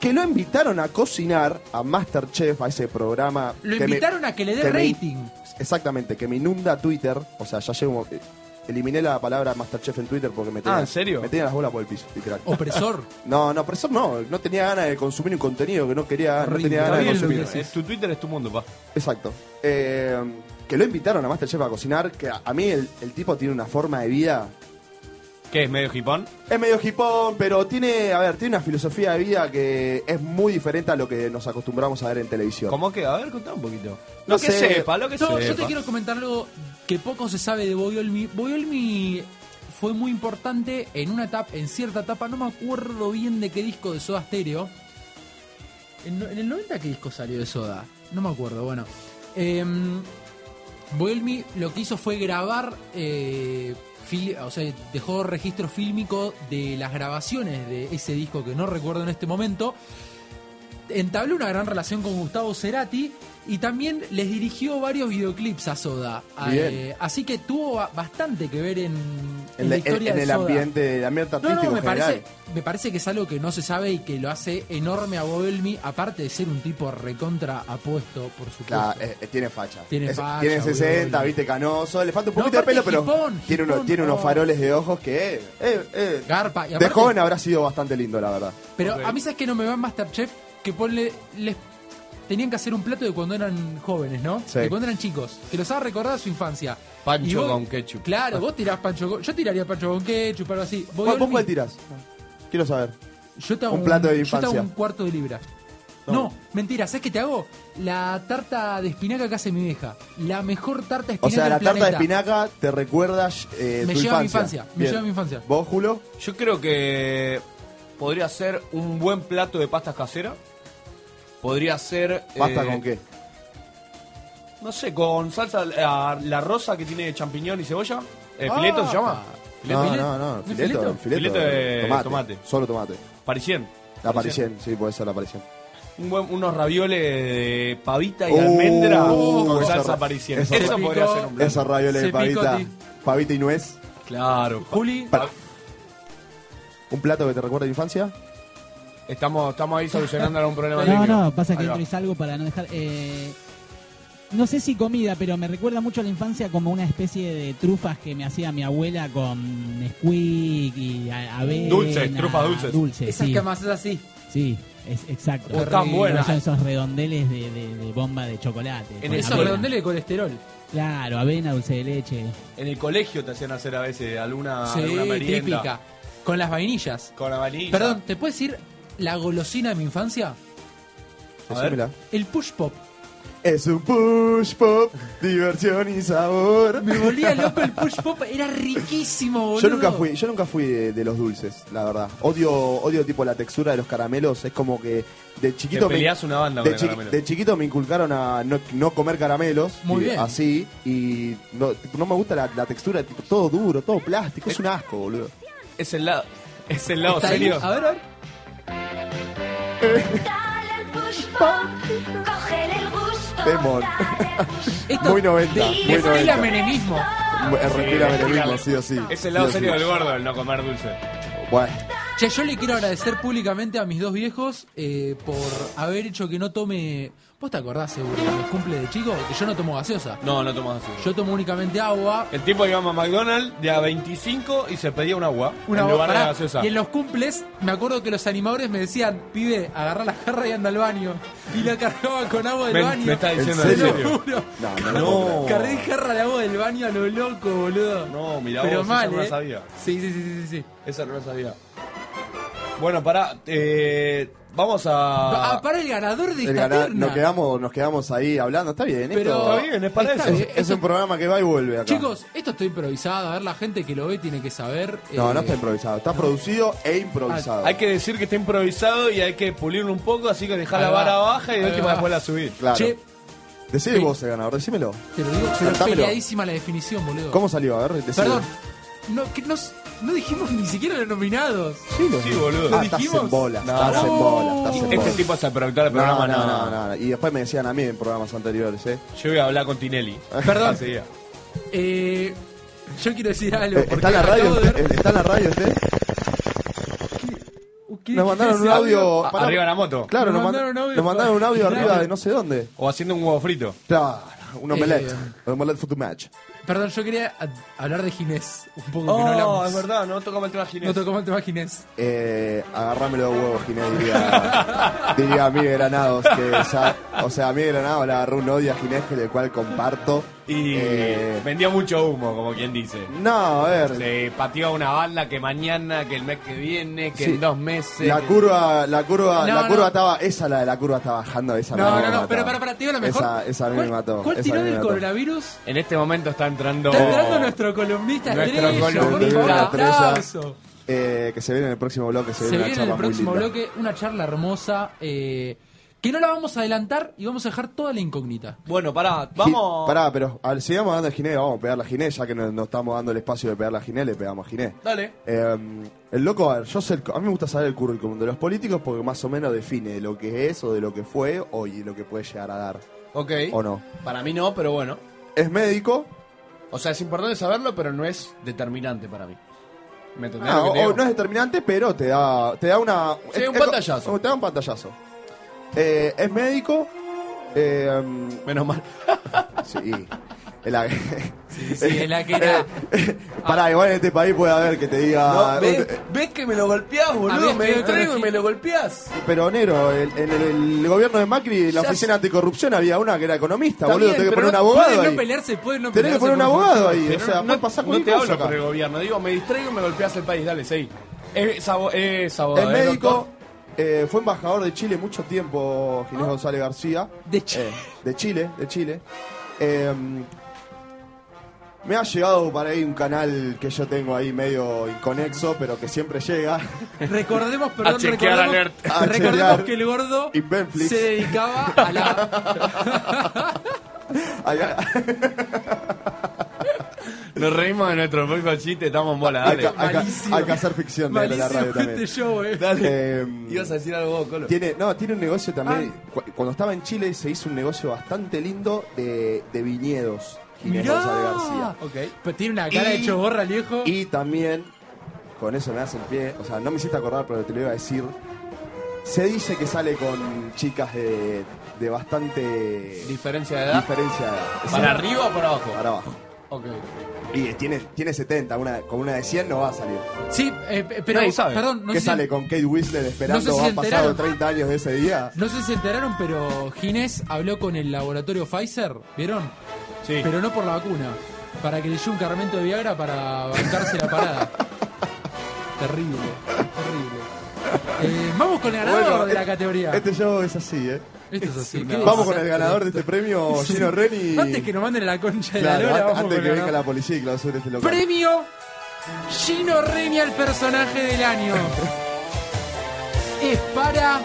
[SPEAKER 8] que lo invitaron a cocinar a Masterchef, a ese programa.
[SPEAKER 7] Lo
[SPEAKER 8] que me-
[SPEAKER 7] invitaron a que le dé
[SPEAKER 8] que me-
[SPEAKER 7] rating.
[SPEAKER 8] exactamente, que me inunda Twitter. O sea, ya llevo. eh, Eliminé la palabra Masterchef en Twitter porque me tenía,
[SPEAKER 9] Ah, ¿en serio?
[SPEAKER 8] me tenía las bolas por el piso. literal.
[SPEAKER 7] Opresor.
[SPEAKER 8] No, no, opresor no. No tenía ganas de consumir un contenido que no quería, no
[SPEAKER 9] Horrible.
[SPEAKER 8] tenía
[SPEAKER 9] Está
[SPEAKER 8] ganas de
[SPEAKER 9] bien lo que
[SPEAKER 8] consumir.
[SPEAKER 9] decís. Tu Twitter es tu mundo, pa.
[SPEAKER 8] Exacto. Eh, que lo invitaron a Masterchef a cocinar, que a, a mí el, el tipo tiene una forma de vida.
[SPEAKER 9] ¿Qué es medio hipón?
[SPEAKER 8] Es medio hipón, pero tiene, a ver, tiene una filosofía de vida que es muy diferente a lo que nos acostumbramos a ver en televisión.
[SPEAKER 9] ¿Cómo que? A ver, contá un poquito.
[SPEAKER 8] No
[SPEAKER 9] Lo que
[SPEAKER 8] sé.
[SPEAKER 9] sepa, lo que
[SPEAKER 7] No,
[SPEAKER 9] sepa.
[SPEAKER 7] yo te quiero comentar algo que poco se sabe de Boyolmi. Boyolmi fue muy importante en una etapa, en cierta etapa, no me acuerdo bien de qué disco de Soda Stereo. En, no- en el 90 qué disco salió de Soda, no me acuerdo, bueno. Em, Boyolmi lo que hizo fue grabar, eh, fil- o sea, dejó registro fílmico de las grabaciones de ese disco que no recuerdo en este momento entabló una gran relación con Gustavo Cerati y también les dirigió varios videoclips a Soda.
[SPEAKER 8] Bien.
[SPEAKER 7] Eh, así que tuvo ba- bastante que ver en, en
[SPEAKER 8] En,
[SPEAKER 7] la
[SPEAKER 8] la- en-
[SPEAKER 7] historia
[SPEAKER 8] en
[SPEAKER 7] de
[SPEAKER 8] el
[SPEAKER 7] Soda.
[SPEAKER 8] ambiente, el ambiente
[SPEAKER 7] No,
[SPEAKER 8] artístico
[SPEAKER 7] no, me
[SPEAKER 8] en general.
[SPEAKER 7] parece, me parece que es algo que no se sabe y que lo hace enorme a Boelmi, aparte de ser un tipo recontra apuesto, por supuesto.
[SPEAKER 8] La- eh, eh, tiene facha.
[SPEAKER 7] Tiene
[SPEAKER 8] Es-
[SPEAKER 7] facha,
[SPEAKER 8] tiene 60,
[SPEAKER 7] boludo.
[SPEAKER 8] viste, canoso. Le falta un
[SPEAKER 7] No,
[SPEAKER 8] poquito de
[SPEAKER 7] aparte
[SPEAKER 8] pelo,
[SPEAKER 7] es
[SPEAKER 8] pero
[SPEAKER 7] hipón,
[SPEAKER 8] tiene, unos-
[SPEAKER 7] hipón,
[SPEAKER 8] tiene unos
[SPEAKER 7] no.
[SPEAKER 8] faroles de ojos que. eh, eh, eh.
[SPEAKER 7] Garpa, y
[SPEAKER 8] de
[SPEAKER 7] aparte-
[SPEAKER 8] joven habrá sido bastante lindo, la verdad.
[SPEAKER 7] Pero a mí sabes que no me va en Masterchef que ponle les tenían que hacer un plato de cuando eran jóvenes, ¿no?
[SPEAKER 8] Sí.
[SPEAKER 7] De cuando eran chicos, que los haga recordar su infancia.
[SPEAKER 9] Pancho
[SPEAKER 7] Y vos-
[SPEAKER 9] con ketchup.
[SPEAKER 7] Claro, vos tirás pancho con yo tiraría pancho con ketchup algo así. Voy
[SPEAKER 8] ¿Vos
[SPEAKER 7] Olmi,
[SPEAKER 8] cuál tirás? Quiero saber.
[SPEAKER 7] yo te hago
[SPEAKER 8] un plato de
[SPEAKER 7] Yo te
[SPEAKER 8] infancia?
[SPEAKER 7] hago un cuarto de libra. No. mentira, ¿sabes qué te hago? La tarta de espinaca que hace mi vieja. La mejor tarta de espinaca
[SPEAKER 8] O sea, la
[SPEAKER 7] del
[SPEAKER 8] tarta de
[SPEAKER 7] planeta.
[SPEAKER 8] espinaca te recuerda eh,
[SPEAKER 7] Me
[SPEAKER 8] tu
[SPEAKER 7] lleva a mi
[SPEAKER 8] infancia.
[SPEAKER 7] infancia, me
[SPEAKER 8] Bien.
[SPEAKER 7] lleva a mi infancia.
[SPEAKER 8] ¿Vos, Julio?
[SPEAKER 9] Yo creo que podría ser un buen plato de pastas casera. Podría ser.
[SPEAKER 8] ¿Pasta
[SPEAKER 9] eh,
[SPEAKER 8] con qué?
[SPEAKER 9] No sé, con salsa la, la rosa que tiene champiñón y cebolla. Eh,
[SPEAKER 7] Ah.
[SPEAKER 9] ¿Fileto se llama?
[SPEAKER 8] No,
[SPEAKER 9] ¿Fileto?
[SPEAKER 8] no, no,
[SPEAKER 7] ¿No es fileto?
[SPEAKER 8] fileto, fileto,
[SPEAKER 9] Fileto de tomate.
[SPEAKER 8] Solo tomate.
[SPEAKER 9] Parisien.
[SPEAKER 8] La parisien, sí, puede ser la parisien.
[SPEAKER 9] Un buen- unos ravioles de pavita y
[SPEAKER 8] Uh,
[SPEAKER 9] almendra con
[SPEAKER 8] eso
[SPEAKER 9] salsa
[SPEAKER 8] ra-
[SPEAKER 9] parisien.
[SPEAKER 8] eso
[SPEAKER 9] Eso,
[SPEAKER 8] ra-
[SPEAKER 9] podría ser un plato.
[SPEAKER 8] Esa ravioles
[SPEAKER 7] Se
[SPEAKER 8] de
[SPEAKER 7] picó,
[SPEAKER 8] pavita,
[SPEAKER 7] ti.
[SPEAKER 8] pavita y nuez.
[SPEAKER 9] Claro.
[SPEAKER 7] Juli,
[SPEAKER 8] Pará. ¿Un plato que te recuerda a la infancia?
[SPEAKER 9] Estamos, estamos ahí solucionando algún problema.
[SPEAKER 11] No,
[SPEAKER 9] técnico.
[SPEAKER 11] no, pasa que
[SPEAKER 9] Ahí va.
[SPEAKER 11] entro y salgo para no dejar. eh, no sé si comida, pero me recuerda mucho a la infancia como una especie de trufas que me hacía mi abuela con Nesquik y a- avena.
[SPEAKER 9] Dulces, trufas dulces.
[SPEAKER 11] Dulces,
[SPEAKER 7] esas
[SPEAKER 11] sí.
[SPEAKER 7] que amasás así.
[SPEAKER 11] Sí, es, exacto.
[SPEAKER 7] Oh, tan
[SPEAKER 11] Son
[SPEAKER 7] buenas.
[SPEAKER 11] esos redondeles de, de- de bomba de chocolate.
[SPEAKER 9] En
[SPEAKER 11] con
[SPEAKER 9] esos
[SPEAKER 7] Esas
[SPEAKER 11] avena.
[SPEAKER 7] redondeles de colesterol.
[SPEAKER 11] Claro, avena, dulce de leche.
[SPEAKER 9] En el colegio te hacían hacer a veces alguna,
[SPEAKER 7] sí,
[SPEAKER 9] alguna merienda.
[SPEAKER 7] típica. Con las vainillas.
[SPEAKER 9] Con la vainilla.
[SPEAKER 7] Perdón, ¿te puedes decir la golosina de mi infancia?
[SPEAKER 9] A ver.
[SPEAKER 8] Decímela.
[SPEAKER 7] El push pop.
[SPEAKER 8] Es un push pop, diversión y sabor.
[SPEAKER 7] Me volvía loco el push pop, era riquísimo, boludo.
[SPEAKER 8] Yo nunca fui, yo nunca fui de, de los dulces, la verdad. Odio, odio tipo la textura de los caramelos. Es como que de chiquito
[SPEAKER 9] Te peleás una banda con
[SPEAKER 8] de,
[SPEAKER 9] el
[SPEAKER 8] chiqui-
[SPEAKER 9] caramelo.
[SPEAKER 8] de chiquito me inculcaron a no, no comer caramelos.
[SPEAKER 7] Muy
[SPEAKER 8] y-
[SPEAKER 7] bien.
[SPEAKER 8] Así. Y no, no me gusta la, la textura, tipo, todo duro, todo plástico. Es un asco, boludo.
[SPEAKER 9] Es el lado. Es el lado
[SPEAKER 7] Está ahí,
[SPEAKER 9] serio.
[SPEAKER 7] A ver, a ver.
[SPEAKER 2] Dale el push pop, cógele el gusto,
[SPEAKER 8] Demon. Eh, muy 90. Muy
[SPEAKER 7] Respira
[SPEAKER 8] 90.
[SPEAKER 7] menemismo.
[SPEAKER 8] Eh, Respira menemismo, sí o sí.
[SPEAKER 9] Es el lado
[SPEAKER 8] Sí o sí.
[SPEAKER 9] serio del gordo, el no comer dulce.
[SPEAKER 8] Bueno.
[SPEAKER 7] Che, yo le quiero agradecer públicamente a mis dos viejos eh, por haber hecho que no tome. ¿Vos te acordás seguro de los cumple de chico? Que yo no tomo gaseosa.
[SPEAKER 9] No, no tomás así.
[SPEAKER 7] Yo tomo únicamente agua.
[SPEAKER 9] El tipo íbamos a McDonald's de a 25 y se pedía un agua.
[SPEAKER 7] Una
[SPEAKER 9] en lugar de
[SPEAKER 7] pará,
[SPEAKER 9] gaseosa.
[SPEAKER 7] Y en los cumples, me acuerdo que los animadores me decían, pibe, agarra la jarra y anda al baño. Y la cargaba con agua del
[SPEAKER 9] Me-
[SPEAKER 7] baño.
[SPEAKER 9] me está diciendo
[SPEAKER 7] Te
[SPEAKER 9] en
[SPEAKER 7] lo
[SPEAKER 9] serio.
[SPEAKER 7] juro.
[SPEAKER 8] No,
[SPEAKER 9] no lo puedo creer.
[SPEAKER 7] Cargué jarra de agua del baño a lo loco, boludo.
[SPEAKER 9] No, mirá
[SPEAKER 7] Pero
[SPEAKER 9] vos,
[SPEAKER 7] mal,
[SPEAKER 9] esa no la
[SPEAKER 7] eh.
[SPEAKER 9] sabía.
[SPEAKER 7] Sí, sí, sí, sí, sí, sí.
[SPEAKER 9] Esa no la sabía. Bueno, pará. eh, vamos a.
[SPEAKER 7] Ah, para el ganador de
[SPEAKER 8] El
[SPEAKER 7] esta
[SPEAKER 8] gana-
[SPEAKER 7] terna.
[SPEAKER 8] nos, quedamos, nos quedamos ahí hablando. Está bien,
[SPEAKER 7] Pero-
[SPEAKER 8] esto.
[SPEAKER 7] Está bien, es para está eso. bien,
[SPEAKER 8] Es, un programa que va y vuelve acá.
[SPEAKER 7] Chicos, esto está improvisado. A ver, la gente que lo ve tiene que saber.
[SPEAKER 8] no,
[SPEAKER 7] eh, ah,
[SPEAKER 8] no está improvisado. Está producido e improvisado.
[SPEAKER 9] Hay que decir que está improvisado y hay que pulirlo un poco, así que dejar la
[SPEAKER 7] Ahí va.
[SPEAKER 9] vara baja y de
[SPEAKER 7] Ahí
[SPEAKER 9] última
[SPEAKER 7] va.
[SPEAKER 9] después la subir.
[SPEAKER 8] Claro.
[SPEAKER 7] Che.
[SPEAKER 8] Decime vos el ganador, decímelo.
[SPEAKER 7] Te lo digo, pero
[SPEAKER 8] Cantámelo.
[SPEAKER 7] peleadísima la definición, boludo.
[SPEAKER 8] ¿Cómo salió? A ver, decime.
[SPEAKER 7] Perdón. No, que no, no dijimos ni siquiera los nominados.
[SPEAKER 8] Sí, lo-
[SPEAKER 9] boludo.
[SPEAKER 7] ¿Lo
[SPEAKER 8] Ah, estás en
[SPEAKER 7] dijimos?
[SPEAKER 8] bola,
[SPEAKER 9] No,
[SPEAKER 8] estás
[SPEAKER 9] no.
[SPEAKER 8] en bola, estás en bola.
[SPEAKER 9] Este tipo es el productor del
[SPEAKER 8] No, no,
[SPEAKER 9] programa, no.
[SPEAKER 8] no, no, no. Y después me decían a mí en programas anteriores, ¿eh?
[SPEAKER 9] Yo voy a hablar con Tinelli.
[SPEAKER 7] Perdón.
[SPEAKER 9] Enseguida.
[SPEAKER 7] Eh, yo quiero decir algo.
[SPEAKER 8] Eh, ¿Está en la
[SPEAKER 7] porque
[SPEAKER 8] radio?
[SPEAKER 7] acabo de ver-
[SPEAKER 8] usted? ¿Está en la radio usted?
[SPEAKER 7] Uh, ¿Qué-
[SPEAKER 8] Nos
[SPEAKER 7] qué
[SPEAKER 8] mandaron un
[SPEAKER 7] decía?
[SPEAKER 8] audio.
[SPEAKER 9] A-
[SPEAKER 8] pará.
[SPEAKER 9] arriba de la moto.
[SPEAKER 8] Claro,
[SPEAKER 7] Nos
[SPEAKER 8] nos, mand-
[SPEAKER 7] mandaron audio
[SPEAKER 8] nos mandaron un audio
[SPEAKER 7] para-
[SPEAKER 8] arriba de no sé dónde.
[SPEAKER 9] O haciendo un huevo frito.
[SPEAKER 8] Claro, un omelette.
[SPEAKER 7] Eh.
[SPEAKER 8] Un omelette for the match.
[SPEAKER 7] Perdón, yo quería a- hablar de Ginés. Un poco que no hablamos.
[SPEAKER 9] Oh, verdad, no tocamos el tema Ginés.
[SPEAKER 7] No tocamos el tema Ginés.
[SPEAKER 8] Eh, agarrámelo de huevos, Ginés, diría, diría a mí Granados. Que ya, o sea, a mí Granados le agarró un odio a Ginés, que del cual comparto.
[SPEAKER 9] Y
[SPEAKER 8] Eh,
[SPEAKER 9] vendía mucho humo, como quien dice.
[SPEAKER 8] no, a ver.
[SPEAKER 9] Se pateó una banda que mañana, que el mes que viene, que
[SPEAKER 8] Sí.
[SPEAKER 9] en dos meses.
[SPEAKER 8] La
[SPEAKER 9] que-
[SPEAKER 8] curva, la curva,
[SPEAKER 7] No,
[SPEAKER 8] la curva
[SPEAKER 7] no.
[SPEAKER 8] estaba, esa la de la curva está bajando, esa
[SPEAKER 7] No,
[SPEAKER 8] la
[SPEAKER 7] no, no, pero para, para, te digo la mejor.
[SPEAKER 8] Esa, esa a mí
[SPEAKER 7] ¿Cuál-
[SPEAKER 8] me mató.
[SPEAKER 7] ¿Cuál
[SPEAKER 8] esa a
[SPEAKER 7] tiró
[SPEAKER 8] mí me
[SPEAKER 7] del
[SPEAKER 8] mató.
[SPEAKER 7] coronavirus?
[SPEAKER 9] En este momento está entrando.
[SPEAKER 7] Está entrando nuestro columnista
[SPEAKER 9] Nuestro
[SPEAKER 7] estrella, por
[SPEAKER 9] columnista
[SPEAKER 7] favor,
[SPEAKER 8] estrella.
[SPEAKER 7] aplauso.
[SPEAKER 8] Eh, que se viene en el próximo bloque, se,
[SPEAKER 7] Se
[SPEAKER 8] viene una
[SPEAKER 7] viene en el
[SPEAKER 8] charla muy
[SPEAKER 7] próximo
[SPEAKER 8] linda.
[SPEAKER 7] bloque una charla hermosa eh, que no la vamos a adelantar y vamos a dejar toda la incógnita.
[SPEAKER 9] Bueno, pará,
[SPEAKER 8] Gi-
[SPEAKER 9] vamos.
[SPEAKER 8] Pará, pero al, sigamos dando a Ginés, vamos a pegar la Ginés, ya que nos, nos estamos dando el espacio de pegar la Ginés, le pegamos a Ginés.
[SPEAKER 9] Dale.
[SPEAKER 8] Eh, el loco, a ver, yo sé el cu- a mí me gusta saber el currículum de los políticos porque más o menos define lo que es o de lo que fue o y lo que puede llegar a dar,
[SPEAKER 9] Ok.
[SPEAKER 8] o no.
[SPEAKER 9] Para mí no, pero bueno.
[SPEAKER 8] Es médico,
[SPEAKER 9] O sea, es importante saberlo, pero no es determinante para mí. ¿Me entendés?
[SPEAKER 8] ah,
[SPEAKER 9] lo que te
[SPEAKER 8] o-
[SPEAKER 9] digo?
[SPEAKER 8] no es determinante, pero te da, te da una...
[SPEAKER 9] Sí,
[SPEAKER 8] es-
[SPEAKER 9] un
[SPEAKER 8] es co-
[SPEAKER 9] pantallazo.
[SPEAKER 8] Te da un pantallazo. Eh, es médico, eh, mm,
[SPEAKER 9] Menos mal.
[SPEAKER 8] sí, es la...
[SPEAKER 7] sí, es la que era.
[SPEAKER 8] Eh, ah, Pará, igual en este país puede haber que te diga... un-
[SPEAKER 9] que me lo golpeás,
[SPEAKER 7] Había estudiado ecología.
[SPEAKER 9] lo golpeás?
[SPEAKER 8] Peronero, el- en el, el gobierno de Macri, la
[SPEAKER 9] Ya
[SPEAKER 8] oficina anticorrupción había una que era economista,
[SPEAKER 9] Está
[SPEAKER 8] boludo.
[SPEAKER 9] bien,
[SPEAKER 8] Tenés que
[SPEAKER 9] pero
[SPEAKER 8] poner un
[SPEAKER 9] no-
[SPEAKER 8] abogado
[SPEAKER 7] Pueden no
[SPEAKER 8] ahí.
[SPEAKER 7] pelearse, pueden no
[SPEAKER 8] Tenés que
[SPEAKER 7] pelearse.
[SPEAKER 8] poner un
[SPEAKER 7] por
[SPEAKER 8] abogado
[SPEAKER 7] favor.
[SPEAKER 8] ahí. O sea, puede pasar
[SPEAKER 9] no
[SPEAKER 8] cualquier
[SPEAKER 9] te
[SPEAKER 8] cosa
[SPEAKER 9] hablo
[SPEAKER 8] acá.
[SPEAKER 9] por el gobierno, digo, me distraigo y me golpeás el país, dale, seguí. Es abogado, es
[SPEAKER 8] El
[SPEAKER 9] abogado, ¿eh,
[SPEAKER 8] médico
[SPEAKER 9] doctor?
[SPEAKER 8] eh, fue embajador de Chile mucho tiempo, Ginés González García.
[SPEAKER 7] Ah. De Chile.
[SPEAKER 8] Eh, de Chile, de Chile. Em, me ha llegado para ahí un canal que yo tengo ahí medio inconexo, pero que siempre llega.
[SPEAKER 7] Recordemos, perdón,
[SPEAKER 9] A chequear
[SPEAKER 7] recordemos,
[SPEAKER 9] alert.
[SPEAKER 8] A
[SPEAKER 7] recordemos
[SPEAKER 8] chequear.
[SPEAKER 7] que el gordo
[SPEAKER 8] Y Netflix.
[SPEAKER 7] se dedicaba a la.
[SPEAKER 8] Ahí-
[SPEAKER 9] Nos reímos de nuestro propio chiste, estamos en bola,
[SPEAKER 8] hay, que-
[SPEAKER 9] dale.
[SPEAKER 8] hay que-
[SPEAKER 7] Malísimo.
[SPEAKER 8] hay que hacer ficción de la
[SPEAKER 7] malísimo
[SPEAKER 8] radio también.
[SPEAKER 7] este show, eh.
[SPEAKER 9] Dale.
[SPEAKER 8] Em,
[SPEAKER 9] Ibas a decir algo vos, Colo.
[SPEAKER 8] Tiene, no, tiene un negocio también.
[SPEAKER 9] Ah.
[SPEAKER 8] cu- Cuando estaba en Chile se hizo un negocio bastante lindo de, de viñedos. Ginés
[SPEAKER 7] Mirá.
[SPEAKER 8] González García.
[SPEAKER 9] Ok.
[SPEAKER 7] Pero tiene una cara
[SPEAKER 8] Y-
[SPEAKER 7] de choborra, el viejo.
[SPEAKER 8] Y también, con eso me hace el pie, o sea, no me hiciste acordar, pero te lo iba a decir. Se dice que sale con chicas de, de bastante
[SPEAKER 9] Diferencia de edad.
[SPEAKER 8] diferencia de edad. Es
[SPEAKER 9] ¿Para
[SPEAKER 8] decir,
[SPEAKER 9] arriba o para abajo?
[SPEAKER 8] para abajo.
[SPEAKER 9] Ok.
[SPEAKER 8] Y tiene, tiene 70, una, con una de 100 no va a salir.
[SPEAKER 7] Sí, eh, eh, pero.
[SPEAKER 9] Nadie sabe.
[SPEAKER 7] Perdón, no
[SPEAKER 8] ¿Qué
[SPEAKER 7] sé,
[SPEAKER 8] sale
[SPEAKER 7] si,
[SPEAKER 8] con Kate Winslet esperando?
[SPEAKER 7] si se
[SPEAKER 8] ¿Han pasado
[SPEAKER 7] enteraron.
[SPEAKER 8] 30 años de ese día?
[SPEAKER 7] no sé si se enteraron, pero Ginés habló con el laboratorio Pfizer, ¿vieron?
[SPEAKER 9] Sí.
[SPEAKER 7] Pero no por la vacuna. Para que le dio un cargamento de Viagra para bancarse la parada. terrible, terrible. Eh, vamos con el ganador
[SPEAKER 8] Bueno,
[SPEAKER 7] de la
[SPEAKER 8] eh,
[SPEAKER 7] categoría.
[SPEAKER 8] Este show es así, ¿eh.
[SPEAKER 7] Esto es así. ¿qué
[SPEAKER 8] Vamos con
[SPEAKER 7] desastre.
[SPEAKER 8] el ganador de este premio, Gino Reni.
[SPEAKER 7] Antes que nos manden a la concha de
[SPEAKER 8] Claro,
[SPEAKER 7] la lora,
[SPEAKER 8] an-
[SPEAKER 7] vamos
[SPEAKER 8] antes
[SPEAKER 7] con
[SPEAKER 8] que
[SPEAKER 7] el
[SPEAKER 8] venga
[SPEAKER 7] ganador.
[SPEAKER 8] la policía y clausure este local.
[SPEAKER 7] Premio Gino Reni al personaje del año. es para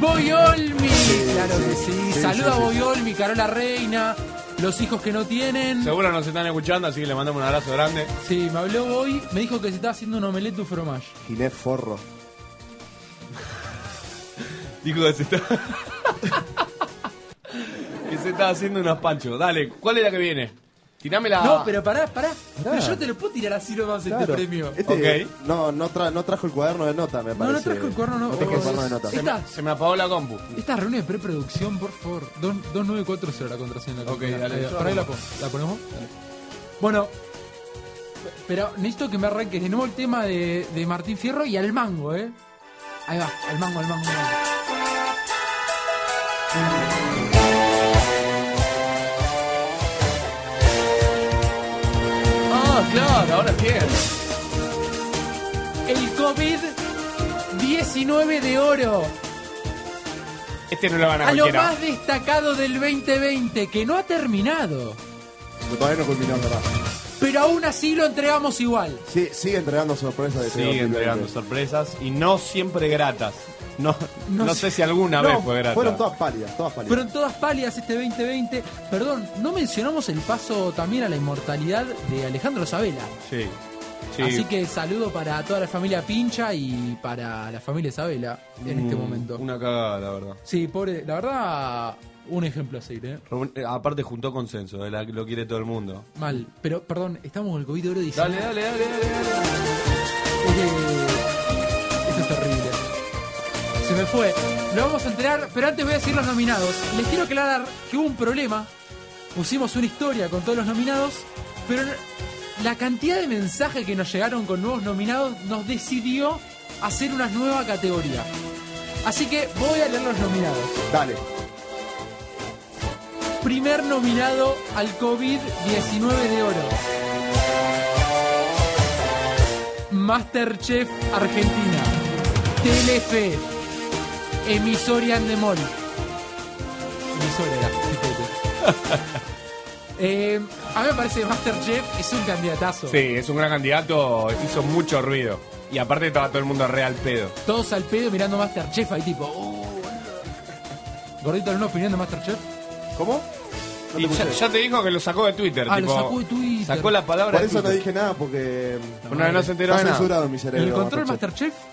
[SPEAKER 7] Boy Olmi. claro que sí.
[SPEAKER 8] sí,
[SPEAKER 7] Saluda
[SPEAKER 8] sí, sí.
[SPEAKER 7] a Boy Olmi, Carola Reina, los hijos que no tienen.
[SPEAKER 9] Seguro nos están escuchando, así que le mandamos un abrazo grande.
[SPEAKER 7] Sí, me habló Boy, me dijo que se estaba haciendo un omelette du fromage.
[SPEAKER 8] Ginés Forro.
[SPEAKER 9] Dijo que se está.
[SPEAKER 15] se está haciendo unos panchos. Dale, ¿cuál es la que viene? Tirame la.
[SPEAKER 7] No, pero pará, pará. Pero yo te lo puedo tirar así nomás este
[SPEAKER 8] Claro.
[SPEAKER 7] premio.
[SPEAKER 8] Este, No, no, tra- no trajo el cuaderno de nota, me parece.
[SPEAKER 7] no trajo el cuaderno, no.
[SPEAKER 8] trajo el cuaderno de
[SPEAKER 7] Se me-
[SPEAKER 8] nota.
[SPEAKER 15] Se me apagó la compu.
[SPEAKER 7] Esta reunión de preproducción, por favor. Dos- 2940 la contraseña.
[SPEAKER 15] Ok, dale, yo
[SPEAKER 7] Por ahí la,
[SPEAKER 15] hago.
[SPEAKER 7] pon- la ponemos. Bueno, pero necesito que me arranques de nuevo el tema de, de Martín Fierro y al mango, ¿eh? Ahí va, al mango, al mango, al mango. Ah, claro, ahora bien. El COVID-19 de oro.
[SPEAKER 15] Este no lo van a
[SPEAKER 7] A lo
[SPEAKER 15] cualquiera.
[SPEAKER 7] más destacado del 2020, que no ha terminado.
[SPEAKER 8] Todavía no culminó, es ¿verdad?
[SPEAKER 7] Pero aún así lo entregamos igual.
[SPEAKER 8] Sí, sigue entregando sorpresas de este
[SPEAKER 15] Sigue
[SPEAKER 8] 2020.
[SPEAKER 15] entregando sorpresas y no siempre gratas. No,
[SPEAKER 7] No
[SPEAKER 15] no,
[SPEAKER 7] sé.
[SPEAKER 15] sé si alguna
[SPEAKER 7] No,
[SPEAKER 15] vez fue grata.
[SPEAKER 8] Fueron todas pálidas, todas pálidas.
[SPEAKER 7] Fueron todas pálidas este 2020. Perdón, no mencionamos el paso también a la inmortalidad de Alejandro Sabela.
[SPEAKER 15] Sí. sí.
[SPEAKER 7] Así que saludo para toda la familia Pincha y para la familia Sabela en este
[SPEAKER 15] Mm,
[SPEAKER 7] momento.
[SPEAKER 15] Una cagada, la verdad.
[SPEAKER 7] Sí, pobre, la verdad, un ejemplo a seguir, ¿eh?
[SPEAKER 15] Reun- eh, Aparte juntó consenso, eh, la- lo quiere todo el mundo.
[SPEAKER 7] Mal. Pero, perdón, estamos con el COVID oro 19.
[SPEAKER 15] Dale, dale, dale, dale.
[SPEAKER 7] Eh, Esto es terrible. Se me fue. Lo vamos a enterar, pero antes voy a decir los nominados. Les quiero aclarar que hubo un problema. Pusimos una historia con todos los nominados, pero la cantidad de mensajes que nos llegaron con nuevos nominados nos decidió hacer una nueva categoría. Así que voy a leer los nominados.
[SPEAKER 8] Dale.
[SPEAKER 7] Primer nominado al COVID-19 de oro. Masterchef Argentina. Telefe. Emisoria Andemol. Emisora era, fíjate. Eh, a mí me parece que Masterchef es un candidatazo.
[SPEAKER 15] Sí, es un gran candidato, hizo mucho ruido. Y aparte estaba todo el mundo re al pedo.
[SPEAKER 7] Todos al pedo mirando Masterchef ahí tipo. "Oh, boludo". Gordito, ¿alguna opinión de Masterchef?
[SPEAKER 8] ¿Cómo?
[SPEAKER 15] y ya, ya te dijo que lo sacó de Twitter.
[SPEAKER 7] Ah, lo
[SPEAKER 15] tipo,
[SPEAKER 7] sacó de Twitter.
[SPEAKER 15] Sacó la palabra
[SPEAKER 8] Por
[SPEAKER 15] de
[SPEAKER 8] eso no
[SPEAKER 15] Twitter.
[SPEAKER 8] dije nada porque.
[SPEAKER 15] Bueno, no se enteró
[SPEAKER 8] Está
[SPEAKER 15] de nada.
[SPEAKER 8] censurado en mi cerebro.
[SPEAKER 7] ¿El control
[SPEAKER 8] Masterchef.
[SPEAKER 7] Masterchef?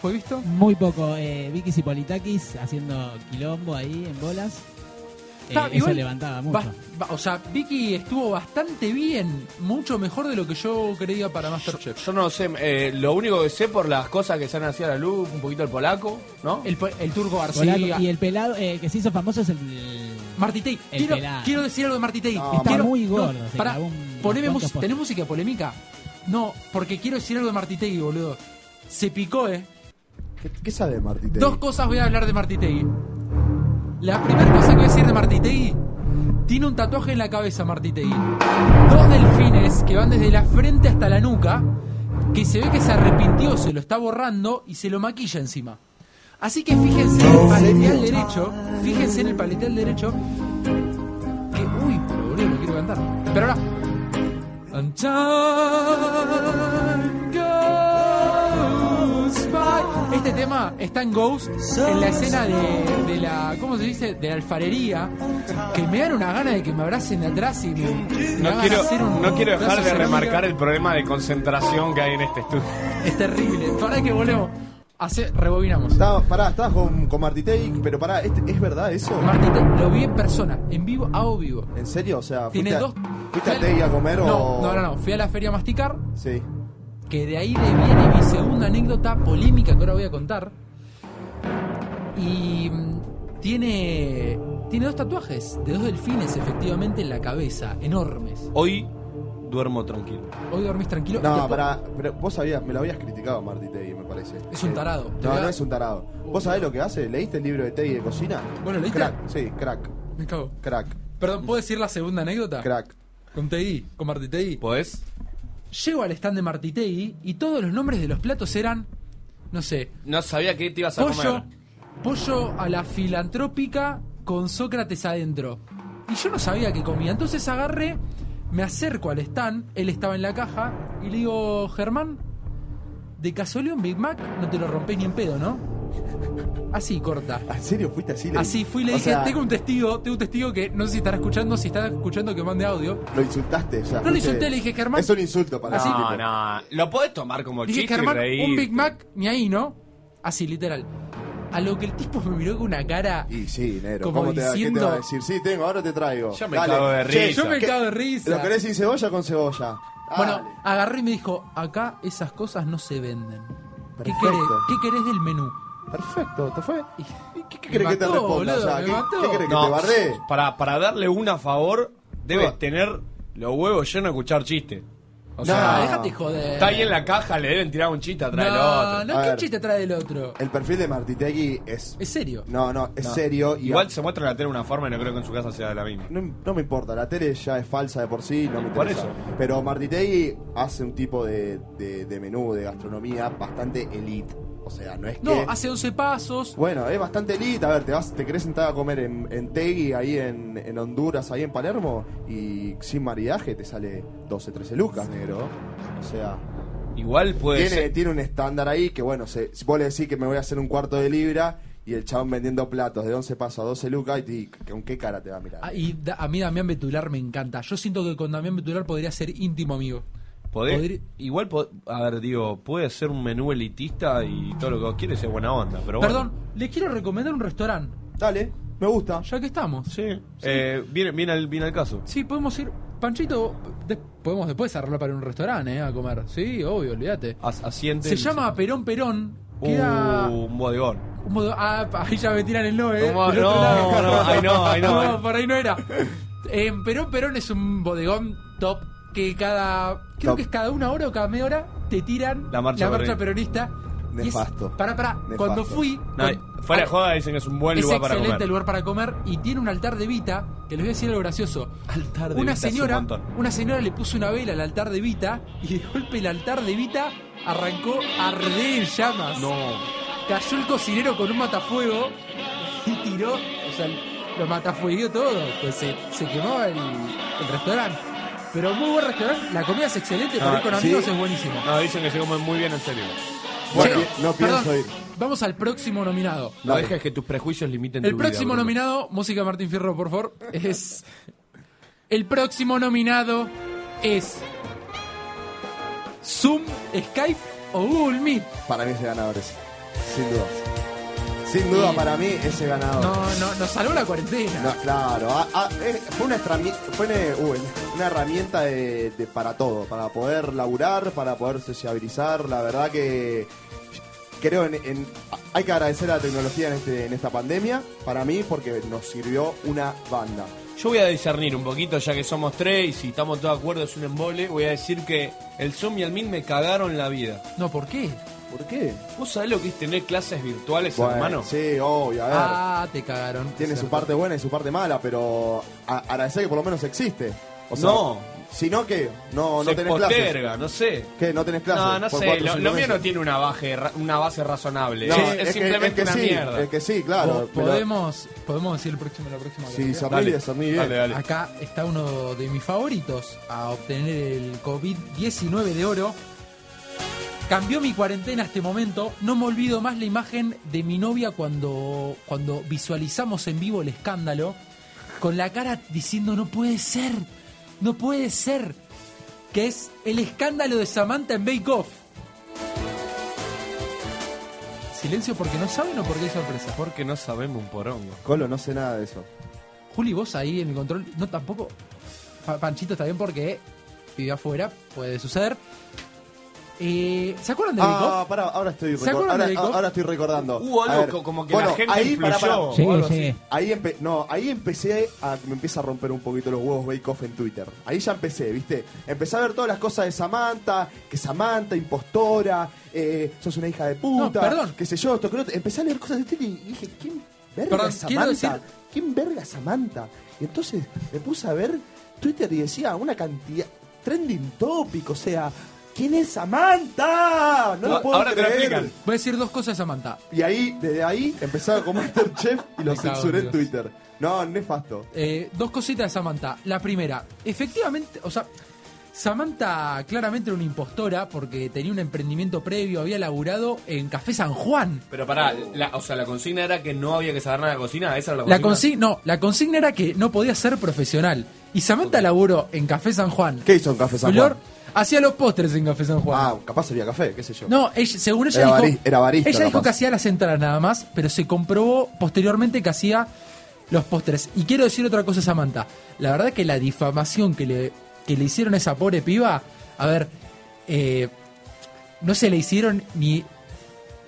[SPEAKER 7] ¿Fue visto?
[SPEAKER 11] Muy poco. Eh, Vicky Zipolitakis haciendo quilombo ahí en bolas. Eh,
[SPEAKER 7] Está,
[SPEAKER 11] eso
[SPEAKER 7] igual,
[SPEAKER 11] levantaba
[SPEAKER 7] bas-
[SPEAKER 11] mucho.
[SPEAKER 7] ba- o sea, Vicky estuvo bastante bien, mucho mejor de lo que yo creía para Masterchef.
[SPEAKER 15] Yo no sé, eh, lo único que sé por las cosas que se han hacía a la luz, un poquito el polaco, ¿no?
[SPEAKER 7] El, po- el turco García.
[SPEAKER 11] Polaco. Y el pelado eh, que se hizo famoso es el. el-
[SPEAKER 7] Martitei.
[SPEAKER 11] El
[SPEAKER 7] Quiero,
[SPEAKER 11] pelado.
[SPEAKER 7] quiero decir algo de Martitei.
[SPEAKER 11] Está
[SPEAKER 7] Quiero-
[SPEAKER 11] muy gordo, se
[SPEAKER 7] pará,
[SPEAKER 11] clavó un-
[SPEAKER 7] poneme
[SPEAKER 11] unos cuantos
[SPEAKER 7] mus-
[SPEAKER 11] postres.
[SPEAKER 7] ¿Tenés música polémica? No, porque quiero decir algo de Martitei, boludo. Se picó, eh.
[SPEAKER 8] ¿Qué, qué sabe Martita?
[SPEAKER 7] Dos cosas voy a hablar de Martitegui. La primera cosa que voy a decir de Martitegui, tiene un tatuaje en la cabeza Martitegui. Dos delfines que van desde la frente hasta la nuca, que se ve que se arrepintió, se lo está borrando y se lo maquilla encima. Así que fíjense en el paleteal derecho, fíjense en el paleteal derecho, que... Uy, pero boludo, lo quiero cantar. Pero ahora... And time goes by. Este tema está en Ghost, en la escena de, de la, ¿cómo se dice? De la alfarería, que me dan una gana de que me abracen de atrás y me, me
[SPEAKER 15] No
[SPEAKER 7] hagan
[SPEAKER 15] quiero,
[SPEAKER 7] hacer un
[SPEAKER 15] no quiero
[SPEAKER 7] brazo
[SPEAKER 15] dejar de
[SPEAKER 7] cerámica.
[SPEAKER 15] remarcar el problema de concentración que hay en este estudio.
[SPEAKER 7] Es terrible. Para que volvemos. Hace, rebobinamos.
[SPEAKER 8] Estaba, pará, estabas con, con Martitei, pero pará, este- ¿es verdad eso?
[SPEAKER 7] Martita, lo vi en persona, en vivo, hago vivo.
[SPEAKER 8] ¿En serio? O sea,
[SPEAKER 7] Tiene
[SPEAKER 8] ¿fuiste, a-
[SPEAKER 7] dos.
[SPEAKER 8] ¿fuiste a
[SPEAKER 7] fui
[SPEAKER 8] Tei a comer
[SPEAKER 7] no,
[SPEAKER 8] o.?
[SPEAKER 7] No, no, no. Fui a la feria a masticar.
[SPEAKER 8] Sí.
[SPEAKER 7] que de ahí viene mi segunda anécdota polémica que ahora voy a contar. Y mm, tiene, tiene dos tatuajes de dos delfines, efectivamente, en la cabeza, enormes.
[SPEAKER 15] Hoy duermo tranquilo.
[SPEAKER 7] Hoy dormís tranquilo.
[SPEAKER 8] No,
[SPEAKER 7] Te-
[SPEAKER 8] pará, pero vos sabías, me lo habías criticado a Marty Tei, me parece.
[SPEAKER 7] Es un tarado. Te
[SPEAKER 8] No,
[SPEAKER 7] voy a-
[SPEAKER 8] no es un tarado. ¿Vos sabés lo que hace? ¿Leíste el libro de Tei de cocina?
[SPEAKER 7] ¿Vos lo leíste?
[SPEAKER 8] Crack, sí, crack,
[SPEAKER 7] Me cago.
[SPEAKER 8] crack,
[SPEAKER 7] Perdón, ¿puedo decir la segunda anécdota?
[SPEAKER 8] crack.
[SPEAKER 7] Con TI, con Martitegui.
[SPEAKER 15] ¿Podés?
[SPEAKER 7] Llego al stand de Martitegui y todos los nombres de los platos eran, no sé,
[SPEAKER 15] No sabía que te ibas a
[SPEAKER 7] pollo,
[SPEAKER 15] comer.
[SPEAKER 7] pollo a la filantrópica con Sócrates adentro. Y yo no sabía qué comía. Entonces agarré, me acerco al stand, él estaba en la caja, y le digo, Germán, de casualidad un Big Mac no te lo rompés ni en pedo, ¿no? Así, corta.
[SPEAKER 8] ¿En serio fuiste así? Leí?
[SPEAKER 7] Así Ah, fui y le
[SPEAKER 8] O
[SPEAKER 7] dije,
[SPEAKER 8] sea,
[SPEAKER 7] tengo un testigo, tengo un testigo que no sé si estará escuchando, si está escuchando que mande audio.
[SPEAKER 8] Lo insultaste, o sea.
[SPEAKER 7] No lo
[SPEAKER 8] fuiste-
[SPEAKER 7] insulté, le dije, Germán.
[SPEAKER 8] Es un insulto para
[SPEAKER 7] Así-
[SPEAKER 8] mí,
[SPEAKER 15] No,
[SPEAKER 8] tipo.
[SPEAKER 15] no. Lo podés tomar como
[SPEAKER 7] Dije,
[SPEAKER 15] chiste y
[SPEAKER 7] Germán,
[SPEAKER 15] reírte.
[SPEAKER 7] un Big Mac, ni ahí, ¿no? Así, literal. A lo que el tipo me miró con una cara.
[SPEAKER 8] Y sí, Nero.
[SPEAKER 7] Como
[SPEAKER 8] ¿cómo te, va- qué
[SPEAKER 7] diciendo-
[SPEAKER 8] te va a decir? Sí, tengo, ahora te traigo.
[SPEAKER 7] Yo me
[SPEAKER 8] Dale.
[SPEAKER 7] cago de
[SPEAKER 8] Che,
[SPEAKER 7] risa. Yo me
[SPEAKER 8] ¿qué-
[SPEAKER 7] cago de risa.
[SPEAKER 8] ¿Lo querés sin cebolla o con cebolla?
[SPEAKER 7] Bueno, agarré y me dijo: Acá esas cosas no se venden. ¿Qué
[SPEAKER 8] Perfecto.
[SPEAKER 7] querés, ¿Qué querés del menú?
[SPEAKER 8] Perfecto, te fue.
[SPEAKER 7] ¿Qué,
[SPEAKER 8] querés que te responda ya? ¿Qué- qué querés que
[SPEAKER 9] No,
[SPEAKER 8] te barré?
[SPEAKER 9] Para, para darle una a favor, debe tener los huevos llenos de escuchar chistes. O
[SPEAKER 7] No,
[SPEAKER 9] sea,
[SPEAKER 7] déjate joder.
[SPEAKER 9] Está ahí en la caja, le deben tirar un chiste atrás del
[SPEAKER 7] No,
[SPEAKER 9] otro.
[SPEAKER 7] no, ¿qué chiste trae del otro?
[SPEAKER 8] El perfil de Martitegui es.
[SPEAKER 7] ¿Es serio?
[SPEAKER 8] No, no, es serio. y-
[SPEAKER 9] Igual se muestra en la tele de una forma y no creo que en su casa sea la misma.
[SPEAKER 8] No, no me importa, la tele ya es falsa de por sí, no me
[SPEAKER 9] Por
[SPEAKER 8] interesa.
[SPEAKER 9] eso.
[SPEAKER 8] Pero Martitegui hace un tipo de, de- de menú, de gastronomía bastante elite. O sea, no es que.
[SPEAKER 7] No, ah. hace 11 pasos.
[SPEAKER 8] Bueno, es bastante elite. A ver, te, vas, te querés sentar a comer en, en Tegui, ahí en, en Honduras, ahí en Palermo, y sin maridaje te sale 12, 13 lucas, negro. O sea,
[SPEAKER 9] Igual puede
[SPEAKER 8] tiene,
[SPEAKER 9] ser.
[SPEAKER 8] tiene un estándar ahí que, bueno, se, si vos le decís que me voy a hacer un cuarto de libra y el chabón vendiendo platos de 11 pasos a 12 lucas, y, ti- ¿con qué cara te va a mirar?
[SPEAKER 7] Ah, y da- a mí Damián Betular me encanta. Yo siento que con Damián Betular podría ser íntimo amigo.
[SPEAKER 9] Podés-
[SPEAKER 7] Podri-
[SPEAKER 9] Igual, po- a ver, digo, puede ser un menú elitista y todo lo que vos quieres es buena onda, pero bueno.
[SPEAKER 7] Perdón, les quiero recomendar un restaurante.
[SPEAKER 8] Dale, me gusta.
[SPEAKER 7] Ya que estamos.
[SPEAKER 9] Sí. Eh, viene, viene, al, viene al caso.
[SPEAKER 7] Sí, podemos ir. Panchito, de- podemos después arreglar para ir a un restaurante, eh, A comer. Sí, obvio, olvídate.
[SPEAKER 9] As- asiente
[SPEAKER 7] Se
[SPEAKER 9] el-
[SPEAKER 7] llama Perón Perón. Queda.
[SPEAKER 9] Uh, un bodegón.
[SPEAKER 7] un modo- ah, ahí ya me tiran el no, eh.
[SPEAKER 9] ¿Cómo?
[SPEAKER 7] Del otro
[SPEAKER 9] No,
[SPEAKER 7] lado.
[SPEAKER 9] no, ahí no, ahí no, eh.
[SPEAKER 7] por ahí no era. Eh, Perón Perón es un bodegón top que cada. Creo
[SPEAKER 8] Top.
[SPEAKER 7] que es cada una hora o cada media hora te tiran
[SPEAKER 9] La marcha
[SPEAKER 7] peronista. Y es-
[SPEAKER 8] Nefasto.
[SPEAKER 7] Pará, pará. Cuando fui.
[SPEAKER 9] No, fuera de
[SPEAKER 7] Ah,
[SPEAKER 9] joda, dicen que es un buen
[SPEAKER 7] es
[SPEAKER 9] lugar para
[SPEAKER 7] excelente
[SPEAKER 9] comer.
[SPEAKER 7] el lugar para comer y tiene un altar de Vita, que les voy a decir algo gracioso. Altar
[SPEAKER 9] de Vita
[SPEAKER 7] una
[SPEAKER 9] es un
[SPEAKER 7] señora,
[SPEAKER 9] montón.
[SPEAKER 7] una señora le puso una vela al altar de Vita y de golpe el altar de Vita arrancó a arder en llamas. No. Cayó el cocinero con un matafuego y tiró, o sea, lo matafuegueó todo, pues se, se quemó el, el restaurante. Pero muy buen restaurante, la comida es excelente, para
[SPEAKER 9] Ah,
[SPEAKER 7] ir con
[SPEAKER 9] ¿sí?
[SPEAKER 7] amigos es buenísimo.
[SPEAKER 9] No, dicen que se comen muy bien en serio.
[SPEAKER 8] Bueno,
[SPEAKER 7] Che,
[SPEAKER 8] no pienso
[SPEAKER 7] perdón,
[SPEAKER 8] ir.
[SPEAKER 7] Vamos al próximo nominado.
[SPEAKER 9] No dejes que tus prejuicios limiten
[SPEAKER 7] El
[SPEAKER 9] tu vida,
[SPEAKER 7] próximo
[SPEAKER 9] Bruno.
[SPEAKER 7] nominado, música Martín Fierro, por favor, es. El próximo nominado es. Zoom, Skype o Google Meet.
[SPEAKER 8] Para mí ese ganador es. Sin dudas. Sin duda,
[SPEAKER 7] Y-
[SPEAKER 8] para mí ese ganador.
[SPEAKER 7] Eh, No, no, nos salvó la cuarentena.
[SPEAKER 8] No, claro, ah, ah, eh, fue, una, estrami- fue una- uy, una herramienta de, de para todo, para poder laburar, para poder sociabilizar. La verdad que creo en, en- hay que agradecer a la tecnología en, este, en esta pandemia, para mí, porque nos sirvió una banda.
[SPEAKER 9] Yo voy a discernir un poquito, ya que somos tres y si estamos todos de acuerdo es un embole. Voy a decir que el Zoom y el Meet me cagaron la vida.
[SPEAKER 7] No, ¿por qué?
[SPEAKER 8] ¿Por qué?
[SPEAKER 9] ¿Vos sabés lo que es tener clases virtuales,
[SPEAKER 8] Bueno,
[SPEAKER 9] hermano?
[SPEAKER 8] Sí, obvio, a ver.
[SPEAKER 7] Ah, te cagaron.
[SPEAKER 8] tiene su
[SPEAKER 7] Cierto.
[SPEAKER 8] parte buena y su parte mala, pero a- agradecer que por lo menos existe. O sea,
[SPEAKER 9] No.
[SPEAKER 8] Si no, ¿qué? No, no
[SPEAKER 9] Se
[SPEAKER 8] tenés
[SPEAKER 9] posterga,
[SPEAKER 8] clases.
[SPEAKER 9] no sé.
[SPEAKER 8] ¿Qué? ¿No tenés clases?
[SPEAKER 9] No, no
[SPEAKER 8] por
[SPEAKER 9] sé,
[SPEAKER 8] cuatro,
[SPEAKER 9] lo,
[SPEAKER 8] cinco
[SPEAKER 9] lo mío
[SPEAKER 8] meses?
[SPEAKER 9] no tiene una, baje, ra- una base razonable.
[SPEAKER 8] No,
[SPEAKER 9] es, es
[SPEAKER 8] que-
[SPEAKER 9] simplemente
[SPEAKER 8] es que
[SPEAKER 9] una
[SPEAKER 8] sí,
[SPEAKER 9] mierda.
[SPEAKER 8] Es que sí, claro.
[SPEAKER 7] Po-
[SPEAKER 8] pero-
[SPEAKER 7] Podemos, podemos decir el próximo, la próxima.
[SPEAKER 8] Sí,
[SPEAKER 7] categoría?
[SPEAKER 8] Sarnil y Sarnil bien.
[SPEAKER 7] Acá está uno de mis favoritos a obtener el COVID-19 de oro. Cambió mi cuarentena este momento. No me olvido más la imagen de mi novia cuando, cuando visualizamos en vivo el escándalo. Con la cara diciendo, no puede ser, no puede ser. Que es el escándalo de Samantha en Bake Off. Silencio porque no saben o porque hay sorpresa.
[SPEAKER 9] Porque no sabemos un porongo.
[SPEAKER 8] Colo, no sé nada de eso.
[SPEAKER 7] Juli, vos ahí en el control, no tampoco. Pa- Panchito está bien porque vive afuera, puede suceder. Eh, ¿Se acuerdan de Bake
[SPEAKER 8] Ah,
[SPEAKER 7] Off?
[SPEAKER 8] pará, ahora estoy,
[SPEAKER 7] ¿Se
[SPEAKER 8] recor-
[SPEAKER 7] acuerdan
[SPEAKER 8] ahora,
[SPEAKER 7] de Bake Off?
[SPEAKER 8] ahora estoy recordando.
[SPEAKER 9] Hubo algo
[SPEAKER 8] A ver,
[SPEAKER 9] co- como que
[SPEAKER 8] bueno,
[SPEAKER 9] la gente
[SPEAKER 8] ahí, pará,
[SPEAKER 9] influyó,
[SPEAKER 8] pará.
[SPEAKER 9] o Sí, algo
[SPEAKER 11] sí. así.
[SPEAKER 8] Ahí empe- no, ahí empecé a. Me empieza a romper un poquito los huevos Bake Off en Twitter. Ahí ya empecé, ¿viste? Empecé a ver todas las cosas de Samantha, que Samantha, impostora, eh, sos una hija de puta.
[SPEAKER 7] No, perdón.
[SPEAKER 8] Qué sé yo, esto que no. Empecé a leer cosas de Twitter y dije, ¿quién verga
[SPEAKER 7] Perdón,
[SPEAKER 8] es
[SPEAKER 7] quiero
[SPEAKER 8] Samantha?
[SPEAKER 7] decir-
[SPEAKER 8] ¿Quién verga es Samantha? Y entonces me puse a ver Twitter y decía una cantidad. Trending topic, o sea. ¿Quién es Samantha? No lo puedo
[SPEAKER 9] Ahora te lo
[SPEAKER 8] creer.
[SPEAKER 9] explican.
[SPEAKER 7] Voy a decir dos cosas, Samantha.
[SPEAKER 8] Y ahí, desde ahí, empezaba con Masterchef y lo
[SPEAKER 7] Me cago
[SPEAKER 8] censuré
[SPEAKER 7] en
[SPEAKER 8] en Twitter. No, nefasto.
[SPEAKER 7] Eh, dos cositas de Samantha. La primera, efectivamente, o sea, Samantha claramente era una impostora porque tenía un emprendimiento previo, había laburado en Café San Juan.
[SPEAKER 9] Pero pará, la- o sea, la consigna era que no había que saber nada de cocina, esa era la
[SPEAKER 7] La
[SPEAKER 9] consigna.
[SPEAKER 7] consigna, no, la consigna era que no podía ser profesional. Y Samantha laburó en Café San Juan.
[SPEAKER 8] ¿Qué hizo en Café San Juan?
[SPEAKER 7] Flor, Hacía los pósteres en Café San Juan.
[SPEAKER 8] Ah, capaz sería café, qué sé yo.
[SPEAKER 7] No, ella- según ella
[SPEAKER 8] Era
[SPEAKER 7] dijo.
[SPEAKER 8] bari- era barista,
[SPEAKER 7] ella dijo
[SPEAKER 8] capaz.
[SPEAKER 7] que hacía las entradas nada más, pero se comprobó posteriormente que hacía los pósteres. Y quiero decir otra cosa, Samantha. La verdad que la difamación que le, que le hicieron a esa pobre piba, a ver, eh, no se le hicieron ni.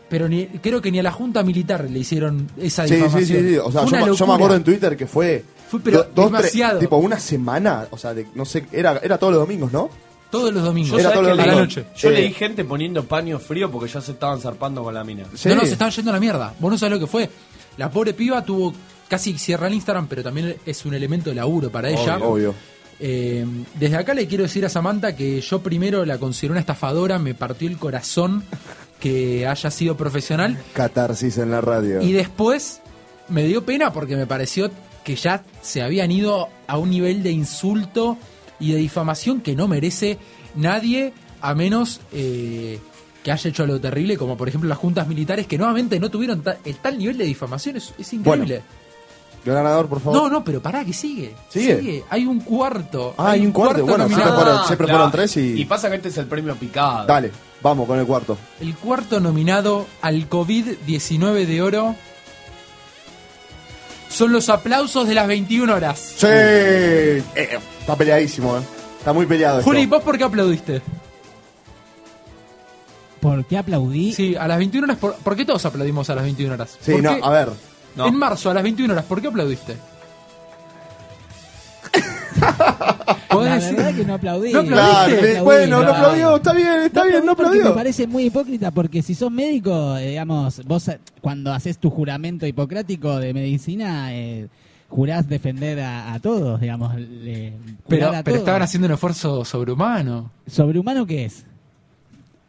[SPEAKER 7] Pero ni, creo que ni a la Junta Militar le hicieron esa
[SPEAKER 8] Sí,
[SPEAKER 7] difamación.
[SPEAKER 8] sí, sí, sí. O sea,
[SPEAKER 7] Fue
[SPEAKER 8] yo,
[SPEAKER 7] una
[SPEAKER 8] me- yo me
[SPEAKER 7] locura.
[SPEAKER 8] acuerdo en Twitter que fue.
[SPEAKER 7] Fue, pero
[SPEAKER 8] do- dos, tres-
[SPEAKER 7] demasiado.
[SPEAKER 8] tipo, una semana. O sea, de- no sé, era, era todos los domingos, ¿no?
[SPEAKER 7] Todos los domingos.
[SPEAKER 8] Era todos los
[SPEAKER 9] a
[SPEAKER 8] domingos.
[SPEAKER 9] Yo
[SPEAKER 8] Eh,
[SPEAKER 9] leí gente poniendo paño frío porque ya se estaban zarpando con la mina.
[SPEAKER 7] No, no, se estaban yendo a la mierda. Vos no sabés lo que fue. La pobre piba tuvo casi cierra el Instagram, pero también es un elemento de laburo para ella.
[SPEAKER 8] Obvio.
[SPEAKER 7] Eh, desde acá le quiero decir a Samantha que yo primero la consideré una estafadora, me partió el corazón que haya sido profesional.
[SPEAKER 8] Catarsis en la radio.
[SPEAKER 7] Y después me dio pena porque me pareció que ya se habían ido a un nivel de insulto y de difamación que no merece nadie, a menos eh, que haya hecho algo terrible, como por ejemplo las juntas militares, que nuevamente no tuvieron ta- el tal nivel de difamación. Es, es increíble.
[SPEAKER 8] Ganador, por favor.
[SPEAKER 7] no, no, pero pará, que sigue.
[SPEAKER 8] ¿Sigue?
[SPEAKER 7] Hay un cuarto.
[SPEAKER 8] Ah, hay un cuarto. Bueno, siempre
[SPEAKER 7] nominado.
[SPEAKER 8] fueron, siempre fueron tres y.
[SPEAKER 7] pasa que este es el premio picado.
[SPEAKER 8] Dale, vamos con el cuarto.
[SPEAKER 7] El cuarto nominado al COVID-19 de oro son los aplausos de las 21 horas.
[SPEAKER 8] Sí. Eh, eh, está peleadísimo, eh. Está muy peleado. esto.
[SPEAKER 7] Juli, ¿vos por qué aplaudiste?
[SPEAKER 11] ¿Por qué aplaudí?
[SPEAKER 7] Sí, a las 21 horas. ¿Por, por qué todos aplaudimos a las 21 horas?
[SPEAKER 8] Sí,
[SPEAKER 7] ¿Por
[SPEAKER 8] no,
[SPEAKER 7] qué?
[SPEAKER 8] a ver. No.
[SPEAKER 7] En marzo, a las 21 horas, ¿por qué aplaudiste?
[SPEAKER 11] La verdad que no aplaudí.
[SPEAKER 8] No aplaudiste. Claro, bueno, no aplaudió, está bien, está bien, no
[SPEAKER 11] porque
[SPEAKER 8] aplaudió.
[SPEAKER 11] Me parece muy hipócrita porque si sos médico, eh, digamos, vos eh, cuando haces tu juramento hipocrático de medicina, eh, jurás defender a, a todos, digamos. le-
[SPEAKER 7] Pero,
[SPEAKER 11] jurar a
[SPEAKER 7] pero
[SPEAKER 11] todos.
[SPEAKER 7] estaban haciendo un esfuerzo sobrehumano.
[SPEAKER 11] ¿Sobrehumano qué es?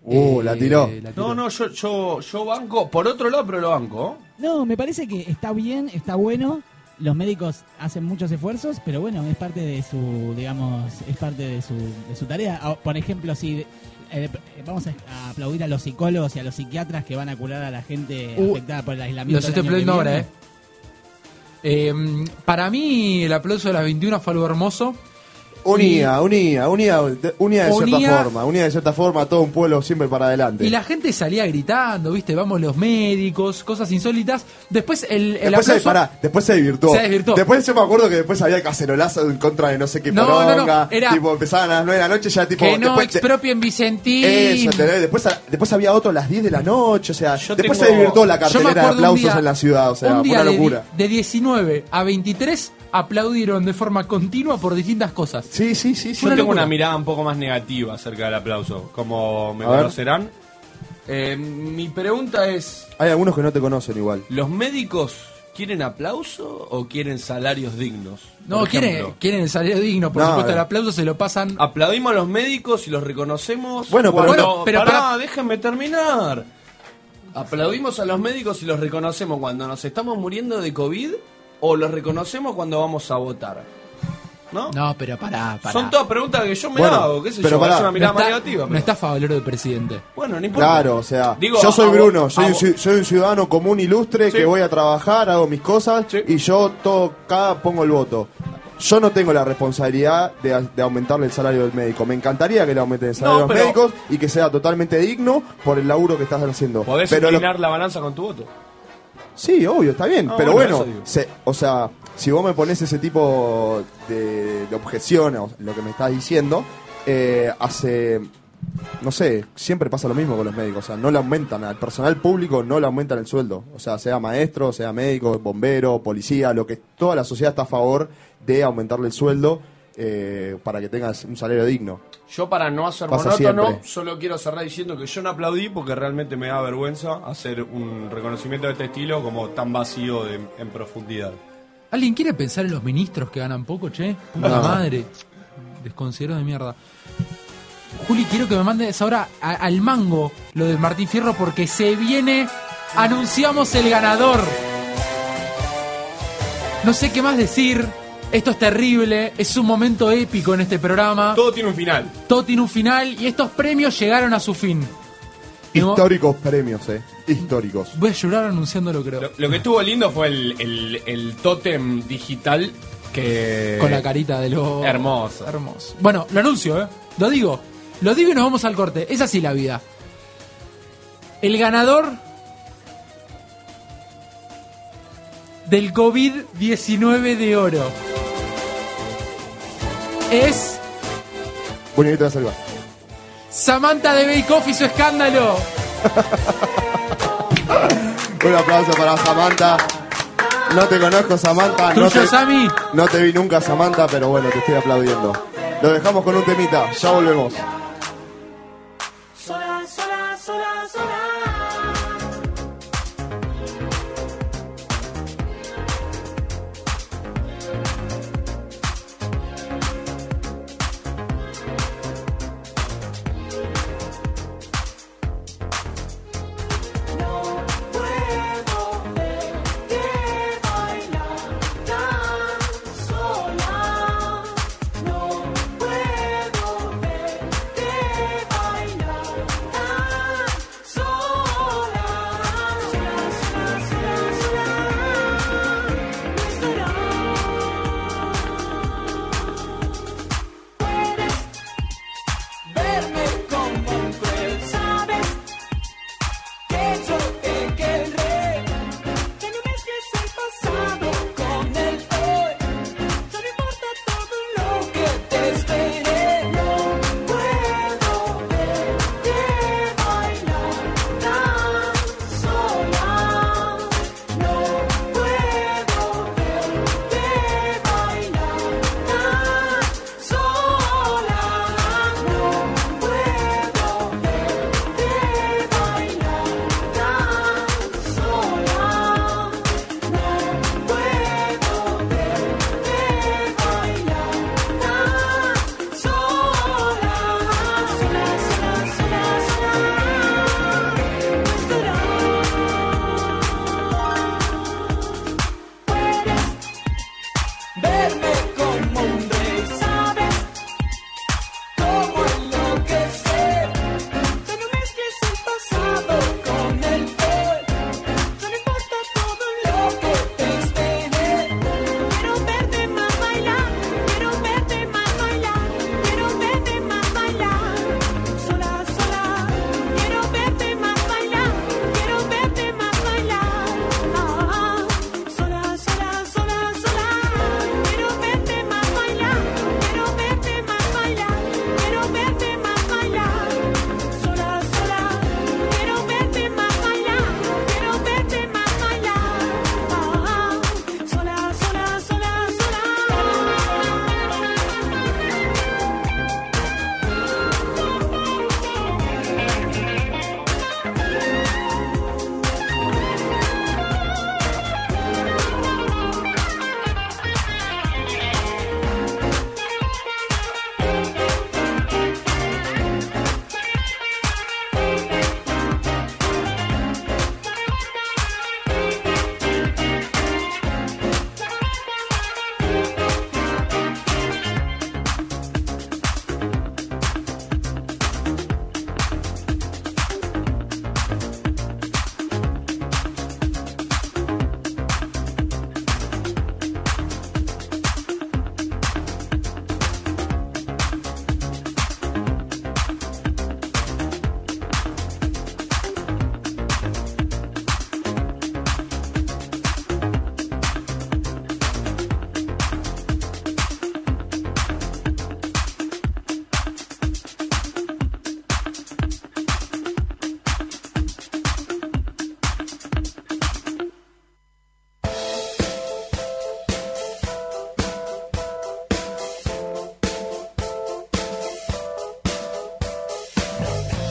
[SPEAKER 8] Uh,
[SPEAKER 7] Eh,
[SPEAKER 8] la tiró.
[SPEAKER 9] No, no, yo, yo, yo banco, por otro lado, pero lo banco. ¿eh?
[SPEAKER 11] No, me parece que está bien, está bueno. Los médicos hacen muchos esfuerzos, pero bueno, es parte de su, digamos, es parte de su, de su tarea. Ah, Por ejemplo, si eh, vamos a- a aplaudir a los psicólogos y a los psiquiatras que van a curar a la gente
[SPEAKER 7] Uh,
[SPEAKER 11] afectada por el aislamiento.
[SPEAKER 7] Los estoy
[SPEAKER 11] el año que
[SPEAKER 7] aplaudiendo ahora, ¿eh?
[SPEAKER 11] viene.
[SPEAKER 7] Eh, Para mí, el aplauso de las 21 fue algo hermoso.
[SPEAKER 8] Unía, unía, unía, de- unía de
[SPEAKER 7] Unía-
[SPEAKER 8] cierta forma. Unía de cierta forma a todo un pueblo siempre para adelante.
[SPEAKER 7] Y la gente salía gritando, ¿viste? Vamos los médicos, cosas insólitas. Después el, el
[SPEAKER 8] después, se,
[SPEAKER 7] aplauso-
[SPEAKER 8] pará, después se divirtió.
[SPEAKER 7] Se desvirtuó.
[SPEAKER 8] Después yo me acuerdo que después había cacerolazo en contra de no sé qué
[SPEAKER 7] No, no,
[SPEAKER 8] poronga.
[SPEAKER 7] no, era-
[SPEAKER 8] Tipo, empezaban a las 9 de la noche ya tipo.
[SPEAKER 7] que no
[SPEAKER 8] después te-
[SPEAKER 7] expropien Vicentín.
[SPEAKER 8] Eso, ¿entendés? después, después había otro a las 10 de la noche, o sea, después
[SPEAKER 7] tengo-
[SPEAKER 8] se divirtió la
[SPEAKER 7] Yo me acuerdo
[SPEAKER 8] cartelera de
[SPEAKER 7] un
[SPEAKER 8] aplausos
[SPEAKER 7] día-
[SPEAKER 8] en la ciudad, o sea,
[SPEAKER 7] un
[SPEAKER 8] fue
[SPEAKER 7] día
[SPEAKER 8] una
[SPEAKER 7] de di-
[SPEAKER 8] locura.
[SPEAKER 7] De, 19 a 23 aplaudieron de forma continua por distintas cosas.
[SPEAKER 8] Sí, sí, sí.
[SPEAKER 9] Yo tengo una mirada un poco más negativa acerca del aplauso, como me
[SPEAKER 8] A ver.
[SPEAKER 9] conocerán. Eh, mi pregunta es,
[SPEAKER 8] Hay algunos que no te conocen igual.
[SPEAKER 9] ¿los médicos quieren aplauso o quieren salarios dignos?
[SPEAKER 7] No,
[SPEAKER 9] Por
[SPEAKER 7] quieren,
[SPEAKER 9] ejemplo,
[SPEAKER 7] quieren el salario digno, por
[SPEAKER 9] No,
[SPEAKER 7] supuesto,
[SPEAKER 9] eh.
[SPEAKER 7] el aplauso se lo pasan.
[SPEAKER 9] Aplaudimos a los médicos y los reconocemos.
[SPEAKER 7] Bueno, pero-
[SPEAKER 9] cuando-
[SPEAKER 7] Bueno, pero
[SPEAKER 9] Pará,
[SPEAKER 7] para-
[SPEAKER 9] déjenme terminar. Aplaudimos a los médicos y los reconocemos cuando nos estamos muriendo de COVID o los reconocemos cuando vamos a votar. ¿No?
[SPEAKER 7] No, pero pará, pará.
[SPEAKER 9] Son todas preguntas que yo me
[SPEAKER 7] Bueno,
[SPEAKER 9] hago, qué sé
[SPEAKER 7] pero
[SPEAKER 9] yo,
[SPEAKER 7] pará.
[SPEAKER 9] es una mirada
[SPEAKER 7] No está-
[SPEAKER 9] más negativa.
[SPEAKER 7] No está a favor del presidente.
[SPEAKER 9] Bueno, no importa.
[SPEAKER 8] Claro, o sea,
[SPEAKER 9] Digo,
[SPEAKER 8] yo soy
[SPEAKER 9] a- a
[SPEAKER 8] Bruno,
[SPEAKER 9] vos-
[SPEAKER 8] soy
[SPEAKER 9] a
[SPEAKER 8] un,
[SPEAKER 9] vos-
[SPEAKER 8] ci- soy un ciudadano común ilustre que voy a trabajar, hago mis cosas y yo todo, cada pongo el voto. Yo no tengo la responsabilidad de, a- de aumentarle el salario del médico. Me encantaría que le aumenten el salario
[SPEAKER 9] No,
[SPEAKER 8] a los
[SPEAKER 9] pero-
[SPEAKER 8] médicos y que sea totalmente digno por el laburo que estás haciendo.
[SPEAKER 9] Podés
[SPEAKER 8] Pero lo-
[SPEAKER 9] inclinar la balanza con tu voto.
[SPEAKER 8] Sí, obvio, está bien.
[SPEAKER 9] Ah,
[SPEAKER 8] pero
[SPEAKER 9] bueno, eso
[SPEAKER 8] bueno,
[SPEAKER 9] digo.
[SPEAKER 8] se- o sea, si vos me pones ese tipo de, de objeción a lo que me estás diciendo, eh, hace. No sé, siempre pasa lo mismo con los médicos. O sea, no le aumentan al personal público, no le aumentan el sueldo. O sea, sea maestro, sea médico, bombero, policía, lo que toda la sociedad está a favor de aumentarle el sueldo eh, para que tengas un salario digno.
[SPEAKER 9] Yo para no hacer
[SPEAKER 8] Pasa
[SPEAKER 9] monótono,
[SPEAKER 8] siempre.
[SPEAKER 9] solo quiero cerrar diciendo que yo no aplaudí porque realmente me da vergüenza hacer un reconocimiento de este estilo como tan vacío de- en profundidad.
[SPEAKER 7] ¿Alguien quiere pensar en los ministros que ganan poco, che? Puta
[SPEAKER 9] No.
[SPEAKER 7] madre. Desconsidero de mierda. Juli, quiero que me mandes ahora a- al mango lo del Martín Fierro porque se viene. Anunciamos el ganador. No sé qué más decir. Esto es terrible. Es un momento épico en este programa.
[SPEAKER 9] Todo tiene un final.
[SPEAKER 7] Todo tiene un final y estos premios llegaron a su fin.
[SPEAKER 8] Históricos premios, eh. Históricos.
[SPEAKER 7] Voy a llorar anunciándolo, creo.
[SPEAKER 9] Lo que estuvo lindo fue el, el, el tótem digital que...
[SPEAKER 7] Con la carita de los.
[SPEAKER 9] Hermoso.
[SPEAKER 7] Hermoso. Bueno, lo anuncio, ¿eh? Lo digo. Lo digo y nos vamos al corte. Es así la vida. El ganador del COVID-19 de oro es
[SPEAKER 8] Buñuelito de Salva.
[SPEAKER 7] Samantha de Bake Off y su escándalo.
[SPEAKER 8] Un aplauso para Samantha. No te conozco, Samantha. No
[SPEAKER 7] Trucho
[SPEAKER 8] te,
[SPEAKER 7] Sammy.
[SPEAKER 8] no te vi nunca, Samantha, pero bueno, te estoy aplaudiendo. Lo dejamos con un temita. Ya volvemos.
[SPEAKER 2] Sola, sola, sola, sola. Puedo ver que baila tan sola. No puedo ver que baila tan sola. Sola, sola, sola, sola. No estará. Puedes verme como cruel, sabes que yo te querré. Que no mezcles el pasado con el hoy. No me importa todo lo que te esperé. No puedo ver que baila tan sola. No puedo ver que baila tan sola. No puedo ver que baila tan sola. No puedo ver que baila tan sola. Sola, sola, sola, sola. No estará. Puedes verme como un rey, sabes cómo enloquecer. Ya no mezcles el pasado con el hoy. Ya no importa todo lo que te esperé. Quiero verte más bailar, quiero verte más bailar, quiero verte más bailar. Sola, sola. Quiero verte más bailar, quiero verte más bailar. Ah, ah. Sola, sola, sola, sola. Quiero verte más bailar, quiero verte más bailar, quiero verte más bailar. Sola, sola. Quiero verte más bailar, quiero verte más bailar. Ah, ah. Sola, sola, sola, sola.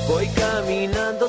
[SPEAKER 16] Voy caminando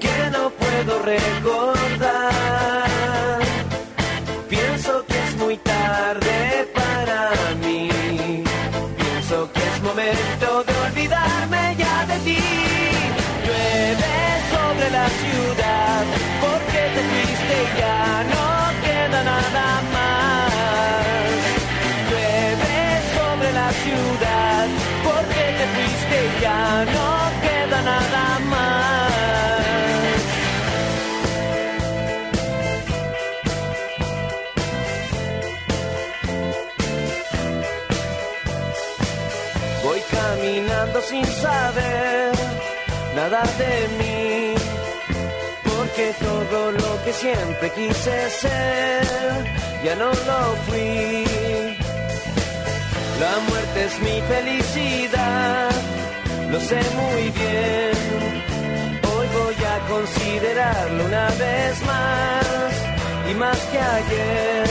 [SPEAKER 16] que no puedo recordar. Pienso que es muy tarde para mí. Pienso que es momento de olvidarme ya de ti. ya no queda nada más. Voy caminando sin saber nada de mí, porque todo lo que siempre quise ser ya no lo fui. La muerte es mi felicidad, lo sé muy bien. Hoy voy a considerarlo una vez más y más que ayer.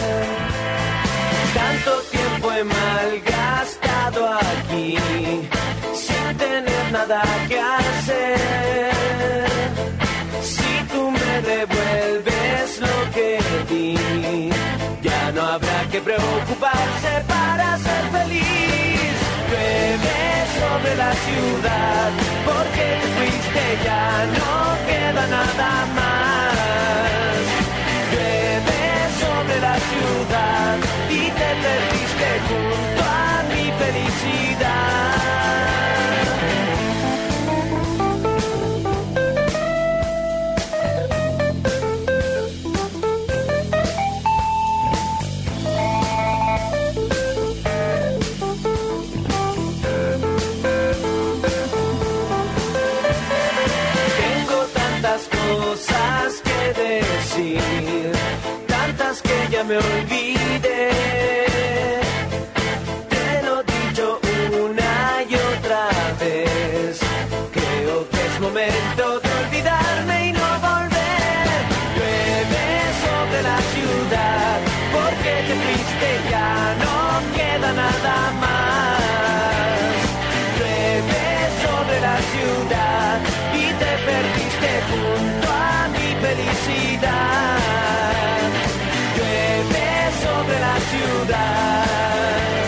[SPEAKER 16] Tanto tiempo he malgastado aquí, sin tener nada que hacer. Si tú me devuelves lo que di, ya no habrá que preocuparse para ser feliz. Llueve sobre la ciudad, porque te fuiste ya no queda nada más. Llueve sobre la ciudad y te perdiste junto a mi felicidad. Tengo tantas cosas que decir, tantas que ya me olvidé. Te lo he dicho una y otra vez. Creo que es momento de olvidarme y no volver. Llueve sobre la ciudad, porque te fuiste ya no queda nada más. Llueve sobre la ciudad y te perdiste junto a mi felicidad. Llueve sobre la ciudad,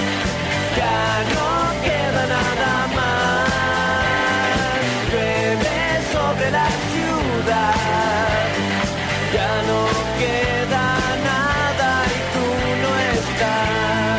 [SPEAKER 16] ya no queda nada más. Llueve sobre la ciudad, ya no queda nada y tú no estás.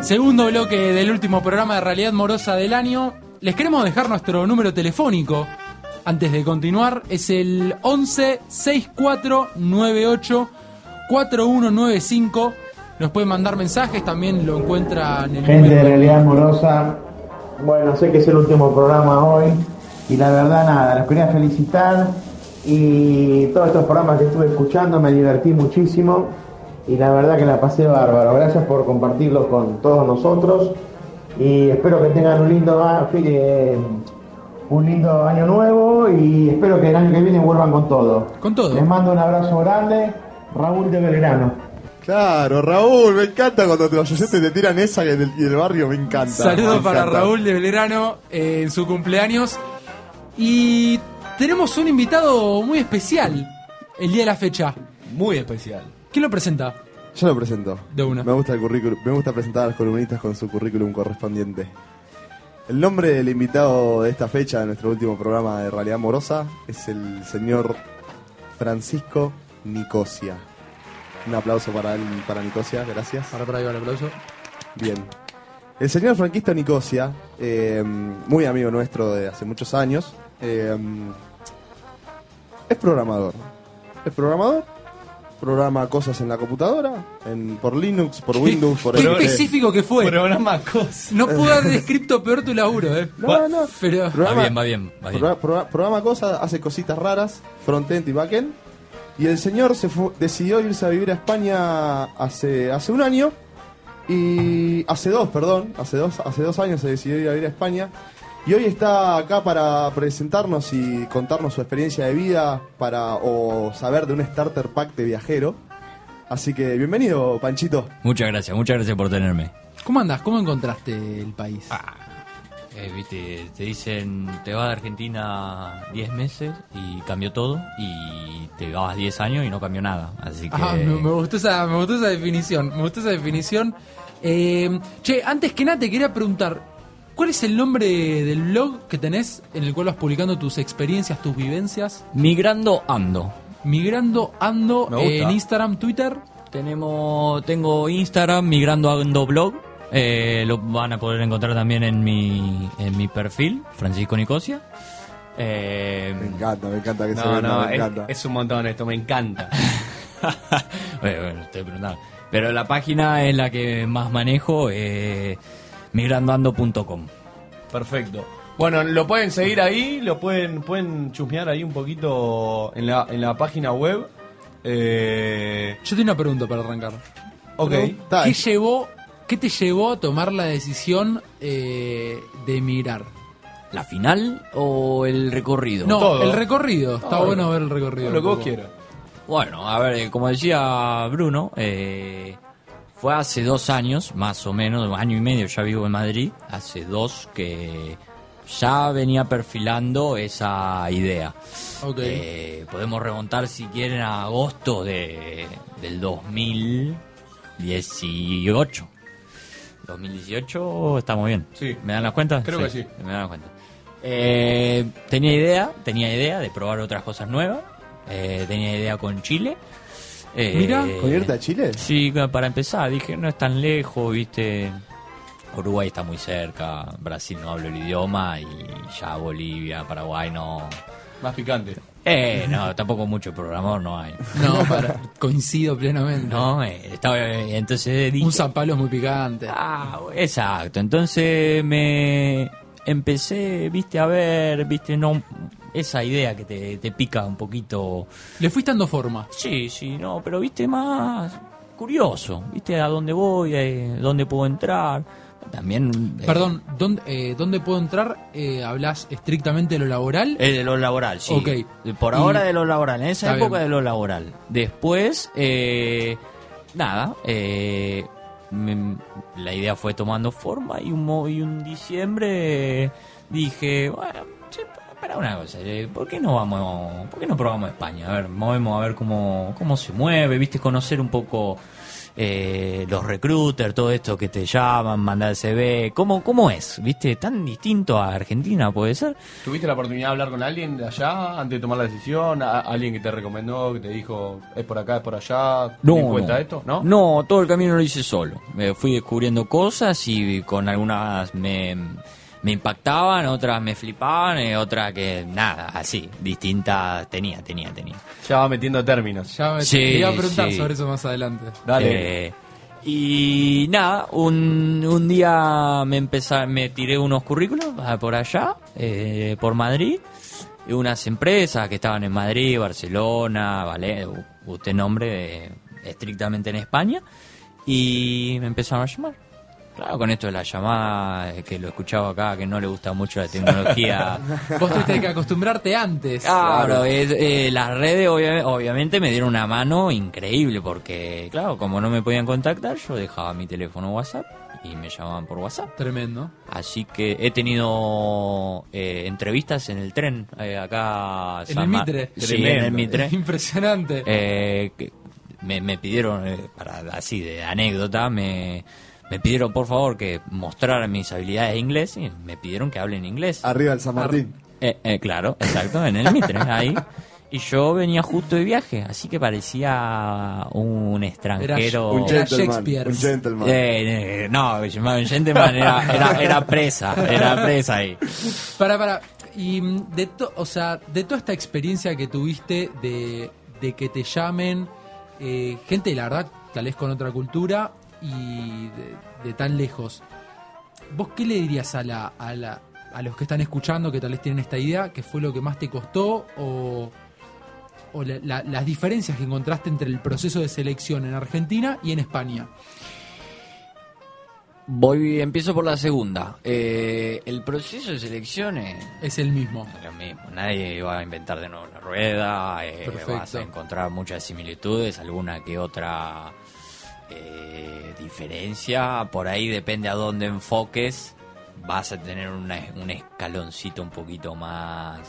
[SPEAKER 7] Segundo bloque del último programa de Realidad Morosa del año. Les queremos dejar nuestro número telefónico. Antes de continuar, es el 11 64 98 4195. Nos pueden mandar mensajes, también lo encuentran en el
[SPEAKER 17] Gente de realidad amorosa, bueno, sé que es el último programa hoy y la verdad nada, los quería felicitar y todos estos programas que estuve escuchando me divertí muchísimo y la verdad que la pasé bárbaro. Gracias por compartirlo con todos nosotros y espero que tengan un lindo, a- fin- eh, un lindo año nuevo y espero que el año que viene vuelvan con todo.
[SPEAKER 7] Con todo.
[SPEAKER 17] Les mando un abrazo grande, Raúl de Belgrano.
[SPEAKER 8] Claro, Raúl, me encanta cuando te- los oyentes te tiran esa que del, del barrio, me encanta.
[SPEAKER 7] Saludos
[SPEAKER 8] me
[SPEAKER 7] para
[SPEAKER 8] encanta.
[SPEAKER 7] Raúl de Belgrano eh, en su cumpleaños. Y tenemos un invitado muy especial el día de la fecha.
[SPEAKER 15] Muy especial.
[SPEAKER 7] ¿Quién lo presenta?
[SPEAKER 8] Yo lo presento.
[SPEAKER 7] De una.
[SPEAKER 8] Me gusta el currículum, me gusta presentar a los columnistas con su currículum correspondiente. El nombre del invitado de esta fecha de nuestro último programa de Realidad Morosa es el señor Francisco Nicosia. Un aplauso para él, para Nicosia, gracias. Para
[SPEAKER 7] para el aplauso.
[SPEAKER 8] Bien. El señor Franquista Nicosia, eh, muy amigo nuestro de hace muchos años, eh, es programador. Es programador, programa cosas en la computadora, en, por Linux, por Windows, por
[SPEAKER 7] Qué
[SPEAKER 8] eh,
[SPEAKER 7] específico que fue.
[SPEAKER 15] Programa cosas.
[SPEAKER 7] No pudo haber descrito peor tu laburo, eh.
[SPEAKER 8] No, no.
[SPEAKER 7] Pero
[SPEAKER 8] Programa-
[SPEAKER 18] bien, va bien, va bien.
[SPEAKER 8] progra- progra- programa cosas, hace cositas raras, frontend y backend. Y el señor se fu- decidió irse a vivir a España hace, hace un año. Y hace dos, perdón, hace dos, hace dos años se decidió ir a vivir a España. Y hoy está acá para presentarnos y contarnos su experiencia de vida para o saber de un starter pack de viajero. Así que bienvenido, Panchito.
[SPEAKER 18] Muchas gracias, muchas gracias por tenerme.
[SPEAKER 7] ¿Cómo andás? ¿Cómo encontraste el país?
[SPEAKER 18] Eh, viste, te dicen, te vas de Argentina 10 meses y cambió todo, y te vas 10 años y no cambió nada. Así que.
[SPEAKER 7] Ah, me, me gustó esa, me gustó esa definición. Me gustó esa definición. Eh, che, antes que nada te quería preguntar, ¿cuál es el nombre del blog que tenés en el cual vas publicando tus experiencias, tus vivencias?
[SPEAKER 18] Migrando Ando.
[SPEAKER 7] Migrando Ando
[SPEAKER 18] Me gusta.
[SPEAKER 7] en Instagram, Twitter.
[SPEAKER 18] Tenemos, tengo Instagram, Migrando Ando Blog. Eh, lo van a poder encontrar también en mi, en mi perfil, Francisco Nicosia. Eh,
[SPEAKER 8] Me encanta, me encanta que se
[SPEAKER 18] No,
[SPEAKER 8] venda,
[SPEAKER 18] no,
[SPEAKER 8] me
[SPEAKER 18] es-
[SPEAKER 8] encanta.
[SPEAKER 18] es un montón esto, me encanta. bueno, eh, bueno, estoy preguntando. Pero la página es la que más manejo, eh, migrandoando.com.
[SPEAKER 15] Perfecto. Bueno, lo pueden seguir ahí, lo pueden, pueden chusmear ahí un poquito en la, en la página web. Eh,
[SPEAKER 7] Yo tengo una pregunta para arrancar.
[SPEAKER 15] Ok.
[SPEAKER 7] ¿Qué llevó, qué te llevó a tomar la decisión eh, de emigrar?
[SPEAKER 18] ¿La final o el recorrido?
[SPEAKER 7] No, el recorrido. Está
[SPEAKER 18] Todo.
[SPEAKER 7] bueno ver el recorrido.
[SPEAKER 18] Todo lo
[SPEAKER 7] un
[SPEAKER 18] que vos
[SPEAKER 7] poco.
[SPEAKER 18] quieras. Bueno, a ver, eh, como decía Bruno, eh, fue hace dos años, más o menos, año y medio ya vivo en Madrid, hace dos que ya venía perfilando esa idea.
[SPEAKER 7] Ok.
[SPEAKER 18] Eh, podemos remontar si quieren a agosto de, del 2018. 2018 estamos bien. Sí. ¿Me dan las cuentas?
[SPEAKER 15] Creo que sí.
[SPEAKER 18] Me dan las cuentas. Eh, tenía idea, tenía idea de probar otras cosas nuevas. Eh, tenía idea con Chile. Eh,
[SPEAKER 8] Mira, ¿con irte a Chile?
[SPEAKER 18] Sí, para empezar, dije, no es tan lejos, viste. Uruguay está muy cerca, Brasil no hablo el idioma y ya Bolivia, Paraguay no.
[SPEAKER 15] Más picante.
[SPEAKER 18] Eh, no, tampoco mucho programador no hay.
[SPEAKER 7] No, para- coincido plenamente.
[SPEAKER 18] No, eh, estaba, eh, entonces dije,
[SPEAKER 7] Un San Pablo es muy picante.
[SPEAKER 18] Ah, Exacto, entonces me empecé, viste, a ver, viste, no esa idea que te, te pica un poquito.
[SPEAKER 7] Le fuiste dando forma.
[SPEAKER 18] Sí, sí, no, pero viste más curioso, viste, a dónde voy, eh, dónde puedo entrar. También... eh,
[SPEAKER 7] Perdón, ¿dónde, eh, dónde puedo entrar? Eh, ¿Hablas estrictamente de lo laboral?
[SPEAKER 18] eh, de lo laboral, sí.
[SPEAKER 7] Ok.
[SPEAKER 18] Por
[SPEAKER 7] Y-
[SPEAKER 18] ahora de lo laboral, en esa
[SPEAKER 7] Está
[SPEAKER 18] época
[SPEAKER 7] bien.
[SPEAKER 18] de lo laboral. Después, eh, nada, eh, me- la idea fue tomando forma y un, mo- y un diciembre eh, dije, bueno, che, pa- para una cosa, eh, ¿por qué no vamos, por qué no probamos España? A ver, movemos a ver cómo, cómo se mueve, viste, conocer un poco eh, los recruiters, todo esto que te llaman, mandar el CV, ¿cómo, cómo es? ¿Viste? Tan distinto a Argentina puede ser.
[SPEAKER 15] ¿Tuviste la oportunidad de hablar con alguien de allá antes de tomar la decisión? ¿A- ¿Alguien que te recomendó, que te dijo, es por acá, es por allá?
[SPEAKER 18] No,
[SPEAKER 15] ¿Ten en cuenta
[SPEAKER 18] no.
[SPEAKER 15] esto? ¿No?
[SPEAKER 18] No, todo el camino lo hice solo. Me fui descubriendo cosas y con algunas me, me impactaban, otras me flipaban, eh, otras que nada, así, distintas tenía, tenía, tenía.
[SPEAKER 15] Ya va metiendo términos.
[SPEAKER 7] Ya me
[SPEAKER 18] Sí,
[SPEAKER 7] te iba a preguntar
[SPEAKER 18] sí.
[SPEAKER 7] sobre eso más adelante.
[SPEAKER 18] Eh, y nada, un, un día me empeza- me tiré unos currículos ah, por allá, eh, por Madrid, y unas empresas que estaban en Madrid, Barcelona, vale, u- usted nombre, eh, estrictamente en España, y me empezaron a llamar. Claro, con esto de la llamada, eh, que lo escuchaba acá, que no le gusta mucho la tecnología.
[SPEAKER 7] Vos tuviste que acostumbrarte antes.
[SPEAKER 18] Claro, es- eh, las redes obvia- obviamente me dieron una mano increíble porque, claro, como no me podían contactar, yo dejaba mi teléfono WhatsApp y me llamaban por WhatsApp.
[SPEAKER 7] Tremendo.
[SPEAKER 18] Así que he tenido eh, entrevistas en el tren eh, acá.
[SPEAKER 7] En
[SPEAKER 18] San
[SPEAKER 7] el
[SPEAKER 18] Ma-
[SPEAKER 7] Mitre.
[SPEAKER 18] Sí, en el Mitre.
[SPEAKER 7] Impresionante.
[SPEAKER 18] Eh, que- me, me pidieron, eh, para así de anécdota, me, me pidieron por favor que mostrara mis habilidades de inglés y me pidieron que hable en inglés.
[SPEAKER 8] Arriba el San Martín.
[SPEAKER 18] Eh, eh, claro, exacto, en el Mitre, ahí. Y yo venía justo de viaje, así que parecía un extranjero.
[SPEAKER 8] Un Era gentleman, Shakespeare. un gentleman.
[SPEAKER 18] Eh, eh, no, un gentleman era, era, era presa, era presa ahí.
[SPEAKER 7] Para, para. Y mm, de, to- o sea, de toda esta experiencia que tuviste de, de que te llamen eh, gente, la verdad, tal vez con otra cultura y de, de tan lejos, ¿vos qué le dirías a, la, a, la, a los que están escuchando que tal vez tienen esta idea? ¿Qué fue lo que más te costó? ¿O, o la- la- las diferencias que encontraste entre el proceso de selección en Argentina y en España?
[SPEAKER 18] Voy, empiezo por la segunda. Eh, el proceso de selecciones
[SPEAKER 7] Es el mismo.
[SPEAKER 18] lo mismo, nadie va a inventar de nuevo la rueda, eh,
[SPEAKER 7] Perfecto.
[SPEAKER 18] vas a encontrar muchas similitudes, alguna que otra eh, diferencia, por ahí depende a dónde enfoques vas a tener una- un escaloncito un poquito más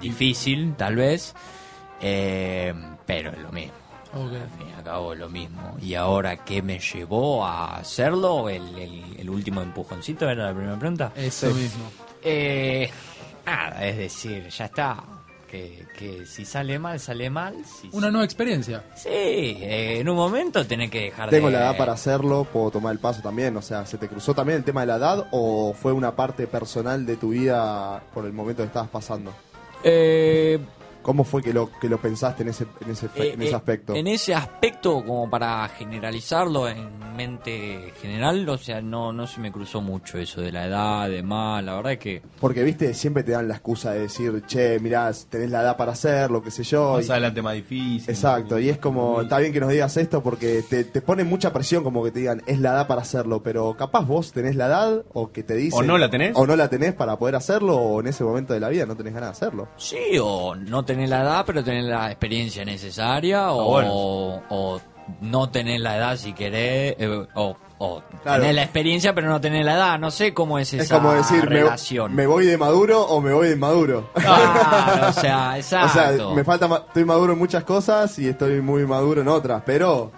[SPEAKER 18] difícil, tal vez, eh, pero es lo mismo. Al fin y al cabo es lo mismo. Y ahora, ¿qué me llevó a hacerlo? El, el- el último empujoncito era la primera pregunta.
[SPEAKER 7] Eso mismo.
[SPEAKER 18] Eh, nada, es decir, ya está. Que, que si sale mal, sale mal. Si,
[SPEAKER 7] Una nueva experiencia.
[SPEAKER 18] sí, eh, en un momento tenés que dejar
[SPEAKER 8] Tengo
[SPEAKER 18] de...
[SPEAKER 8] la edad para hacerlo, puedo tomar el paso también. O sea, ¿se te cruzó también el tema de la edad o fue una parte personal de tu vida por el momento que estabas pasando? ¿Cómo fue que lo, que lo pensaste en ese, en ese,
[SPEAKER 18] Eh,
[SPEAKER 8] en ese
[SPEAKER 18] eh,
[SPEAKER 8] aspecto?
[SPEAKER 18] En ese aspecto, como para generalizarlo en mente general, o sea, no, no se me cruzó mucho eso de la edad, de más, la verdad es que...
[SPEAKER 8] Porque, viste, siempre te dan la excusa de decir, che, mirá, tenés la edad para hacerlo, qué sé yo.
[SPEAKER 15] Más
[SPEAKER 8] y-
[SPEAKER 15] adelante más difícil.
[SPEAKER 8] Exacto, y es como, está bien que nos digas esto porque te, te pone mucha presión como que te digan, es la edad para hacerlo, pero capaz vos tenés la edad o que te dicen...
[SPEAKER 15] O no la tenés.
[SPEAKER 8] O no la tenés para poder hacerlo o en ese momento de la vida no tenés ganas de hacerlo.
[SPEAKER 18] Sí, o no tener la edad, pero tener la experiencia necesaria, o,
[SPEAKER 8] Ah, bueno.
[SPEAKER 18] o no tener la edad si querés, eh, o, o
[SPEAKER 8] Claro.
[SPEAKER 18] tener la experiencia, pero no tener la edad. No sé cómo es esa
[SPEAKER 8] Es como decir, me,
[SPEAKER 18] relación.
[SPEAKER 8] me voy de maduro o me voy de maduro.
[SPEAKER 18] Claro, o sea, exacto.
[SPEAKER 8] O sea, me falta, ma- estoy maduro en muchas cosas y estoy muy maduro en otras, pero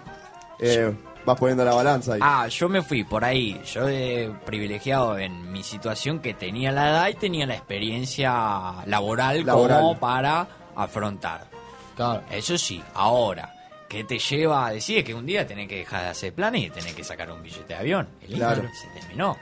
[SPEAKER 8] eh, vas poniendo la balanza ahí.
[SPEAKER 18] Ah, yo me fui por ahí. Yo eh, privilegiado en mi situación que tenía la edad y tenía la experiencia laboral, como
[SPEAKER 8] Laboral.
[SPEAKER 18] para afrontar. Eso sí, ahora, ¿qué te lleva a decir que un día tenés que dejar de hacer planes y tenés que sacar un billete de avión? El
[SPEAKER 7] Claro.
[SPEAKER 18] se terminó.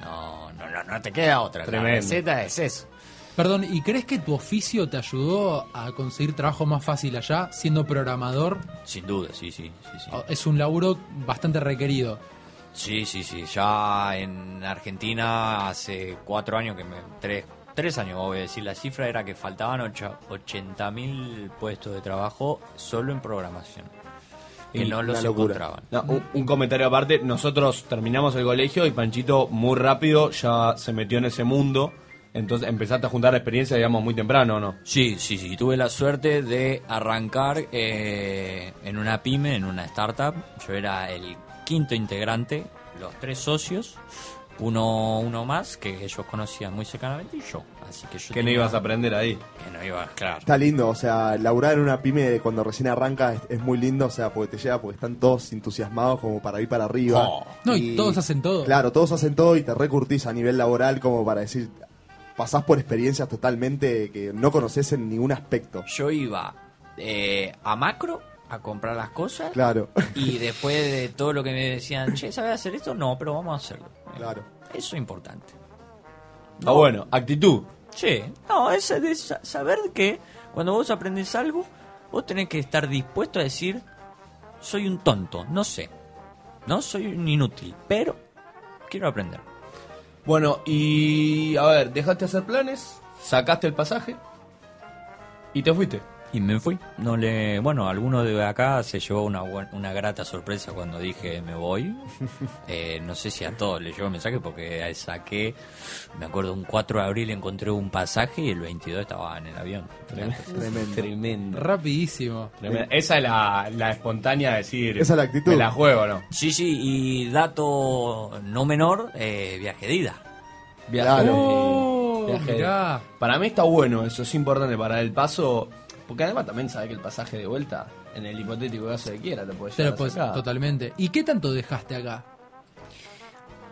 [SPEAKER 18] No, no, no, no te queda otra. La
[SPEAKER 7] Tremendo.
[SPEAKER 18] receta es eso.
[SPEAKER 7] Perdón, ¿y crees que tu oficio te ayudó a conseguir trabajo más fácil allá, siendo programador?
[SPEAKER 18] Sin duda, sí, sí, sí, sí.
[SPEAKER 7] O- Es un laburo bastante requerido.
[SPEAKER 18] Sí, sí, sí. Ya en Argentina hace cuatro años que me. Tres, tres años, voy a decir. La cifra era que faltaban ocho- 80.000 puestos de trabajo solo en programación. Que no los encontraban.
[SPEAKER 15] No, uh. un, un comentario aparte, nosotros terminamos el colegio y Panchito muy rápido ya se metió en ese mundo, entonces empezaste a juntar experiencia, digamos, muy temprano, ¿no?
[SPEAKER 18] Sí, sí, sí, tuve la suerte de arrancar eh, en una pyme, en una startup. Yo era el quinto integrante, los tres socios, uno, uno más que ellos conocían muy cercanamente y yo. Así que yo
[SPEAKER 15] Que no
[SPEAKER 18] tenía-
[SPEAKER 15] ibas a aprender ahí.
[SPEAKER 18] Que no ibas, claro.
[SPEAKER 8] Está lindo, o sea, laburar en una pyme de cuando recién arranca es, es muy lindo, o sea, porque te lleva, porque están todos entusiasmados como para ir para arriba.
[SPEAKER 18] Oh.
[SPEAKER 7] No, y todos hacen todo.
[SPEAKER 8] Claro, todos hacen todo y te recurtís a nivel laboral como para decir, pasás por experiencias totalmente que no conoces en ningún aspecto.
[SPEAKER 18] Yo iba eh, a macro a comprar las cosas
[SPEAKER 8] Claro.
[SPEAKER 18] y después de todo lo que me decían, che, ¿sabes hacer esto? No, pero vamos a hacerlo.
[SPEAKER 8] Claro.
[SPEAKER 18] Eso es importante.
[SPEAKER 15] Ah, bueno, actitud.
[SPEAKER 18] Che, no, es de sa- saber que cuando vos aprendés algo, vos tenés que estar dispuesto a decir, soy un tonto, no sé, no soy un inútil, pero quiero aprender.
[SPEAKER 15] Bueno, y a ver, dejaste hacer planes, sacaste el pasaje y te fuiste.
[SPEAKER 18] Y me fui. No le, bueno, alguno de acá se llevó una, buen- una grata sorpresa cuando dije me voy. Eh, no sé si a todos les llegó mensaje porque saqué, me acuerdo, un 4 de abril encontré un pasaje y el 22 estaba en el avión.
[SPEAKER 15] Tremendo. Tremendo.
[SPEAKER 7] Rapidísimo.
[SPEAKER 15] Tremendo. Esa es la, la espontánea de decir.
[SPEAKER 18] Esa es la
[SPEAKER 7] actitud.
[SPEAKER 15] Me la juego, ¿no?
[SPEAKER 18] Sí, sí, y dato no menor, eh, viaje de ida.
[SPEAKER 15] Viajar.
[SPEAKER 18] Oh,
[SPEAKER 15] Viajar.
[SPEAKER 18] mirá.
[SPEAKER 15] Para mí está bueno eso, es importante para el paso. Porque además también sabe que el pasaje de vuelta, en el hipotético caso de quiera, te puede
[SPEAKER 7] Eh, Te
[SPEAKER 15] llegar.
[SPEAKER 7] lo
[SPEAKER 18] pues,
[SPEAKER 7] puedes- totalmente. ¿Y qué tanto dejaste acá?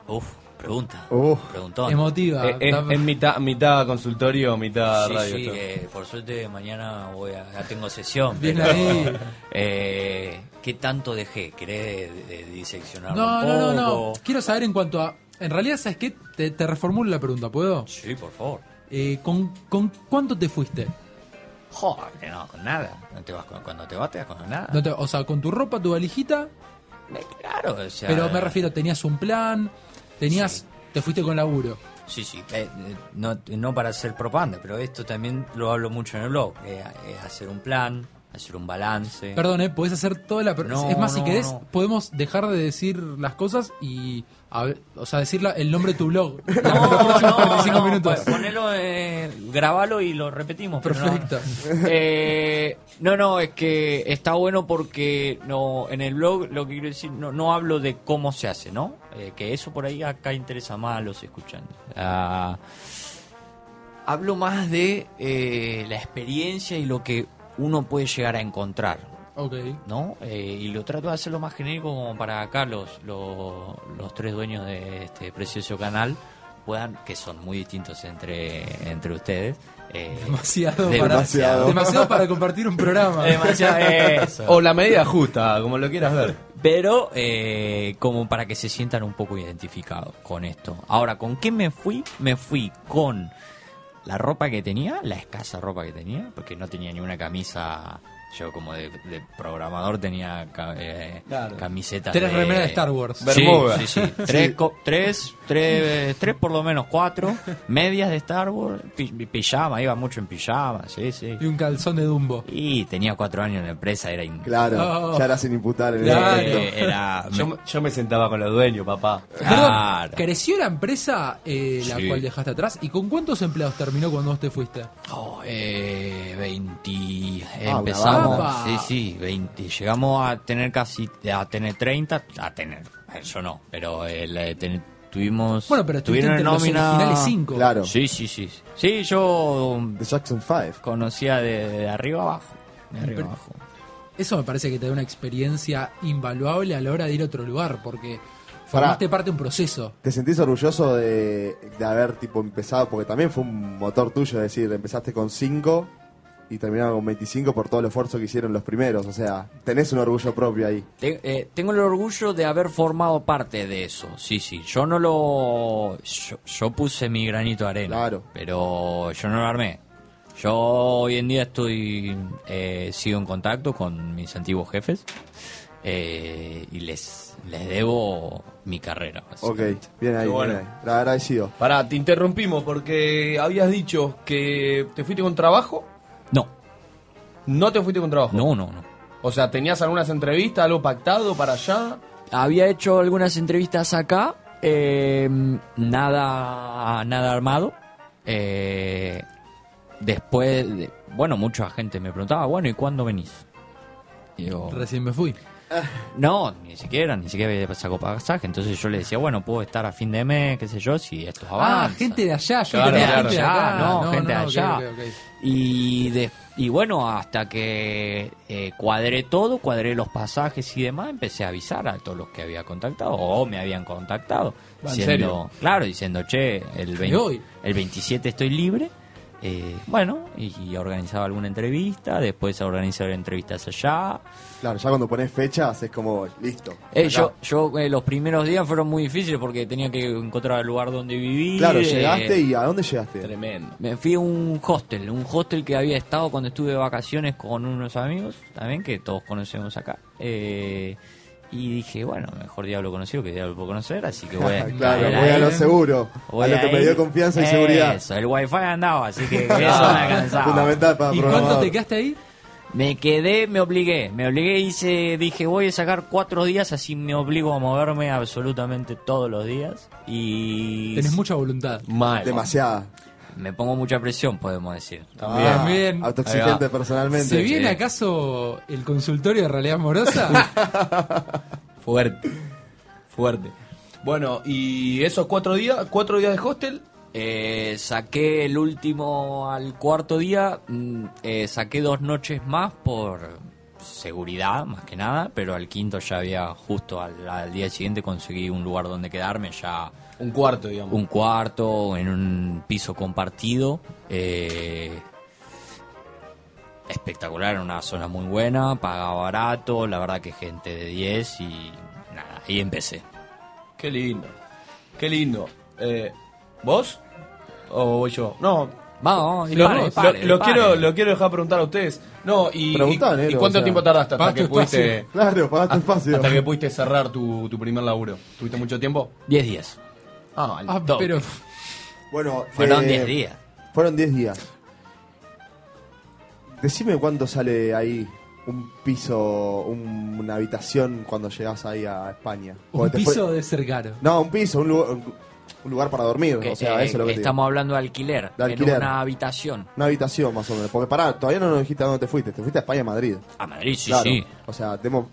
[SPEAKER 18] Uf, pregunta. Preguntón.
[SPEAKER 7] Emotiva.
[SPEAKER 15] Eh, Es mitad, mitad consultorio, mitad
[SPEAKER 18] Sí,
[SPEAKER 15] Ah, radio.
[SPEAKER 18] sí,
[SPEAKER 15] esto.
[SPEAKER 18] eh, por suerte mañana voy a, ya tengo sesión.
[SPEAKER 15] Bien
[SPEAKER 18] pero,
[SPEAKER 15] ahí.
[SPEAKER 18] eh, ¿Qué tanto dejé? ¿Querés de- de diseccionarlo
[SPEAKER 7] No,
[SPEAKER 18] un
[SPEAKER 7] no, no,
[SPEAKER 18] poco?
[SPEAKER 7] no. Quiero saber en cuanto a. En realidad, ¿sabes qué? Te, te reformulo la pregunta, ¿puedo?
[SPEAKER 18] Sí, por favor.
[SPEAKER 7] Eh, ¿con, ¿Con cuánto te fuiste?
[SPEAKER 18] Joder, no, con nada. No te vas con- cuando te vas, te vas con nada. Eh,
[SPEAKER 7] No te- o sea, con tu ropa, tu valijita.
[SPEAKER 18] Claro, o sea,
[SPEAKER 7] pero me refiero, tenías un plan, tenías. Te fuiste con laburo.
[SPEAKER 18] Sí, sí. eh, eh, no, no para hacer propaganda, pero esto también lo hablo mucho en el blog. eh, eh, hacer un plan, hacer un balance.
[SPEAKER 7] Perdón, ¿eh? podés hacer toda la... per-
[SPEAKER 18] No,
[SPEAKER 7] es más, si
[SPEAKER 18] no,
[SPEAKER 7] querés,
[SPEAKER 18] no.
[SPEAKER 7] podemos dejar de decir las cosas y... a ver, o sea, decir la- el nombre de tu blog.
[SPEAKER 18] No, no,
[SPEAKER 7] 45
[SPEAKER 18] no,
[SPEAKER 7] minutos.
[SPEAKER 18] pon- ponelo, eh, grabalo y lo repetimos. pero no.
[SPEAKER 7] Perfecto.
[SPEAKER 18] Eh, no, no, es que está bueno porque no en el blog lo que quiero decir, no, no hablo de cómo se hace, ¿no? Eh, que eso por ahí acá interesa más a los escuchantes. Ah, hablo más de eh, la experiencia y lo que uno puede llegar a encontrar.
[SPEAKER 7] Ok.
[SPEAKER 18] ¿no? Eh, y lo trato de hacerlo más genérico como para acá los, los, los tres dueños de este precioso canal puedan, que son muy distintos entre, entre ustedes. eh,
[SPEAKER 7] Demasiado, para, demasiado. para compartir un programa.
[SPEAKER 18] Demasiado, eso.
[SPEAKER 9] O la medida justa, como lo quieras ver.
[SPEAKER 18] Pero eh, como para que se sientan un poco identificados con esto. Ahora, ¿con qué me fui? Me fui con la ropa que tenía, la escasa ropa que tenía, porque no tenía ni una camisa. Yo como de, de programador tenía ca- eh, camisetas
[SPEAKER 7] Tres
[SPEAKER 18] de...
[SPEAKER 7] remeras de Star Wars.
[SPEAKER 18] Sí,
[SPEAKER 7] Bermuda.
[SPEAKER 18] sí, sí. Tres,
[SPEAKER 7] Sí.
[SPEAKER 18] co- tres, tres, Eh, tres por lo menos cuatro. Medias de Star Wars. pi- pijama, iba mucho en pijama, sí, sí.
[SPEAKER 7] Y un calzón de Dumbo.
[SPEAKER 18] Y tenía cuatro años en la empresa, era... in-
[SPEAKER 8] Claro,
[SPEAKER 18] Oh.
[SPEAKER 8] ya era sin imputar en el
[SPEAKER 18] Claro.
[SPEAKER 8] aspecto.
[SPEAKER 18] Era-
[SPEAKER 9] Yo, Eh, me- yo me sentaba con los dueños, papá.
[SPEAKER 7] Perdón, ¿creció la empresa eh, la
[SPEAKER 9] Sí.
[SPEAKER 7] cual dejaste atrás? ¿Y con cuántos empleados terminó cuando vos te fuiste?
[SPEAKER 18] Oh, eh, 20.
[SPEAKER 7] Ah,
[SPEAKER 18] empezamos.
[SPEAKER 7] brava.
[SPEAKER 18] Sí, sí, 20. Llegamos a tener casi. a tener 30. A tener. eh, Yo no, pero eh, la- ten- tuvimos.
[SPEAKER 7] Bueno, pero estuviste
[SPEAKER 18] tuvieron
[SPEAKER 7] entre los originales cinco. Claro.
[SPEAKER 18] Sí, sí, sí. Sí, yo. The Jackson 5. Conocía de, de arriba abajo. De arriba
[SPEAKER 7] Pero-
[SPEAKER 18] abajo.
[SPEAKER 7] Eso me parece que te da una experiencia invaluable a la hora de ir a otro lugar, porque formaste parte de un proceso.
[SPEAKER 8] ¿Te sentís orgulloso de, de haber tipo empezado? Porque también fue un motor tuyo, es decir, empezaste con 5 y terminaron con 25 por todo el esfuerzo que hicieron los primeros. O sea, tenés un orgullo propio ahí.
[SPEAKER 18] Te- eh, tengo el orgullo de haber formado parte de eso. Sí, sí. Yo no lo. Yo, yo puse mi granito de arena. Pero yo no lo armé. Yo hoy en día estoy. eh, sigo en contacto con mis antiguos jefes. eh, y les, les debo mi carrera.
[SPEAKER 8] Ok, bien ahí,
[SPEAKER 18] Qué bueno.
[SPEAKER 8] bien ahí. La agradecido.
[SPEAKER 9] Pará, te interrumpimos porque habías dicho que te fuiste con trabajo.
[SPEAKER 18] No.
[SPEAKER 9] ¿No te fuiste con trabajo?
[SPEAKER 18] No, no, no.
[SPEAKER 9] O sea, ¿tenías algunas entrevistas, algo pactado para allá?
[SPEAKER 18] Había hecho algunas entrevistas acá, eh, nada, nada armado. Eh, después, de- bueno, mucha gente me preguntaba, bueno, ¿y cuándo venís? Y digo,
[SPEAKER 7] Recién me fui.
[SPEAKER 18] no, ni siquiera, ni siquiera había sacado pasaje. Entonces yo le decía, bueno, puedo estar a fin de mes, qué sé yo, si esto
[SPEAKER 7] Ah,
[SPEAKER 18] avanza.
[SPEAKER 7] gente de allá, yo
[SPEAKER 18] Claro,
[SPEAKER 7] tenía
[SPEAKER 18] claro.
[SPEAKER 7] gente de
[SPEAKER 18] Allá,
[SPEAKER 7] acá.
[SPEAKER 18] no, gente de
[SPEAKER 7] ok,
[SPEAKER 18] allá.
[SPEAKER 7] ok, ok.
[SPEAKER 18] Y, de- y bueno, hasta que eh, cuadré todo, cuadré los pasajes y demás, empecé a avisar a todos los que había contactado o me habían contactado.
[SPEAKER 7] ¿En
[SPEAKER 18] diciendo,
[SPEAKER 7] serio?
[SPEAKER 18] Claro, diciendo, che, el, vein-
[SPEAKER 7] hoy?
[SPEAKER 18] el 27 estoy libre. eh, bueno, y, y organizaba alguna entrevista, después organizaba entrevistas allá.
[SPEAKER 8] Claro, ya cuando pones fechas es como listo.
[SPEAKER 18] Eh,
[SPEAKER 8] acá.
[SPEAKER 18] yo yo eh, los primeros días fueron muy difíciles porque tenía que encontrar el lugar donde vivir.
[SPEAKER 8] Claro,
[SPEAKER 18] eh,
[SPEAKER 8] llegaste y ¿a dónde llegaste?
[SPEAKER 9] Tremendo.
[SPEAKER 18] Me fui a un hostel, un hostel que había estado cuando estuve de vacaciones con unos amigos también, que todos conocemos acá. Eh, y dije, bueno, mejor diablo conocido que diablo por conocer, así que voy a.
[SPEAKER 8] Claro, voy a lo seguro, a lo que me dio confianza y seguridad.
[SPEAKER 18] Eso, el wifi andaba, así que eso me
[SPEAKER 8] Ah,
[SPEAKER 18] alcanzaba.
[SPEAKER 8] fundamental para ¿Y cuánto programador. te
[SPEAKER 7] quedaste ahí?
[SPEAKER 18] Me quedé, me obligué, me obligué, hice, dije voy a sacar cuatro días, así me obligo a moverme absolutamente todos los días. Y
[SPEAKER 7] Tenés mucha voluntad.
[SPEAKER 18] Mal.
[SPEAKER 8] Demasiada.
[SPEAKER 18] Me pongo mucha presión, podemos decir.
[SPEAKER 8] También. Ah, También. autoexigente
[SPEAKER 18] Ahí va.
[SPEAKER 8] personalmente.
[SPEAKER 7] ¿Se viene
[SPEAKER 18] Sí.
[SPEAKER 7] acaso el consultorio de realidad amorosa?
[SPEAKER 9] Fuerte. Fuerte. Bueno, y esos cuatro días, cuatro días de hostel.
[SPEAKER 18] Eh, saqué el último al cuarto día, mm, eh, saqué dos noches más por seguridad, más que nada, pero al quinto ya había, justo al, al día siguiente conseguí un lugar donde quedarme, ya
[SPEAKER 9] Un cuarto, digamos.
[SPEAKER 18] un cuarto, en un piso compartido. eh, espectacular, en una zona muy buena, pagaba barato, la verdad que gente de 10 y nada, ahí empecé.
[SPEAKER 9] Qué lindo. Qué lindo. Eh, ¿Vos? ¿O voy yo? No.
[SPEAKER 18] Vamos,
[SPEAKER 9] lo,
[SPEAKER 18] dispare,
[SPEAKER 9] lo-
[SPEAKER 18] dispare,
[SPEAKER 9] lo
[SPEAKER 18] dispare.
[SPEAKER 9] quiero, lo quiero dejar preguntar a ustedes. No, y,
[SPEAKER 8] Preguntá,
[SPEAKER 9] y-
[SPEAKER 8] negro,
[SPEAKER 9] ¿y cuánto
[SPEAKER 8] o sea,
[SPEAKER 9] tiempo tardaste hasta
[SPEAKER 8] pagaste
[SPEAKER 9] que pudiste
[SPEAKER 8] espacio. Claro, pagaste espacio.
[SPEAKER 9] hasta que pudiste cerrar tu, tu primer laburo? ¿Tuviste mucho tiempo?
[SPEAKER 18] 10 días.
[SPEAKER 9] Ah, al
[SPEAKER 7] Ah,
[SPEAKER 9] toque.
[SPEAKER 7] pero
[SPEAKER 8] Bueno,
[SPEAKER 9] Fueron
[SPEAKER 8] eh,
[SPEAKER 9] 10 días.
[SPEAKER 8] Fueron 10 días. Decime cuánto sale ahí un piso, un- una habitación cuando llegas ahí a España.
[SPEAKER 7] Un
[SPEAKER 8] Porque te fue-
[SPEAKER 7] piso de ser caro.
[SPEAKER 8] No, un piso, un lugar, un lugar para dormir.
[SPEAKER 18] Que,
[SPEAKER 8] o sea,
[SPEAKER 18] eh,
[SPEAKER 8] eso es lo que te digo.
[SPEAKER 18] estamos hablando de alquiler,
[SPEAKER 8] De alquiler.
[SPEAKER 18] en una habitación.
[SPEAKER 8] Una habitación más o menos. Porque pará, todavía no nos dijiste a dónde te fuiste. Te fuiste a España, a Madrid.
[SPEAKER 18] A Madrid, sí,
[SPEAKER 8] Claro.
[SPEAKER 18] sí.
[SPEAKER 8] O sea, tenemos-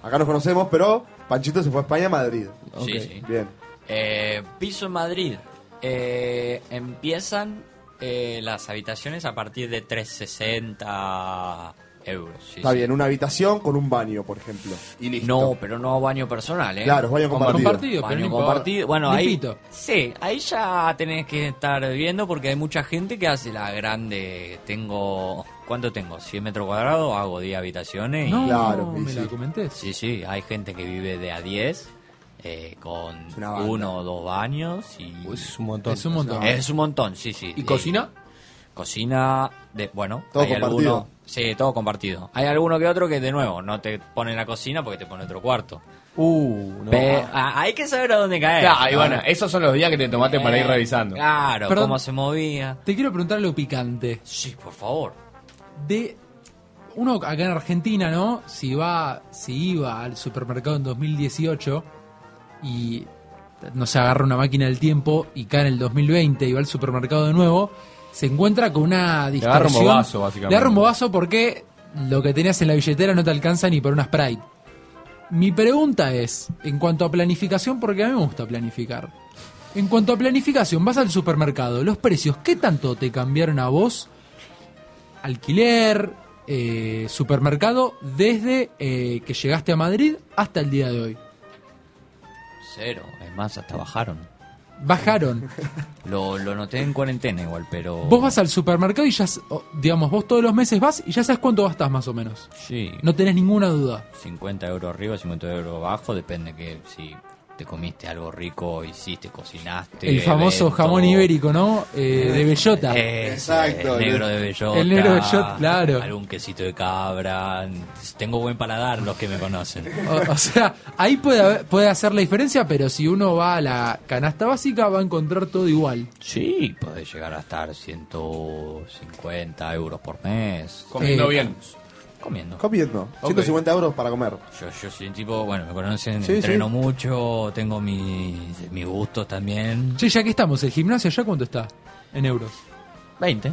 [SPEAKER 8] acá nos conocemos, pero Panchito se fue a España, a Madrid.
[SPEAKER 18] Sí,
[SPEAKER 8] Ok,
[SPEAKER 18] sí.
[SPEAKER 8] Bien.
[SPEAKER 18] Eh, piso en Madrid. Eh, empiezan eh, las habitaciones a partir de 360 euros. sí,
[SPEAKER 8] Está
[SPEAKER 18] sí.
[SPEAKER 8] bien, una habitación con un baño, por ejemplo. Y listo.
[SPEAKER 18] No, pero no baño personal, ¿eh?
[SPEAKER 8] Claro, es baño compartido. Compartido, pero
[SPEAKER 18] Baño
[SPEAKER 8] no importa.
[SPEAKER 18] compartido. Bueno, ahí.
[SPEAKER 8] Limpito.
[SPEAKER 18] Sí, ahí ya tenés que estar viendo porque hay mucha gente que hace la grande. Tengo. ¿Cuánto tengo? 100 metros cuadrados, hago 10 habitaciones. y-
[SPEAKER 7] No, Claro, me y la sí. comenté.
[SPEAKER 18] Sí, sí, hay gente que vive de a 10. eh, con
[SPEAKER 7] una banda.
[SPEAKER 18] uno o dos baños y es un montón
[SPEAKER 7] Es un montón.
[SPEAKER 18] es un montón sí sí
[SPEAKER 7] ¿Y cocina?
[SPEAKER 18] cocina de bueno
[SPEAKER 7] Todo
[SPEAKER 18] hay
[SPEAKER 7] compartido.
[SPEAKER 18] alguno- sí todo compartido hay alguno que otro que de nuevo no te pone la cocina porque te pone otro cuarto
[SPEAKER 15] Uh, no.
[SPEAKER 18] Pe- ah, hay que saber a dónde caer.
[SPEAKER 15] Claro, y bueno,
[SPEAKER 18] Ahora,
[SPEAKER 15] esos son los días que te tomaste
[SPEAKER 18] eh,
[SPEAKER 15] para ir revisando.
[SPEAKER 18] Claro,
[SPEAKER 7] Perdón.
[SPEAKER 18] cómo se movía.
[SPEAKER 7] Te quiero preguntar lo picante.
[SPEAKER 18] Sí, por favor.
[SPEAKER 7] De uno acá en Argentina, ¿no? Si va, si iba al supermercado en 2018 y no se agarra una máquina del tiempo y cae en el 2020 y va al supermercado de nuevo, se encuentra con una distorsión.
[SPEAKER 15] agarra un bobazo, básicamente.
[SPEAKER 7] Le agarra un bobazo porque lo que tenías en la billetera no te alcanza ni para una Sprite. Mi pregunta es, en cuanto a planificación, porque a mí me gusta planificar. En cuanto a planificación, vas al supermercado, los precios, ¿qué tanto te cambiaron a vos? Alquiler, eh, supermercado, desde eh, que llegaste a Madrid hasta el día de hoy.
[SPEAKER 18] Cero. Es más, hasta bajaron.
[SPEAKER 7] Bajaron.
[SPEAKER 18] Lo, lo noté en cuarentena igual, pero.
[SPEAKER 7] Vos vas al supermercado y ya, s- o, digamos, vos todos los meses vas y ya sabes cuánto gastas más o menos.
[SPEAKER 18] Sí.
[SPEAKER 7] No tenés ninguna duda.
[SPEAKER 18] 50 euros arriba, 50 euros abajo, depende que si te comiste algo rico, hiciste, cocinaste.
[SPEAKER 7] El famoso
[SPEAKER 18] evento.
[SPEAKER 7] jamón ibérico, ¿no? Eh, de bellota.
[SPEAKER 18] Eh, El negro de bellota.
[SPEAKER 7] El negro de bellota, claro.
[SPEAKER 18] Algún quesito de cabra. Tengo buen paladar los que me conocen.
[SPEAKER 7] O, o sea, ahí puede, haber- puede hacer la diferencia, pero si uno va a la canasta básica va a encontrar todo igual.
[SPEAKER 18] Sí, puede llegar a estar 150 euros por mes.
[SPEAKER 7] Comiendo Eh, bien.
[SPEAKER 18] Comiendo.
[SPEAKER 8] Comiendo.
[SPEAKER 18] Ok.
[SPEAKER 8] 150 euros para comer.
[SPEAKER 18] Yo, yo soy un tipo, bueno, me conocen,
[SPEAKER 8] Sí,
[SPEAKER 18] entreno
[SPEAKER 8] sí.
[SPEAKER 18] mucho, tengo mis, mis gustos también.
[SPEAKER 7] Che, ya que estamos, ¿el gimnasio ya cuánto está en euros?
[SPEAKER 18] 20.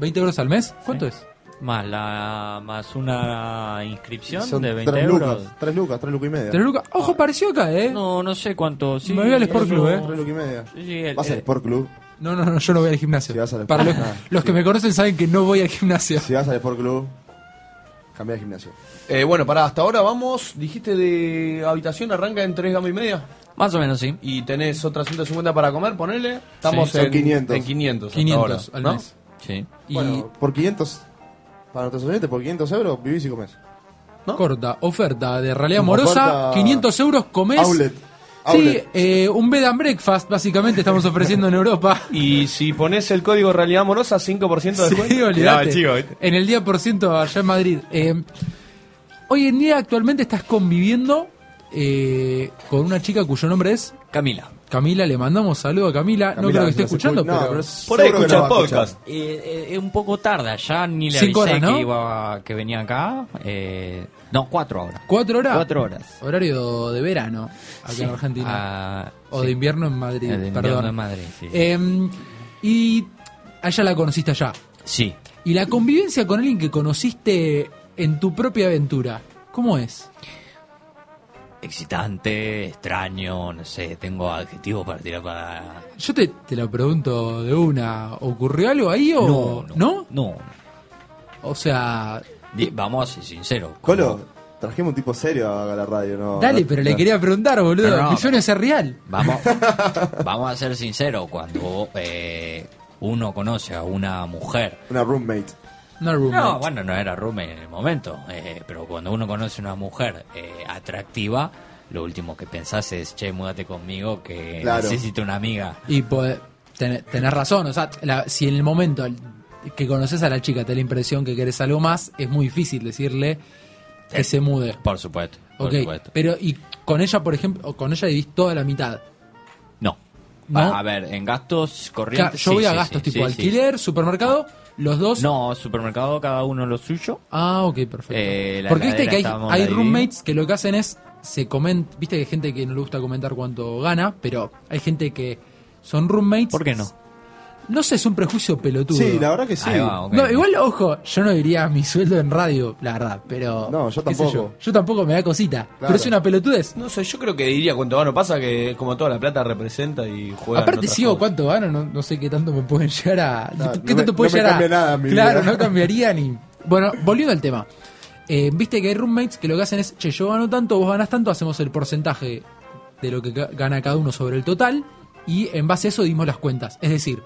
[SPEAKER 7] ¿20 euros al mes? ¿Cuánto es?
[SPEAKER 18] Más la más una inscripción
[SPEAKER 8] Son
[SPEAKER 18] de 20
[SPEAKER 8] tres
[SPEAKER 18] euros. Ah.
[SPEAKER 8] lucas, tres lucas, tres lucas y media.
[SPEAKER 7] Tres lucas. Ojo, pareció acá, ¿eh?
[SPEAKER 18] No, no sé cuánto. sí.
[SPEAKER 7] Me voy al Sport Club, ¿eh?
[SPEAKER 8] Tres lucas y media.
[SPEAKER 18] Sí, el-
[SPEAKER 8] Vas al
[SPEAKER 18] el-
[SPEAKER 8] Sport Club.
[SPEAKER 7] No, no, no, yo no voy al gimnasio. Para los,
[SPEAKER 8] Ah,
[SPEAKER 7] los que me conocen saben que no voy al gimnasio.
[SPEAKER 8] Si vas al Sport Club, cambia de gimnasio.
[SPEAKER 15] Eh, bueno, pará, hasta ahora vamos. Dijiste de habitación, arranca en 3 gamas y media.
[SPEAKER 18] Más o menos, sí.
[SPEAKER 15] Y tenés otras 150 para comer, ponele. Estamos
[SPEAKER 8] Sí, son
[SPEAKER 15] en
[SPEAKER 8] 500.
[SPEAKER 15] En 500, hasta
[SPEAKER 7] 500
[SPEAKER 15] ahora,
[SPEAKER 7] al
[SPEAKER 15] ¿no?
[SPEAKER 7] mes.
[SPEAKER 18] Sí.
[SPEAKER 7] Y
[SPEAKER 8] Bueno, por 500, para nuestros oyentes, por 500 euros vivís y comés.
[SPEAKER 7] corta, oferta de realidad
[SPEAKER 8] Como
[SPEAKER 7] amorosa,
[SPEAKER 8] oferta
[SPEAKER 7] 500 euros comés.
[SPEAKER 8] Outlet.
[SPEAKER 7] Sí,
[SPEAKER 8] Outlet.
[SPEAKER 7] eh, un bed and breakfast básicamente estamos ofreciendo en Europa.
[SPEAKER 15] Y si pones el código Realidad Amorosa, 5% de
[SPEAKER 7] Sí,
[SPEAKER 15] descuento.
[SPEAKER 7] olvidate.
[SPEAKER 15] Quedaba el chivo, ¿viste?
[SPEAKER 7] En el día por ciento allá en Madrid. Eh, hoy en día actualmente estás conviviendo eh, con una chica cuyo nombre es
[SPEAKER 18] Camila.
[SPEAKER 7] Camila, le mandamos saludo a Camila. no
[SPEAKER 18] Camila,
[SPEAKER 7] creo que esté
[SPEAKER 18] no se
[SPEAKER 7] escuchando,
[SPEAKER 18] escucha- no,
[SPEAKER 7] pero...
[SPEAKER 18] pero es- Por ahí seguro que escucha
[SPEAKER 7] el
[SPEAKER 18] no va a podcast. Eh, eh, es un poco tarde, ya ni le
[SPEAKER 7] Cinco
[SPEAKER 18] avisé
[SPEAKER 7] horas, ¿no?
[SPEAKER 18] que, iba, que venía acá. Eh, no, cuatro ahora.
[SPEAKER 7] ¿Cuatro horas?
[SPEAKER 18] Cuatro horas.
[SPEAKER 7] Horario de verano acá
[SPEAKER 18] Sí.
[SPEAKER 7] en Argentina.
[SPEAKER 18] Ah,
[SPEAKER 7] o
[SPEAKER 18] sí.
[SPEAKER 7] de invierno en Madrid,
[SPEAKER 18] Eh, de invierno
[SPEAKER 7] perdón.
[SPEAKER 18] en Madrid, sí.
[SPEAKER 7] Em, y a ella la conociste allá.
[SPEAKER 18] Sí.
[SPEAKER 7] Y la convivencia con alguien que conociste en tu propia aventura, ¿cómo es?
[SPEAKER 18] Excitante, extraño, no sé, tengo adjetivos para tirar para...
[SPEAKER 7] Yo te, te lo pregunto de una. ¿Ocurrió algo ahí o no? No. O sea,
[SPEAKER 18] Di- Vamos a ser sinceros.
[SPEAKER 8] Colo, trajimos un tipo serio a la radio, ¿no?
[SPEAKER 7] dale, pero le quería preguntar, boludo.
[SPEAKER 18] No, no.
[SPEAKER 7] Mi sueño es ser real.
[SPEAKER 18] Vamos, vamos a ser sinceros, cuando eh, uno conoce a una mujer...
[SPEAKER 8] Una roommate.
[SPEAKER 7] No,
[SPEAKER 18] No, bueno, no era roommate en el momento, eh, pero cuando uno conoce a una mujer eh, atractiva, lo último que pensás es, che, múdate conmigo que
[SPEAKER 7] Claro.
[SPEAKER 18] necesito una amiga.
[SPEAKER 7] Y pues, ten- tenés razón. O sea, la- si en el momento al- que conoces a la chica te da la impresión que querés algo más, es muy difícil decirle que se mude.
[SPEAKER 18] Eh, Por supuesto, por
[SPEAKER 7] Ok,
[SPEAKER 18] supuesto.
[SPEAKER 7] pero y con ella, por ejemplo, o con ella vivís toda la mitad.
[SPEAKER 18] No.
[SPEAKER 7] No.
[SPEAKER 18] Ah, A ver, en gastos
[SPEAKER 7] Claro,
[SPEAKER 18] corrientes.
[SPEAKER 7] yo
[SPEAKER 18] sí,
[SPEAKER 7] voy a
[SPEAKER 18] sí,
[SPEAKER 7] gastos
[SPEAKER 18] sí,
[SPEAKER 7] tipo
[SPEAKER 18] sí, sí.
[SPEAKER 7] alquiler, supermercado, los dos.
[SPEAKER 18] No, supermercado, cada uno lo suyo.
[SPEAKER 7] Ah, ok, perfecto.
[SPEAKER 18] Eh, la
[SPEAKER 7] Porque viste
[SPEAKER 18] heladera
[SPEAKER 7] que hay,
[SPEAKER 18] estábamos
[SPEAKER 7] hay
[SPEAKER 18] la dividimos.
[SPEAKER 7] roommates que lo que hacen es, se coment, viste que hay gente que no le gusta comentar cuánto gana, pero hay gente que son roommates. ¿Por qué no? No sé, es un prejuicio pelotudo.
[SPEAKER 8] Sí, la verdad que sí. Ahí va, ok.
[SPEAKER 7] No, igual, ojo, yo no diría mi sueldo en radio, la verdad, pero...
[SPEAKER 8] No, yo
[SPEAKER 7] qué sé
[SPEAKER 8] tampoco.
[SPEAKER 7] Yo, Yo tampoco me da cosita, pero es una pelotudez.
[SPEAKER 15] No sé, yo creo que diría cuánto gano. Pasa que como toda la plata representa y juega.
[SPEAKER 7] Aparte, si digo cuánto gano, no, no sé qué tanto me pueden llegar a.
[SPEAKER 15] No,
[SPEAKER 7] ¿Qué
[SPEAKER 15] no
[SPEAKER 7] tanto
[SPEAKER 15] me-
[SPEAKER 7] puede
[SPEAKER 15] no me
[SPEAKER 7] llegar
[SPEAKER 15] cambia
[SPEAKER 7] a.?
[SPEAKER 15] nada en mi
[SPEAKER 7] claro,
[SPEAKER 15] vida.
[SPEAKER 7] no cambiaría ni. Bueno, volviendo al tema. Eh, Viste que hay roommates que lo que hacen es: che, yo gano tanto, vos ganás tanto, hacemos el porcentaje de lo que ca- gana cada uno sobre el total y en base a eso dimos las cuentas. Es decir,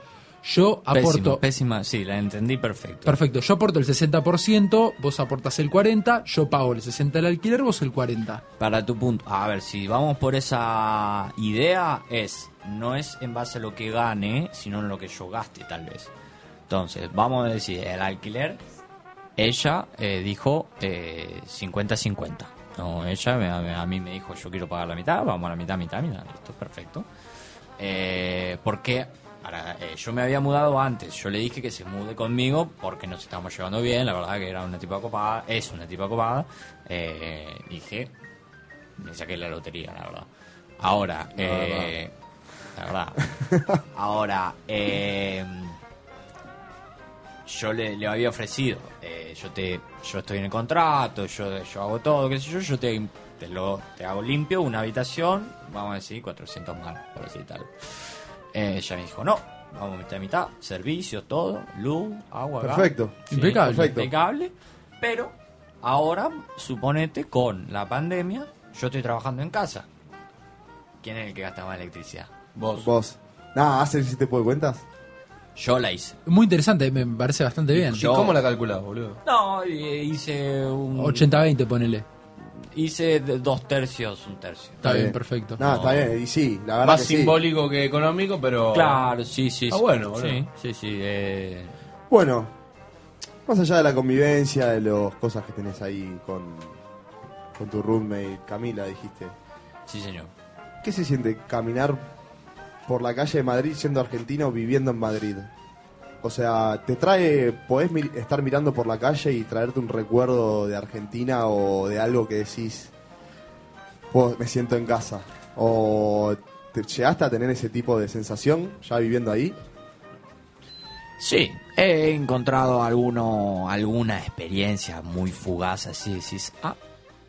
[SPEAKER 7] yo aporto.
[SPEAKER 18] Pésima, pésima, sí, la entendí perfecto.
[SPEAKER 7] Perfecto, yo aporto el 60%, vos aportás el 40%, yo pago el 60% del alquiler, vos el 40%.
[SPEAKER 18] Para tu punto. A ver, si vamos por esa idea, es. No es en base a lo que gane, sino en lo que yo gaste, tal vez. Entonces, vamos a decir, el alquiler. Ella eh, dijo eh, 50-50. no, ella me- me- a mí me dijo, yo quiero pagar la mitad, vamos a la mitad, mitad, mitad. Listo, perfecto. Eh, porque ahora, eh, yo me había mudado antes. Yo le dije que se mude conmigo porque nos estábamos llevando bien. La verdad que era una tipa copada. Es una tipa copada. Eh, dije, me saqué la lotería, la verdad. Ahora,
[SPEAKER 19] La
[SPEAKER 18] eh, la verdad. Ahora, eh, yo le, le había ofrecido, eh, yo te yo estoy en el contrato, yo, yo hago todo, qué sé yo, yo te, te lo, te hago limpio una habitación, vamos a decir 400 más, por decir tal. Eh, ella me dijo, no, vamos mitad a mitad, servicios, todo, luz, agua. gas".
[SPEAKER 8] Perfecto. Impecable. Perfecto.
[SPEAKER 18] impecable, pero ahora, suponete, con la pandemia, yo estoy trabajando en casa. ¿Quién es el que gasta más electricidad? Vos.
[SPEAKER 8] Vos. Nada, ¿hace el 7 de cuentas?
[SPEAKER 18] Yo la hice.
[SPEAKER 7] Muy interesante, me parece bastante bien.
[SPEAKER 15] calculás, boludo?
[SPEAKER 18] No, eh, hice un...
[SPEAKER 7] 80-20, ponele.
[SPEAKER 18] Hice de- dos tercios, un tercio.
[SPEAKER 7] Está bien, perfecto.
[SPEAKER 8] No, está bien, y sí, la verdad
[SPEAKER 15] Más
[SPEAKER 8] que sí.
[SPEAKER 15] simbólico que económico, pero.
[SPEAKER 18] Claro, sí, sí.
[SPEAKER 15] Ah,
[SPEAKER 18] sí.
[SPEAKER 15] bueno, boludo.
[SPEAKER 18] Sí, sí, sí. eh,
[SPEAKER 8] Bueno, más allá de la convivencia, de las cosas que tenés ahí con, con tu roommate, Camila, dijiste.
[SPEAKER 18] Sí, señor.
[SPEAKER 8] ¿Qué se siente caminar por la calle de Madrid siendo argentino viviendo en Madrid? O sea, ¿te trae, podés mi- estar mirando por la calle y traerte un recuerdo de Argentina o de algo que decís, "Oh, me siento en casa? ¿O te llegaste a tener ese tipo de sensación ya viviendo ahí?
[SPEAKER 18] Sí, he encontrado alguno, alguna experiencia muy fugaz, así decís, ah,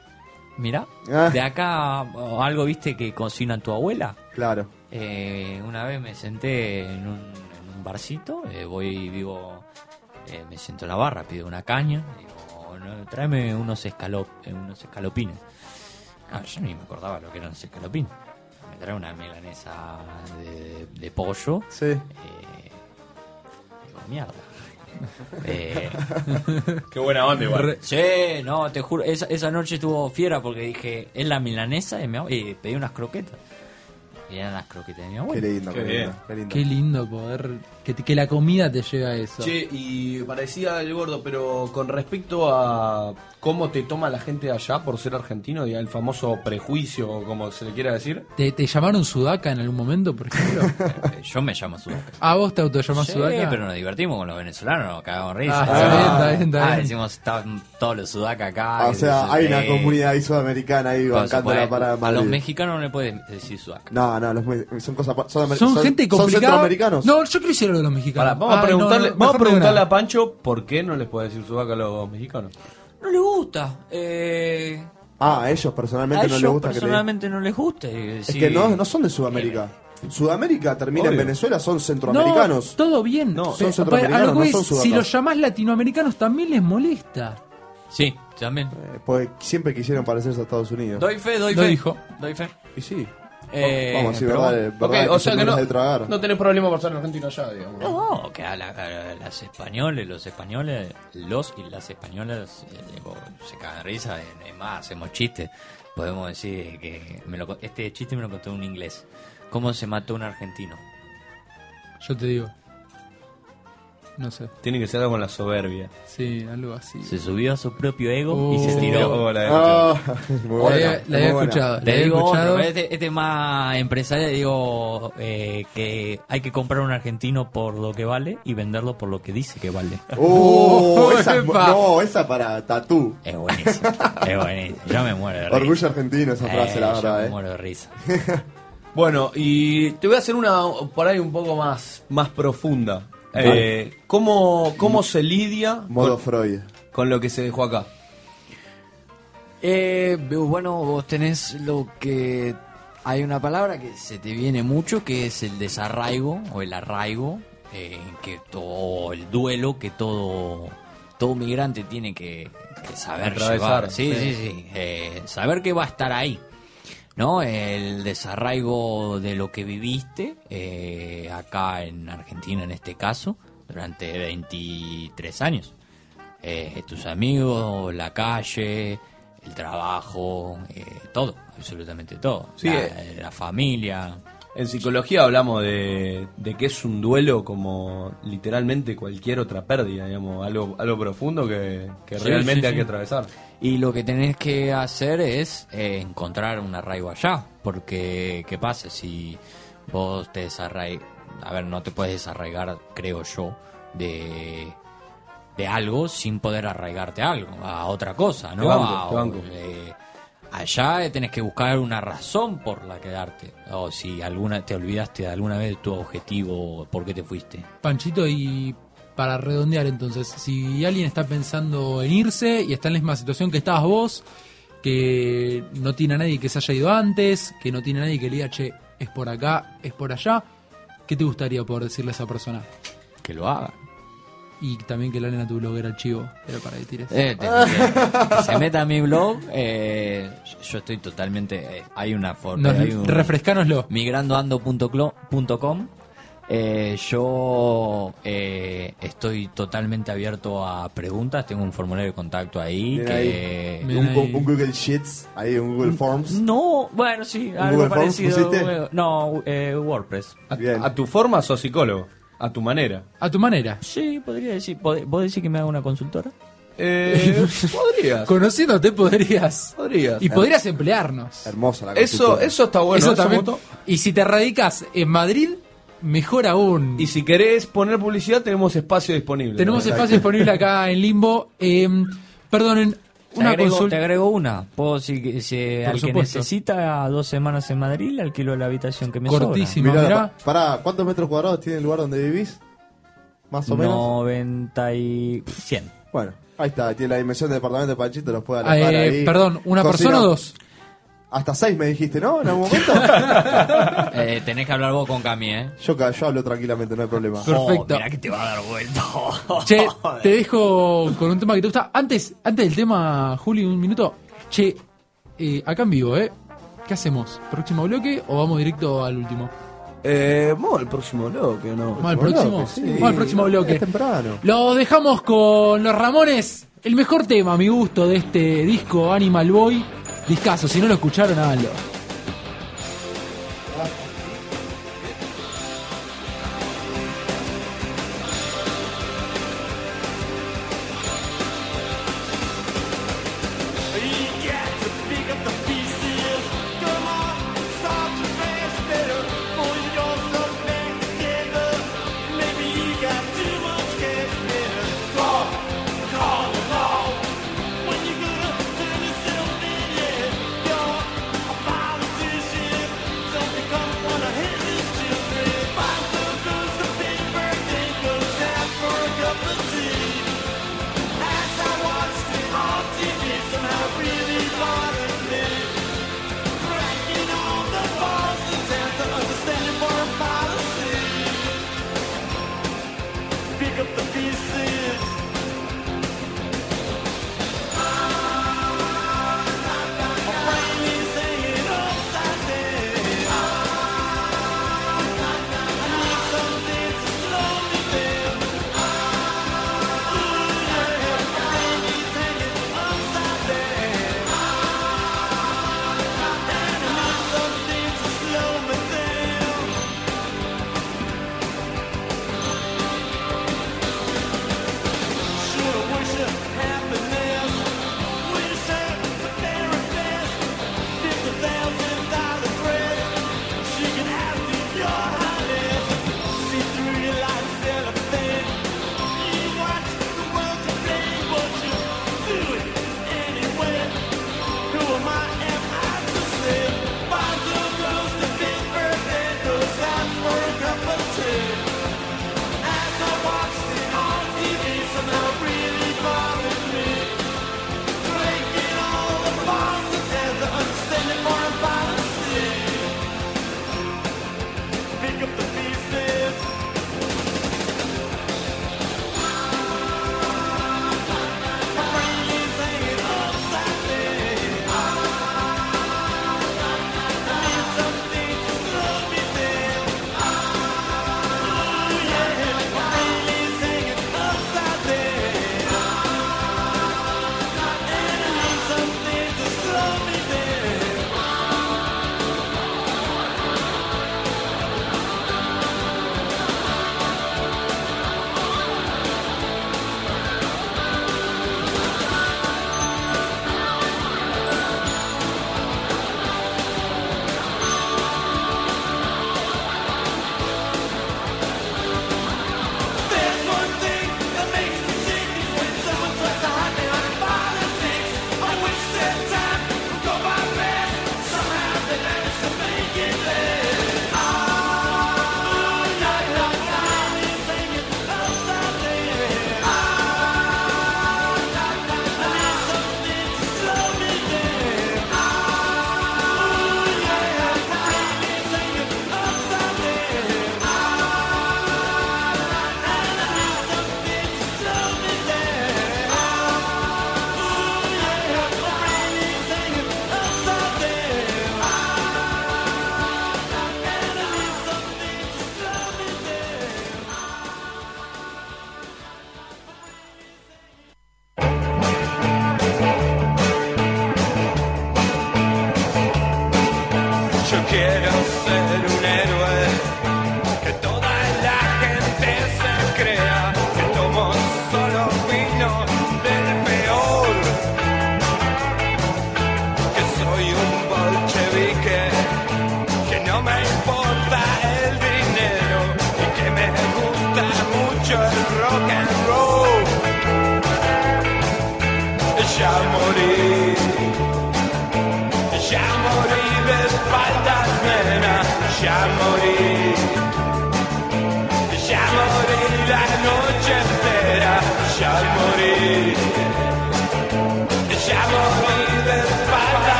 [SPEAKER 18] mira,
[SPEAKER 8] Ah.
[SPEAKER 18] de acá o algo viste que cocina tu abuela. Eh,
[SPEAKER 8] Claro.
[SPEAKER 18] una vez me senté en un, en un barcito, eh, voy vivo, eh, me siento en la barra, pido una caña, digo, "No, tráeme unos, escalop, eh, unos escalopines. Ah, yo ni me acordaba lo que eran los escalopines. Me trae una melanesa de, de pollo. Eh,
[SPEAKER 8] Sí.
[SPEAKER 18] digo, mierda. Eh,
[SPEAKER 15] Qué buena onda, igual.
[SPEAKER 18] Re- Che, no, te juro, esa, esa noche estuvo fiera porque dije, es la milanesa y, me, y pedí unas croquetas. Y eran las croquetas de mi abuelo.
[SPEAKER 8] Qué lindo, Qué qué bien. lindo,
[SPEAKER 7] Qué lindo poder. Que, te- que la comida te llega a eso.
[SPEAKER 15] Che, y parecía el gordo, pero con respecto a cómo te toma la gente de allá por ser argentino, ya el famoso prejuicio, o como se le quiera decir.
[SPEAKER 7] ¿Te, te llamaron Sudaca en algún momento, por ejemplo?
[SPEAKER 18] Yo me llamo Sudaca.
[SPEAKER 7] ¿A vos te autollamás
[SPEAKER 18] Sí,
[SPEAKER 7] Sudaca?
[SPEAKER 18] pero nos divertimos con los venezolanos, nos cagamos risa.
[SPEAKER 7] Ah, está bien, está bien, está
[SPEAKER 18] Ah,
[SPEAKER 7] bien.
[SPEAKER 18] decimos, están todos los sudacas acá.
[SPEAKER 8] o sea, hay una
[SPEAKER 18] Eh,
[SPEAKER 8] comunidad ahí sudamericana ahí
[SPEAKER 18] por
[SPEAKER 8] bancando la
[SPEAKER 18] supuesto,
[SPEAKER 8] parada de
[SPEAKER 18] A
[SPEAKER 8] Madrid.
[SPEAKER 18] los mexicanos no le puedes decir sudaca.
[SPEAKER 8] No, no, los me- son cosas pa- son, amer-
[SPEAKER 7] Son, gente complicada.
[SPEAKER 8] centroamericanos.
[SPEAKER 7] No, yo creo que hicieron lo de los mexicanos. Ah,
[SPEAKER 15] Pará, vamos a
[SPEAKER 7] Ay, no,
[SPEAKER 15] preguntarle,
[SPEAKER 7] no,
[SPEAKER 15] vamos a
[SPEAKER 7] mejor no
[SPEAKER 15] preguntarle
[SPEAKER 7] nada.
[SPEAKER 15] a Pancho por qué no les puede decir sudaca a los mexicanos.
[SPEAKER 18] No le gusta. Eh,
[SPEAKER 8] Ah, a ellos personalmente
[SPEAKER 18] a
[SPEAKER 8] no les
[SPEAKER 18] ellos
[SPEAKER 8] gusta que le-
[SPEAKER 18] personalmente no les gusta. eh,
[SPEAKER 8] Es
[SPEAKER 18] sí.
[SPEAKER 8] que no, no son de Sudamérica. Sudamérica termina en
[SPEAKER 18] Obvio.
[SPEAKER 8] Venezuela, son
[SPEAKER 7] No,
[SPEAKER 8] centroamericanos.
[SPEAKER 7] todo bien.
[SPEAKER 8] No, son
[SPEAKER 7] Pe-
[SPEAKER 8] centroamericanos,
[SPEAKER 7] a lo que
[SPEAKER 8] no
[SPEAKER 7] voy es,
[SPEAKER 8] son
[SPEAKER 7] si
[SPEAKER 8] sudacas.
[SPEAKER 7] los llamás latinoamericanos también les molesta.
[SPEAKER 18] Sí, también.
[SPEAKER 8] Pues siempre quisieron parecerse a Estados Unidos.
[SPEAKER 18] Doy fe, doy
[SPEAKER 7] Lo
[SPEAKER 18] fe.
[SPEAKER 7] dijo.
[SPEAKER 18] Doy fe.
[SPEAKER 8] Y sí.
[SPEAKER 18] Eh,
[SPEAKER 8] Vamos a decir
[SPEAKER 18] pero
[SPEAKER 8] verdad,
[SPEAKER 18] bueno.
[SPEAKER 8] verdad que
[SPEAKER 15] o sea
[SPEAKER 8] se
[SPEAKER 15] que no,
[SPEAKER 8] merecen tragar.
[SPEAKER 15] no tenés problema por ser argentino allá, digamos.
[SPEAKER 18] No, que a, la- a las españoles, los españoles, los y las españolas eh, tipo, se cagan de risa, eh, es más, hacemos chistes. Podemos decir que me lo co- este chiste me lo contó un inglés. ¿Cómo se mató un argentino?
[SPEAKER 7] Yo te digo. No sé.
[SPEAKER 9] Tiene que ser algo con la soberbia.
[SPEAKER 7] Sí, algo así.
[SPEAKER 10] Se subió a su propio ego y
[SPEAKER 15] Uh.
[SPEAKER 7] Oh.
[SPEAKER 10] se tiró.
[SPEAKER 9] Oh, la había escuchado.
[SPEAKER 7] Ah, muy buena, La había- la muy había buena. escuchado, la
[SPEAKER 10] Le
[SPEAKER 7] había
[SPEAKER 10] digo
[SPEAKER 7] escuchado.
[SPEAKER 10] otro, este, este más empresario, digo eh, que hay que comprar un argentino por lo que vale y venderlo por lo que dice que vale.
[SPEAKER 7] Uh,
[SPEAKER 8] Oh, esa, es bu- no, esa para tatú.
[SPEAKER 10] Es buenísimo. es buenísimo. Yo me muero de risa.
[SPEAKER 8] Orgullo argentino esa frase,
[SPEAKER 10] Eh,
[SPEAKER 8] la
[SPEAKER 10] yo
[SPEAKER 8] verdad.
[SPEAKER 10] me
[SPEAKER 8] eh.
[SPEAKER 10] muero de risa.
[SPEAKER 9] Bueno, y te voy a hacer una por ahí un poco más, más profunda. Eh, ¿Cómo, cómo se lidia
[SPEAKER 8] Modo
[SPEAKER 9] con,
[SPEAKER 8] Freud.
[SPEAKER 9] con lo que se dejó acá?
[SPEAKER 18] Eh, bueno, vos tenés lo que... Hay una palabra que se te viene mucho, que es el desarraigo o el arraigo, eh, que todo el duelo que todo todo migrante tiene que, que saber
[SPEAKER 10] Atravesar,
[SPEAKER 18] llevar. Sí,
[SPEAKER 10] sí.
[SPEAKER 18] sí, sí. Eh, saber que va a estar ahí. ¿no? El desarraigo de lo que viviste eh, acá en Argentina, en este caso, durante 23 años. Eh, tus amigos, la calle, el trabajo, eh, todo, absolutamente todo.
[SPEAKER 9] Sí,
[SPEAKER 18] la,
[SPEAKER 9] eh.
[SPEAKER 18] la familia.
[SPEAKER 9] En psicología hablamos de, de que es un duelo como literalmente cualquier otra pérdida, digamos, algo, algo profundo que, que
[SPEAKER 18] Sí,
[SPEAKER 9] realmente
[SPEAKER 18] sí,
[SPEAKER 9] hay
[SPEAKER 18] sí.
[SPEAKER 9] que atravesar.
[SPEAKER 18] Y lo que tenés que hacer es eh, encontrar un arraigo allá. Porque, ¿qué pasa? Si vos te desarraigas. A ver, no te puedes desarraigar, creo yo, de, de algo sin poder arraigarte a algo, a otra cosa, ¿no?
[SPEAKER 9] Te banco,
[SPEAKER 18] A-
[SPEAKER 9] te banco.
[SPEAKER 18] eh, allá eh, tenés que buscar una razón por la que darte. O si alguna te olvidaste alguna vez de tu objetivo, ¿por qué te fuiste?
[SPEAKER 7] Panchito, y para redondear entonces, si alguien está pensando en irse y está en la misma situación que estabas vos, que no tiene a nadie que se haya ido antes, que no tiene a nadie que le diga, che, es por acá, es por allá, ¿qué te gustaría poder decirle a esa persona?
[SPEAKER 18] Que lo haga.
[SPEAKER 7] Y también que le hagan a tu bloguera chivo, pero para que tires.
[SPEAKER 18] Eh, te- que- que se meta a mi blog, eh, yo estoy totalmente. eh, hay una forma.
[SPEAKER 7] Nos-
[SPEAKER 18] hay un-
[SPEAKER 7] refrescánoslo.
[SPEAKER 18] Migrandoando.com. Eh, yo eh, estoy totalmente abierto a preguntas. Tengo un formulario de contacto ahí.
[SPEAKER 8] Bien
[SPEAKER 18] Que,
[SPEAKER 8] ahí. Un, un- un Google Sheets, ahí un Google Forms.
[SPEAKER 10] No, bueno, sí,
[SPEAKER 8] ¿Un
[SPEAKER 10] algo
[SPEAKER 8] Google Forms
[SPEAKER 10] parecido.
[SPEAKER 8] pusiste?
[SPEAKER 10] bueno, No, eh, WordPress.
[SPEAKER 9] A, a tu forma sos psicólogo, a tu manera.
[SPEAKER 7] A tu manera.
[SPEAKER 10] Sí, podría decir. pod- ¿Vos decís que me haga una consultora?
[SPEAKER 9] Eh, podrías.
[SPEAKER 7] Conociéndote podrías.
[SPEAKER 9] Podrías.
[SPEAKER 7] Y podrías emplearnos.
[SPEAKER 8] Hermosa la
[SPEAKER 9] Eso, eso está bueno.
[SPEAKER 7] Eso
[SPEAKER 9] esa
[SPEAKER 7] también.
[SPEAKER 9] moto.
[SPEAKER 7] Y si te radicas en Madrid, mejor aún.
[SPEAKER 9] Y si querés poner publicidad, tenemos espacio disponible.
[SPEAKER 7] Tenemos espacio disponible acá en Limbo. Eh, perdonen,
[SPEAKER 10] te,
[SPEAKER 7] una
[SPEAKER 10] agrego, te
[SPEAKER 7] consulta.
[SPEAKER 10] agrego una. Ah, Puedo decir que si
[SPEAKER 7] Por
[SPEAKER 10] al que
[SPEAKER 7] supuesto.
[SPEAKER 10] necesita dos semanas en Madrid le alquilo la habitación que me
[SPEAKER 8] Mirá,
[SPEAKER 10] sobra.
[SPEAKER 8] pa- Pará, ¿cuántos metros cuadrados tiene el lugar donde vivís? Más o menos.
[SPEAKER 10] 90 y 100.
[SPEAKER 8] Bueno, ahí está, tiene la dimensión del departamento de Panchito, los puede
[SPEAKER 7] Ah,
[SPEAKER 8] alojar
[SPEAKER 7] eh,
[SPEAKER 8] ahí.
[SPEAKER 7] perdón, ¿una persona o dos?
[SPEAKER 8] Hasta seis me dijiste, ¿no? En algún momento.
[SPEAKER 18] Eh, tenés que hablar vos con Cami, ¿eh? Oh,
[SPEAKER 8] yo, ca- yo hablo tranquilamente, no hay problema.
[SPEAKER 7] Perfecto.
[SPEAKER 18] Mirá que te va a dar vuelta.
[SPEAKER 7] Che, te dejo con un tema que te gusta. Antes, antes del tema, Juli, un minuto. Che, eh, acá en vivo, ¿eh? ¿Qué hacemos? ¿Próximo bloque o vamos directo al último?
[SPEAKER 9] Eh, vamos al próximo bloque, ¿o ¿no?
[SPEAKER 7] Vamos al próximo.
[SPEAKER 9] bloque, sí.
[SPEAKER 7] Vamos al próximo bloque.
[SPEAKER 9] Es temprano.
[SPEAKER 7] Los dejamos con los Ramones. El mejor tema, a mi gusto, de este disco Animal Boy. Discaso, si no lo escucharon, háganlo.
[SPEAKER 2] When you gonna turn yourself in, you're about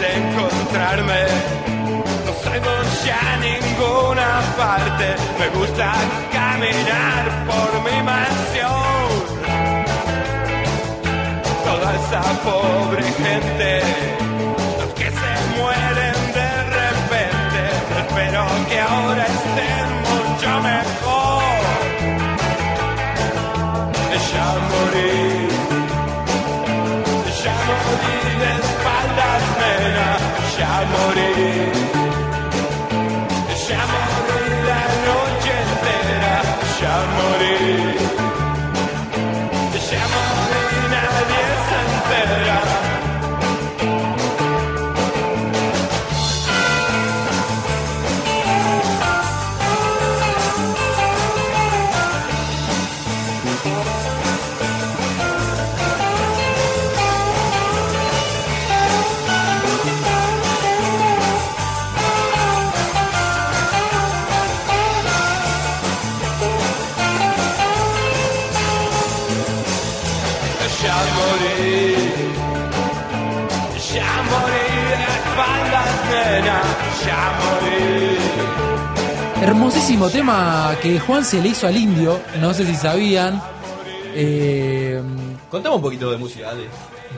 [SPEAKER 20] encontrarme. No salgo ya a ninguna parte. Me gusta caminar por mi mansión. Toda esa pobre gente, los que se mueren de repente. Espero que ahora estén mucho mejor. Ya morí, ya morí de espaldas, nena, ya morí. Ya morí la noche entera, ya morí. Ya morí, nadie se entera. Ya morí, ya morí de espaldas, nena, ya morí.
[SPEAKER 7] Hermosísimo tema que Juan se le hizo al indio, no sé si sabían. Eh,
[SPEAKER 9] Contame un poquito de música, Ale.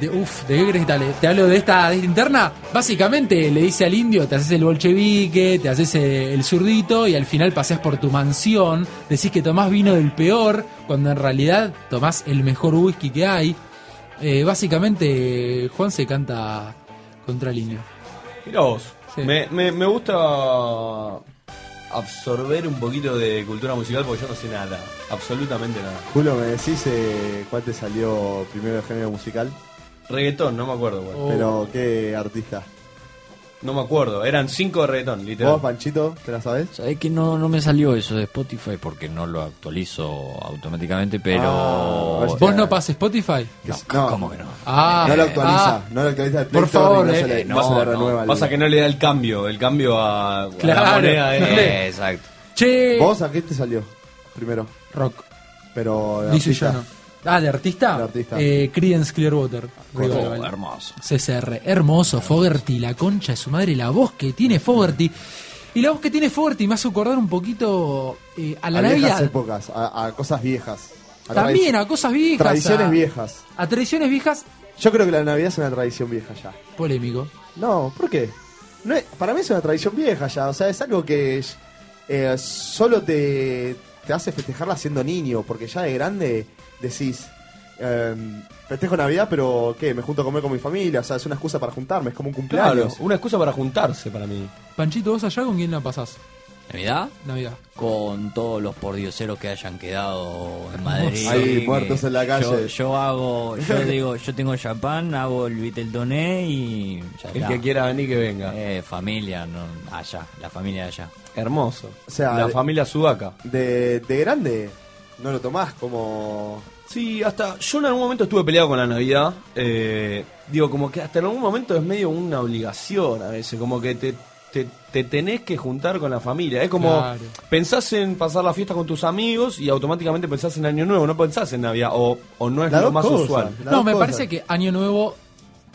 [SPEAKER 7] de, uf, ¿de qué crees que te hable? te hablo de esta, de esta interna? Básicamente le dice al indio, te haces el bolchevique, te haces eh, el zurdito y al final pasás por tu mansión, decís que tomás vino del peor, cuando en realidad tomás el mejor whisky que hay. Eh, básicamente Juan se canta contra el indio.
[SPEAKER 9] Mira vos. Me, me- me gusta absorber un poquito de cultura musical porque yo no sé nada. Absolutamente nada.
[SPEAKER 8] Julio, ¿me decís eh, cuál te salió primero de género musical?
[SPEAKER 9] Reggaetón, no me acuerdo cuál.
[SPEAKER 7] Oh.
[SPEAKER 8] Pero, ¿qué artista?
[SPEAKER 9] No me acuerdo. Eran cinco de reggaetón, literal.
[SPEAKER 8] ¿Vos, Panchito, te la sabés?
[SPEAKER 18] Sabés que no, no me salió eso de Spotify porque no lo actualizo automáticamente, pero.
[SPEAKER 7] Ah, ¿Vos no pasas Spotify?
[SPEAKER 18] No, ¿cómo que no?
[SPEAKER 7] Ah,
[SPEAKER 8] no lo actualiza,
[SPEAKER 7] ah.
[SPEAKER 8] no lo actualiza el Play
[SPEAKER 7] Por
[SPEAKER 8] Store
[SPEAKER 7] favor,
[SPEAKER 8] y no se
[SPEAKER 7] eh,
[SPEAKER 8] le,
[SPEAKER 7] eh,
[SPEAKER 8] no se le renueva. el-
[SPEAKER 9] Pasa que no le da el cambio, el cambio a, a la moneda.
[SPEAKER 8] no
[SPEAKER 9] eh.
[SPEAKER 8] le-
[SPEAKER 18] exacto.
[SPEAKER 7] Che.
[SPEAKER 8] ¿Vos a qué te salió primero?
[SPEAKER 7] Rock.
[SPEAKER 8] Pero de
[SPEAKER 7] Dice
[SPEAKER 8] artista.
[SPEAKER 7] yo no. Ah, de artista. Eh, Creedence Clearwater.
[SPEAKER 8] Oh,
[SPEAKER 7] Revival.
[SPEAKER 18] hermoso.
[SPEAKER 7] CCR. Hermoso. Fogerty, la concha de su madre, la voz que tiene Fogerty. Y la voz que tiene Fogerty me hace acordar un poquito eh, a la
[SPEAKER 8] viejas
[SPEAKER 7] Navidad.
[SPEAKER 8] épocas, a, a cosas viejas. A
[SPEAKER 7] También
[SPEAKER 8] tradici-
[SPEAKER 7] a cosas viejas.
[SPEAKER 8] Tradiciones
[SPEAKER 7] a-
[SPEAKER 8] viejas.
[SPEAKER 7] A tradiciones viejas.
[SPEAKER 8] Yo creo que la Navidad es una tradición vieja ya.
[SPEAKER 7] Polémico.
[SPEAKER 8] No, ¿por qué? No es- para mí es una tradición vieja ya. O sea, es algo que eh, solo te, te hace festejarla siendo niño. Porque ya de grande decís, em, festejo Navidad, pero ¿qué? Me junto a comer con mi familia. O sea, es una excusa para juntarme. Es como un
[SPEAKER 9] Claro,
[SPEAKER 8] cumpleaños.
[SPEAKER 9] una excusa para juntarse para mí.
[SPEAKER 7] Panchito, ¿vos allá con quién la pasás?
[SPEAKER 18] ¿Navidad?
[SPEAKER 7] Navidad.
[SPEAKER 18] Con todos los pordioseros que hayan quedado en Madrid.
[SPEAKER 8] Ahí,
[SPEAKER 18] que
[SPEAKER 8] muertos en la calle.
[SPEAKER 18] Yo, yo hago, yo digo, yo tengo champán, hago el Viteltoné y. ya
[SPEAKER 9] El
[SPEAKER 18] está.
[SPEAKER 9] que quiera venir que venga.
[SPEAKER 18] Eh, familia, no, allá, la familia de allá.
[SPEAKER 9] Hermoso.
[SPEAKER 8] O sea,
[SPEAKER 9] la
[SPEAKER 8] de-
[SPEAKER 9] familia Sudaca.
[SPEAKER 8] De, de grande no lo tomás como...
[SPEAKER 9] Sí, hasta yo en algún momento estuve peleado con la Navidad. eh, digo, como que hasta en algún momento es medio una obligación a veces, como que te, te, te tenés que juntar con la familia. Es como
[SPEAKER 21] Claro.
[SPEAKER 9] pensás en pasar la fiesta con tus amigos y automáticamente pensás en Año Nuevo, no pensás en Navidad o, o no es
[SPEAKER 8] Las
[SPEAKER 9] lo
[SPEAKER 8] dos
[SPEAKER 9] más
[SPEAKER 8] cosas,
[SPEAKER 9] usual.
[SPEAKER 7] No, me parece que Año Nuevo,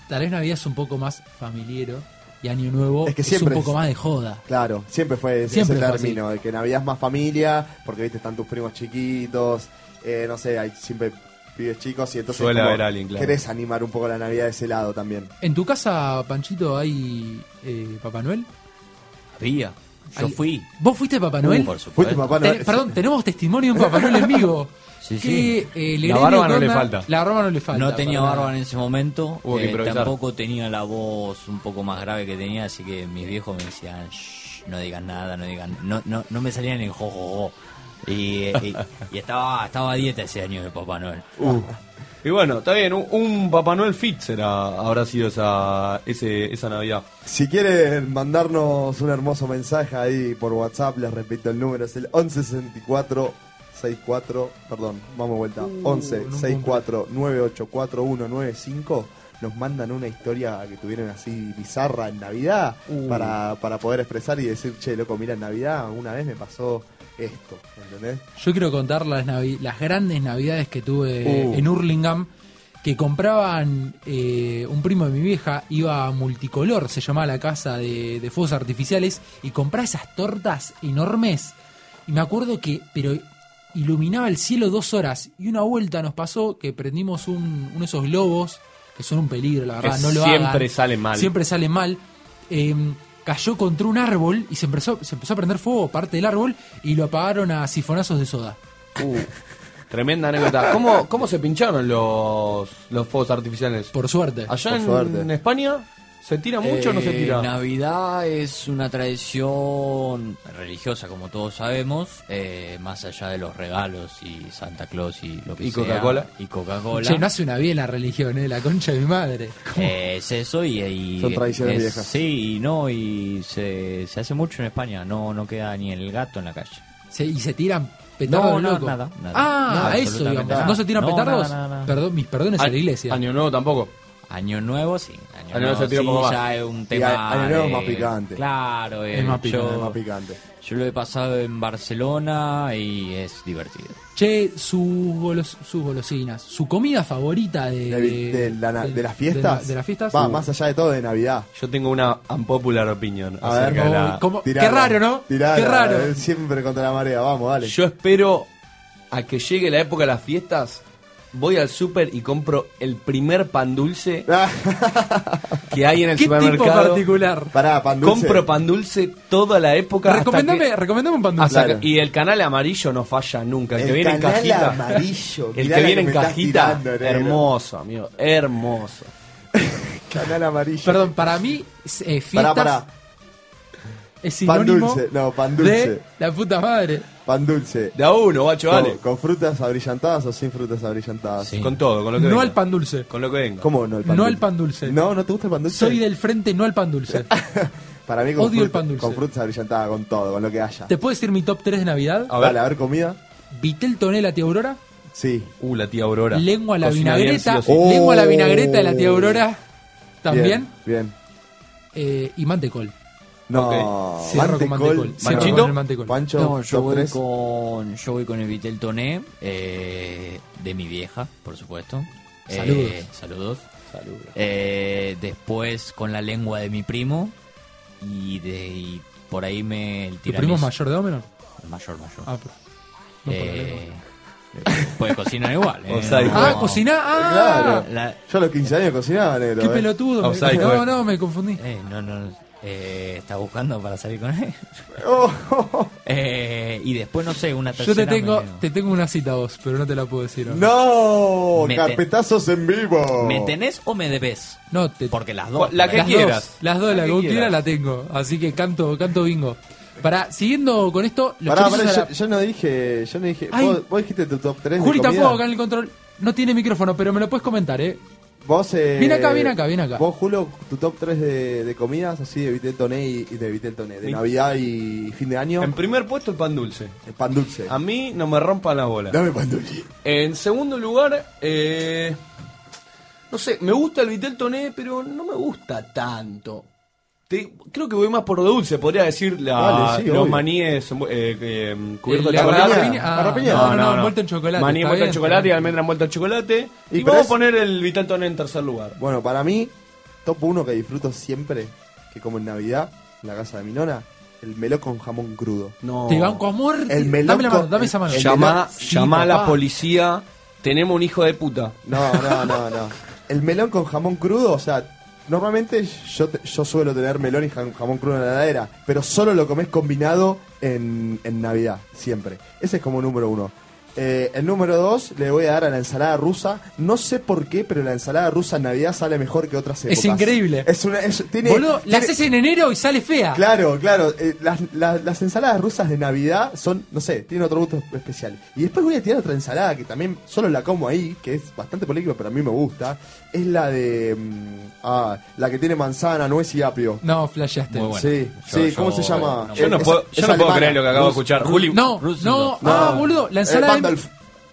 [SPEAKER 7] tal vez Navidad es un poco más familiero y Año Nuevo es,
[SPEAKER 8] que siempre
[SPEAKER 7] un poco
[SPEAKER 8] es-
[SPEAKER 7] más de joda.
[SPEAKER 8] Claro, siempre fue ese-
[SPEAKER 7] Siempre
[SPEAKER 8] ese
[SPEAKER 7] fue así.
[SPEAKER 8] término, de que Navidad es más familia, porque viste, están tus primos chiquitos, eh, no sé, hay siempre pibes chicos y entonces
[SPEAKER 9] Suele
[SPEAKER 8] como
[SPEAKER 9] haber alguien, claro.
[SPEAKER 8] querés animar un poco la Navidad de ese lado también.
[SPEAKER 7] ¿En tu casa, Panchito, hay eh, Papá Noel?
[SPEAKER 18] Había. Yo
[SPEAKER 7] Ahí-
[SPEAKER 18] fui.
[SPEAKER 7] ¿Vos fuiste Papá Noel?
[SPEAKER 18] Uh, por supuesto. Fuiste Papá Noel.
[SPEAKER 7] Te- perdón, tenemos testimonio de un Papá Noel en vivo.
[SPEAKER 18] Sí,
[SPEAKER 7] Que,
[SPEAKER 18] sí.
[SPEAKER 7] eh,
[SPEAKER 18] La
[SPEAKER 7] Legrelio
[SPEAKER 18] barba no le
[SPEAKER 7] Corna-
[SPEAKER 18] falta.
[SPEAKER 7] La barba no le falta.
[SPEAKER 18] no tenía
[SPEAKER 7] para
[SPEAKER 18] barba
[SPEAKER 7] nada.
[SPEAKER 18] en ese momento.
[SPEAKER 7] Hubo que
[SPEAKER 18] eh,
[SPEAKER 7] improvisar.
[SPEAKER 18] tampoco tenía la voz un poco más grave que tenía, así que mis viejos me decían, "Shh, no digan nada, no digan, no, no, no me salían en jojojo. Y, eh, y, y estaba, estaba a dieta ese año de Papá Noel.
[SPEAKER 9] Uh. Y bueno, está bien, un, un Papá Noel Fit será, habrá sido esa, ese, esa Navidad.
[SPEAKER 8] Si quieren mandarnos un hermoso mensaje ahí por WhatsApp, les repito el número, es el 1164 64, perdón, vamos de vuelta,
[SPEAKER 22] Uh,
[SPEAKER 8] 11
[SPEAKER 22] nunca
[SPEAKER 8] 64 984195 nos mandan una historia que tuvieron así bizarra en Navidad
[SPEAKER 22] Uh.
[SPEAKER 8] para, para poder expresar y decir, che, loco, mira, en Navidad una vez me pasó esto, ¿entendés?
[SPEAKER 7] Yo quiero contar las, navi- las grandes navidades que tuve
[SPEAKER 8] Uh.
[SPEAKER 7] en Hurlingham. que compraban eh, un primo de mi vieja, iba a multicolor, se llamaba la casa de, de fuegos artificiales, y compraba esas tortas enormes. Y me acuerdo que, pero iluminaba el cielo dos horas, y una vuelta nos pasó que prendimos un- uno de esos globos, que son un peligro, la
[SPEAKER 23] Que
[SPEAKER 7] verdad, no lo
[SPEAKER 23] siempre
[SPEAKER 7] hagan.
[SPEAKER 23] sale mal.
[SPEAKER 7] Siempre sale mal. Eh, cayó contra un árbol y se empezó, se empezó a prender fuego parte del árbol y lo apagaron a sifonazos de soda.
[SPEAKER 9] Uh, Tremenda anécdota. ¿Cómo, cómo se pincharon los, los fuegos artificiales?
[SPEAKER 7] Por suerte.
[SPEAKER 9] Allá
[SPEAKER 7] Por
[SPEAKER 9] en
[SPEAKER 7] suerte.
[SPEAKER 9] España se tira mucho o no se
[SPEAKER 18] Eh,
[SPEAKER 9] tira.
[SPEAKER 18] Navidad es una tradición religiosa, como todos sabemos, eh, más allá de los regalos y Santa Claus y lo que
[SPEAKER 7] Y
[SPEAKER 18] sea.
[SPEAKER 7] Coca-Cola.
[SPEAKER 18] Y Coca-Cola.
[SPEAKER 7] Che, no hace una bien la religión, eh, la concha de mi madre.
[SPEAKER 18] Eh, es eso y, y-
[SPEAKER 7] Son tradiciones
[SPEAKER 18] es-
[SPEAKER 7] viejas.
[SPEAKER 18] Sí, y no, y se, se hace mucho en España, no no queda ni el gato en la calle.
[SPEAKER 7] Se- y se tiran petardos
[SPEAKER 18] No, no,
[SPEAKER 7] locos.
[SPEAKER 18] nada, nada.
[SPEAKER 7] ah,
[SPEAKER 18] Nada,
[SPEAKER 7] eso,
[SPEAKER 18] absolutamente
[SPEAKER 7] digamos.
[SPEAKER 18] nada.
[SPEAKER 7] ¿No se tiran
[SPEAKER 18] No,
[SPEAKER 7] petardos?
[SPEAKER 18] nada, nada, nada.
[SPEAKER 7] Perdón, mis perdones a,
[SPEAKER 18] Ay,
[SPEAKER 7] la iglesia.
[SPEAKER 9] Año Nuevo tampoco.
[SPEAKER 18] Año Nuevo sí. Año,
[SPEAKER 7] Año Nuevo se tira
[SPEAKER 18] sí,
[SPEAKER 7] un poco más.
[SPEAKER 18] ya es un
[SPEAKER 7] Y
[SPEAKER 18] tema.
[SPEAKER 7] Año Nuevo es
[SPEAKER 18] de-
[SPEAKER 7] más picante.
[SPEAKER 18] Claro,
[SPEAKER 7] Es
[SPEAKER 18] eh,
[SPEAKER 7] más picante,
[SPEAKER 18] yo-
[SPEAKER 7] es más
[SPEAKER 18] Yo lo he pasado en Barcelona y es divertido.
[SPEAKER 7] Che, sus, golos- sus golosinas, su comida favorita de,
[SPEAKER 8] De- de la na- de las
[SPEAKER 7] De,
[SPEAKER 8] fiestas?
[SPEAKER 7] las fiestas. uh.
[SPEAKER 8] Va, más allá de todo de Navidad.
[SPEAKER 9] Yo tengo una unpopular opinion.
[SPEAKER 8] Ah. A ver,
[SPEAKER 9] acerca de la-
[SPEAKER 7] ¿cómo? Qué raro, ¿no?
[SPEAKER 8] Tirala,
[SPEAKER 7] Qué raro.
[SPEAKER 8] eh, Siempre contra la marea, vamos, dale.
[SPEAKER 9] Yo espero a que llegue la época de las fiestas. Voy al súper y compro el primer pan dulce que hay en el
[SPEAKER 7] ¿Qué tipo
[SPEAKER 9] supermercado.
[SPEAKER 7] particular?
[SPEAKER 8] Pará, pan
[SPEAKER 7] dulce.
[SPEAKER 9] Compro pan dulce toda la época. hasta
[SPEAKER 7] Recomendame,
[SPEAKER 9] que-
[SPEAKER 7] recomendame un pan dulce.
[SPEAKER 9] hasta que- y el canal amarillo no falla nunca. El,
[SPEAKER 7] Ah, El
[SPEAKER 9] que viene en
[SPEAKER 7] canal
[SPEAKER 9] cajita.
[SPEAKER 7] amarillo,
[SPEAKER 9] el
[SPEAKER 7] mirá
[SPEAKER 9] que
[SPEAKER 7] la
[SPEAKER 9] viene
[SPEAKER 7] que
[SPEAKER 9] en
[SPEAKER 7] me estás
[SPEAKER 9] cajita.
[SPEAKER 7] tirando, negro.
[SPEAKER 9] hermoso, amigo. Hermoso.
[SPEAKER 8] Canal amarillo.
[SPEAKER 7] Perdón, para mí, es, eh,
[SPEAKER 8] Pará,
[SPEAKER 7] fiestas
[SPEAKER 8] pará.
[SPEAKER 7] es
[SPEAKER 8] Pan
[SPEAKER 7] sinónimo
[SPEAKER 8] dulce, no, pan dulce.
[SPEAKER 7] de la puta madre.
[SPEAKER 8] Pan dulce.
[SPEAKER 9] De a uno, guacho,
[SPEAKER 8] ¿Con,
[SPEAKER 9] dale.
[SPEAKER 8] ¿Con frutas abrillantadas o sin frutas abrillantadas?
[SPEAKER 9] Con todo, con lo que
[SPEAKER 7] No
[SPEAKER 9] venga.
[SPEAKER 7] al pan dulce.
[SPEAKER 9] Con lo que venga.
[SPEAKER 8] ¿Cómo no el pan
[SPEAKER 7] No
[SPEAKER 8] dulce?
[SPEAKER 7] al pan dulce.
[SPEAKER 8] No, ¿no te gusta el pan dulce?
[SPEAKER 7] Soy del frente, no al pan dulce.
[SPEAKER 8] Para mí con
[SPEAKER 7] odio el
[SPEAKER 8] fruta-
[SPEAKER 7] pan dulce.
[SPEAKER 8] Con frutas abrillantadas, con todo, con lo que haya.
[SPEAKER 7] ¿Te puedo decir mi top 3 de Navidad?
[SPEAKER 8] A ver. Dale, a ver, comida.
[SPEAKER 7] Vitel Tonela Tía Aurora,
[SPEAKER 8] Sí. Oh.
[SPEAKER 9] Uh, la tía Aurora.
[SPEAKER 7] lengua a la
[SPEAKER 9] Cocina bien, sí
[SPEAKER 7] vinagreta,
[SPEAKER 9] o sí.
[SPEAKER 7] lengua a la vinagreta de la Tía Aurora también
[SPEAKER 8] Bien.
[SPEAKER 7] eh, y mantecol.
[SPEAKER 8] No.
[SPEAKER 7] Cierro con mantecol. Cierro con el mantecol.
[SPEAKER 8] Pancho,
[SPEAKER 18] No, yo
[SPEAKER 8] top
[SPEAKER 18] voy,
[SPEAKER 8] 3.
[SPEAKER 18] con, yo voy con el Vitel Toné, eh, de mi vieja, por supuesto. Eh,
[SPEAKER 7] Saludos.
[SPEAKER 18] saludos. Eh, después con la lengua de mi primo. Y, de, y por ahí me. El
[SPEAKER 7] ¿Tu
[SPEAKER 18] tiramisú.
[SPEAKER 7] primo es mayor de o menor?
[SPEAKER 18] Mayor, mayor.
[SPEAKER 7] Ah, pero- no, por la
[SPEAKER 18] Eh, pues cocina igual. eh,
[SPEAKER 8] O sea,
[SPEAKER 18] no-
[SPEAKER 7] Ah, cocina. Ah,
[SPEAKER 8] Claro. Yo a los 15 años cocinaba, negro.
[SPEAKER 7] qué
[SPEAKER 8] eh.
[SPEAKER 7] pelotudo. me- no, no, me confundí.
[SPEAKER 18] Eh, no, no. Eh, ¿Estás buscando para salir con él?
[SPEAKER 7] Oh.
[SPEAKER 18] Eh, y después, no sé, una
[SPEAKER 7] Yo
[SPEAKER 18] tercera.
[SPEAKER 7] te tengo,
[SPEAKER 18] me-
[SPEAKER 7] te tengo una cita a vos, pero no te la puedo decir. ahora.
[SPEAKER 8] ¡No!
[SPEAKER 18] Me te-
[SPEAKER 8] ¡Carpetazos en vivo!
[SPEAKER 18] ¿Me tenés o me debes?
[SPEAKER 7] No, te-
[SPEAKER 18] Porque las dos. me
[SPEAKER 7] las
[SPEAKER 18] debes.
[SPEAKER 7] Dos, las dos, la, que vos quieras la tengo. Así que canto, canto bingo. Para, siguiendo con esto, los
[SPEAKER 8] Pará,
[SPEAKER 7] chorizos
[SPEAKER 8] pará,
[SPEAKER 7] a la-
[SPEAKER 8] yo, yo no dije. Yo no dije
[SPEAKER 7] Ay.
[SPEAKER 8] vos, vos dijiste tu top 3.
[SPEAKER 7] Juli
[SPEAKER 8] de comida.
[SPEAKER 7] tampoco acá en el control. No tiene micrófono, pero me lo puedes comentar, eh.
[SPEAKER 8] Vos, eh,
[SPEAKER 7] Viene acá, viene acá, viene acá.
[SPEAKER 8] Vos, Julio, tu top 3 de, de comidas, así de Vitel Toné y y de Vitel Toné,
[SPEAKER 9] Mi-
[SPEAKER 8] de
[SPEAKER 9] Em-
[SPEAKER 8] Navidad y fin de año.
[SPEAKER 9] En primer puesto el pan dulce.
[SPEAKER 8] El pan dulce.
[SPEAKER 9] A mí no me rompan la bola.
[SPEAKER 8] Dame pan dulce.
[SPEAKER 9] En segundo lugar, eh, no sé, me gusta el Vitel Toné, pero no me gusta tanto. Te- creo que voy más por lo dulce, podría decir la,
[SPEAKER 23] Dale, sí,
[SPEAKER 9] Ah, los
[SPEAKER 23] obvio.
[SPEAKER 9] maníes eh, eh, cubiertos de
[SPEAKER 7] La
[SPEAKER 9] chocolate.
[SPEAKER 7] rapiña. Ah, rapiña. No, no, envuelto en chocolate,
[SPEAKER 9] Maní
[SPEAKER 7] está
[SPEAKER 9] envuelto en
[SPEAKER 7] bien,
[SPEAKER 9] chocolate
[SPEAKER 7] está
[SPEAKER 9] y
[SPEAKER 7] bien.
[SPEAKER 9] almendra envuelta en chocolate. Y,
[SPEAKER 8] pero
[SPEAKER 9] vamos
[SPEAKER 8] es-
[SPEAKER 9] a poner el Vitel Toné en tercer lugar.
[SPEAKER 8] Bueno, para mí, top 1 que disfruto siempre, que como en Navidad, en la casa de mi nona, el melón con jamón crudo.
[SPEAKER 9] No.
[SPEAKER 7] Te banco a muerte.
[SPEAKER 8] El melón
[SPEAKER 7] dame la mano,
[SPEAKER 8] con-
[SPEAKER 7] dame esa mano.
[SPEAKER 8] el
[SPEAKER 9] Llamá,
[SPEAKER 8] melón- Ah, Sí,
[SPEAKER 9] llamá a la
[SPEAKER 8] papá.
[SPEAKER 9] policía, tenemos un hijo de puta.
[SPEAKER 8] No, no, no, no. El melón con jamón crudo, o sea, normalmente yo, te- yo suelo tener melón y jam- jamón crudo en la heladera, pero solo lo comés combinado en, en Navidad, siempre. Ese es como número uno. Eh, el número dos le voy a dar a la ensalada rusa. No sé por qué, pero la ensalada rusa en Navidad sale mejor que otras
[SPEAKER 7] Es
[SPEAKER 8] épocas.
[SPEAKER 7] increíble.
[SPEAKER 8] Es una, es- tiene,
[SPEAKER 7] Boludo, la
[SPEAKER 8] tiene-
[SPEAKER 7] haces en enero y sale fea.
[SPEAKER 8] Claro, claro. eh, las, las- las ensaladas rusas de Navidad son, no sé, tienen otro gusto especial. Y después voy a tirar otra ensalada que también solo la como ahí, que es bastante polémica, pero a mí me gusta. Es la de. mm, ah, la que tiene manzana, nuez y apio.
[SPEAKER 7] No, flasheaste.
[SPEAKER 8] Sí, sí, ¿cómo se llama?
[SPEAKER 9] Yo no
[SPEAKER 8] Eh,
[SPEAKER 9] puedo-
[SPEAKER 8] es-
[SPEAKER 9] yo
[SPEAKER 8] es
[SPEAKER 9] no puedo
[SPEAKER 8] alemana.
[SPEAKER 9] creer lo que acabo de
[SPEAKER 8] Rus-
[SPEAKER 9] escuchar.
[SPEAKER 8] Rus-
[SPEAKER 9] Juli-
[SPEAKER 7] No, no, ah, boludo, la ensalada
[SPEAKER 8] Eh,
[SPEAKER 7] de-
[SPEAKER 8] Pandolf.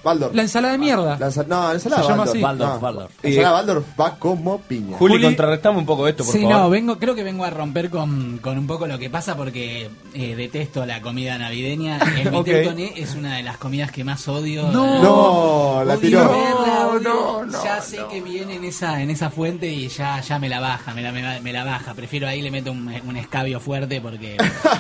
[SPEAKER 8] Baldor.
[SPEAKER 7] La ensalada de mierda.
[SPEAKER 8] no, la ensalada
[SPEAKER 7] Se llama
[SPEAKER 8] Baldor.
[SPEAKER 7] así.
[SPEAKER 8] Baldor,
[SPEAKER 7] No.
[SPEAKER 8] Baldor.
[SPEAKER 7] Eh,
[SPEAKER 8] Ah, Ensalada Baldor va como piña.
[SPEAKER 9] Juli, contrarrestame un poco esto, por
[SPEAKER 11] Sí,
[SPEAKER 9] favor.
[SPEAKER 11] no, vengo, creo que vengo a romper con, con un poco lo que pasa porque eh, detesto la comida navideña. El
[SPEAKER 8] Ok.
[SPEAKER 11] miteutone es una de las comidas que más odio.
[SPEAKER 8] No.
[SPEAKER 11] Eh,
[SPEAKER 8] No, la
[SPEAKER 11] odio
[SPEAKER 8] tiró.
[SPEAKER 11] verla,
[SPEAKER 8] No,
[SPEAKER 11] odio-
[SPEAKER 8] no, no,
[SPEAKER 11] Ya sé que viene en esa, en esa fuente y ya, ya me la baja, me la, me, la- me la baja. Prefiero ahí le meto un, un escabio fuerte porque...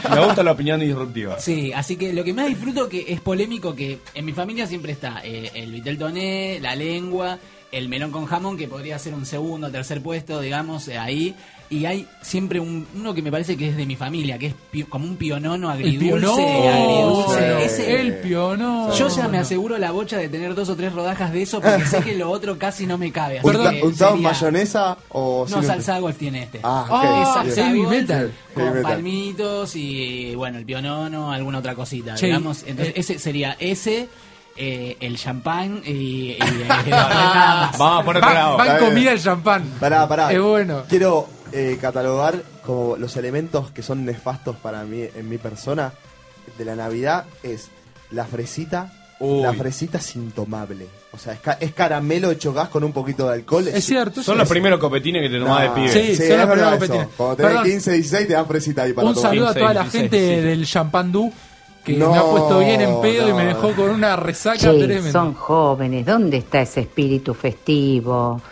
[SPEAKER 9] Me gusta la opinión disruptiva.
[SPEAKER 11] Sí, así que lo que más disfruto que es polémico que en mi familia siempre está eh, el vitel toné, la lengua, el melón con jamón que podría ser un segundo, tercer puesto, digamos, eh, ahí y hay siempre un- uno que me parece que es de mi familia, que es pi- como un pionono
[SPEAKER 7] El
[SPEAKER 11] agridulce,
[SPEAKER 7] pionono.
[SPEAKER 11] agridulce. Ese-
[SPEAKER 7] El pionono.
[SPEAKER 11] yo ya me aseguro la bocha de tener dos o tres rodajas de eso porque sé que lo otro casi no me cabe. así
[SPEAKER 8] ¿Un, ta-
[SPEAKER 11] que
[SPEAKER 8] un tao
[SPEAKER 11] sería-
[SPEAKER 8] mayonesa o
[SPEAKER 11] no,
[SPEAKER 8] sin-
[SPEAKER 11] salsa de golf tiene este.
[SPEAKER 8] Ah,
[SPEAKER 7] Oh,
[SPEAKER 8] ok, Ah,
[SPEAKER 11] Salsa de
[SPEAKER 8] heavy
[SPEAKER 11] golf
[SPEAKER 8] metal.
[SPEAKER 11] Con
[SPEAKER 8] Heavy metal.
[SPEAKER 11] palmitos y, bueno, el pionono, alguna otra cosita,
[SPEAKER 7] Che,
[SPEAKER 11] digamos.
[SPEAKER 7] y-
[SPEAKER 11] Entonces,
[SPEAKER 7] eh,
[SPEAKER 11] ese sería ese, eh, el champán y... y- eh, y- nada más.
[SPEAKER 7] Van- Van comida el champán.
[SPEAKER 8] Pará, pará.
[SPEAKER 7] Es bueno.
[SPEAKER 8] Quiero eh, catalogar como los elementos que son nefastos para mí en mi persona de la Navidad es la fresita. La fresita es intomable. O sea, es, ca- es caramelo hecho gas con un poquito de alcohol.
[SPEAKER 7] Es cierto,
[SPEAKER 9] Son los primeros copetines que te
[SPEAKER 8] No,
[SPEAKER 9] tomás de pibe.
[SPEAKER 8] Sí, es
[SPEAKER 7] los
[SPEAKER 8] verdad
[SPEAKER 7] primeros
[SPEAKER 8] eso.
[SPEAKER 7] copetines.
[SPEAKER 8] Cuando tenés
[SPEAKER 7] Perdón.
[SPEAKER 8] 15, 16 te dan fresita ahí para
[SPEAKER 7] Un
[SPEAKER 8] tomar.
[SPEAKER 7] saludo a toda la
[SPEAKER 8] 16,
[SPEAKER 7] gente
[SPEAKER 8] 16.
[SPEAKER 7] del champandú que
[SPEAKER 8] No,
[SPEAKER 7] me ha puesto bien en pedo y me
[SPEAKER 8] no.
[SPEAKER 7] dejó con una resaca
[SPEAKER 24] Che,
[SPEAKER 7] tremenda.
[SPEAKER 24] son jóvenes, ¿dónde está ese espíritu festivo?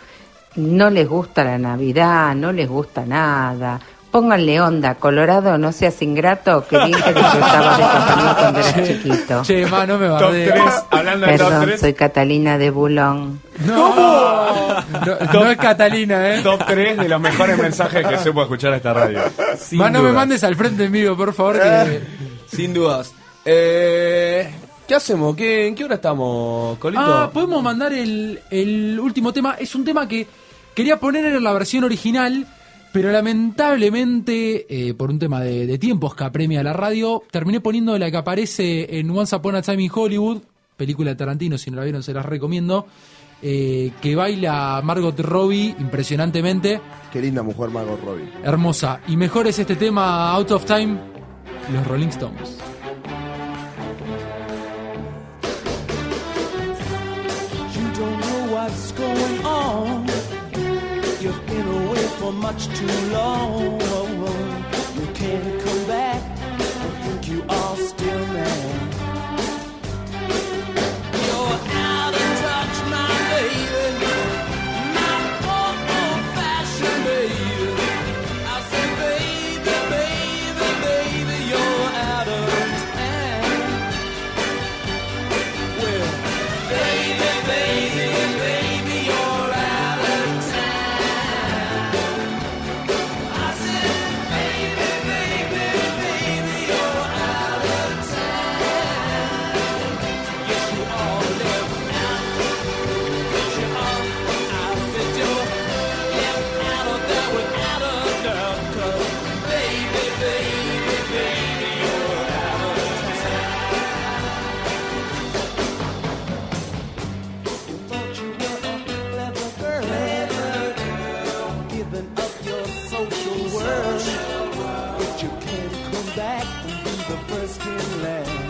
[SPEAKER 24] No les gusta la Navidad, no les gusta nada. Pónganle onda, Colorado, no seas ingrato, que bien que disfrutabas de tu familia cuando eras chiquito.
[SPEAKER 7] Che, ma, no me
[SPEAKER 24] Top
[SPEAKER 7] bardees.
[SPEAKER 24] tres, Perdón, soy Catalina de Bulón.
[SPEAKER 7] No, no es Catalina, ¿eh?
[SPEAKER 9] Top 3 de los mejores mensajes que se puede escuchar a esta radio. Sin
[SPEAKER 7] Más no me
[SPEAKER 9] dudas.
[SPEAKER 7] mandes al frente mío, por favor. que-
[SPEAKER 15] Sin dudas. Eh, ¿Qué hacemos? ¿Qué, ¿En qué hora estamos, Colito?
[SPEAKER 7] Ah, podemos mandar el, el último tema. Es un tema que quería poner en la versión original, pero lamentablemente, eh, por un tema de, de tiempos que apremia la radio, terminé poniendo la que aparece en Once Upon a Time in Hollywood, película de Tarantino, si no la vieron se las recomiendo, eh, que baila Margot Robbie impresionantemente.
[SPEAKER 8] Qué linda mujer Margot Robbie.
[SPEAKER 7] Hermosa. Y mejor es este tema, Out of Time, los Rolling Stones.
[SPEAKER 2] You don't know what's going on. You've been away for much too long. You can't come back. I think you are still mad. You're out of touch, my baby. My old, old fashioned baby. I said, baby, baby, baby, you're out of town. Well, Baby, baby, baby, you're out of time. I said, baby, baby, baby, you're out of time. Yes, you are left out. Yes, you are. I said you're left out of there without a doubt. 'Cause baby, baby, baby, you're out of time. thought you were a clever girl, giving up your social world, but you can't come back and be the first in line.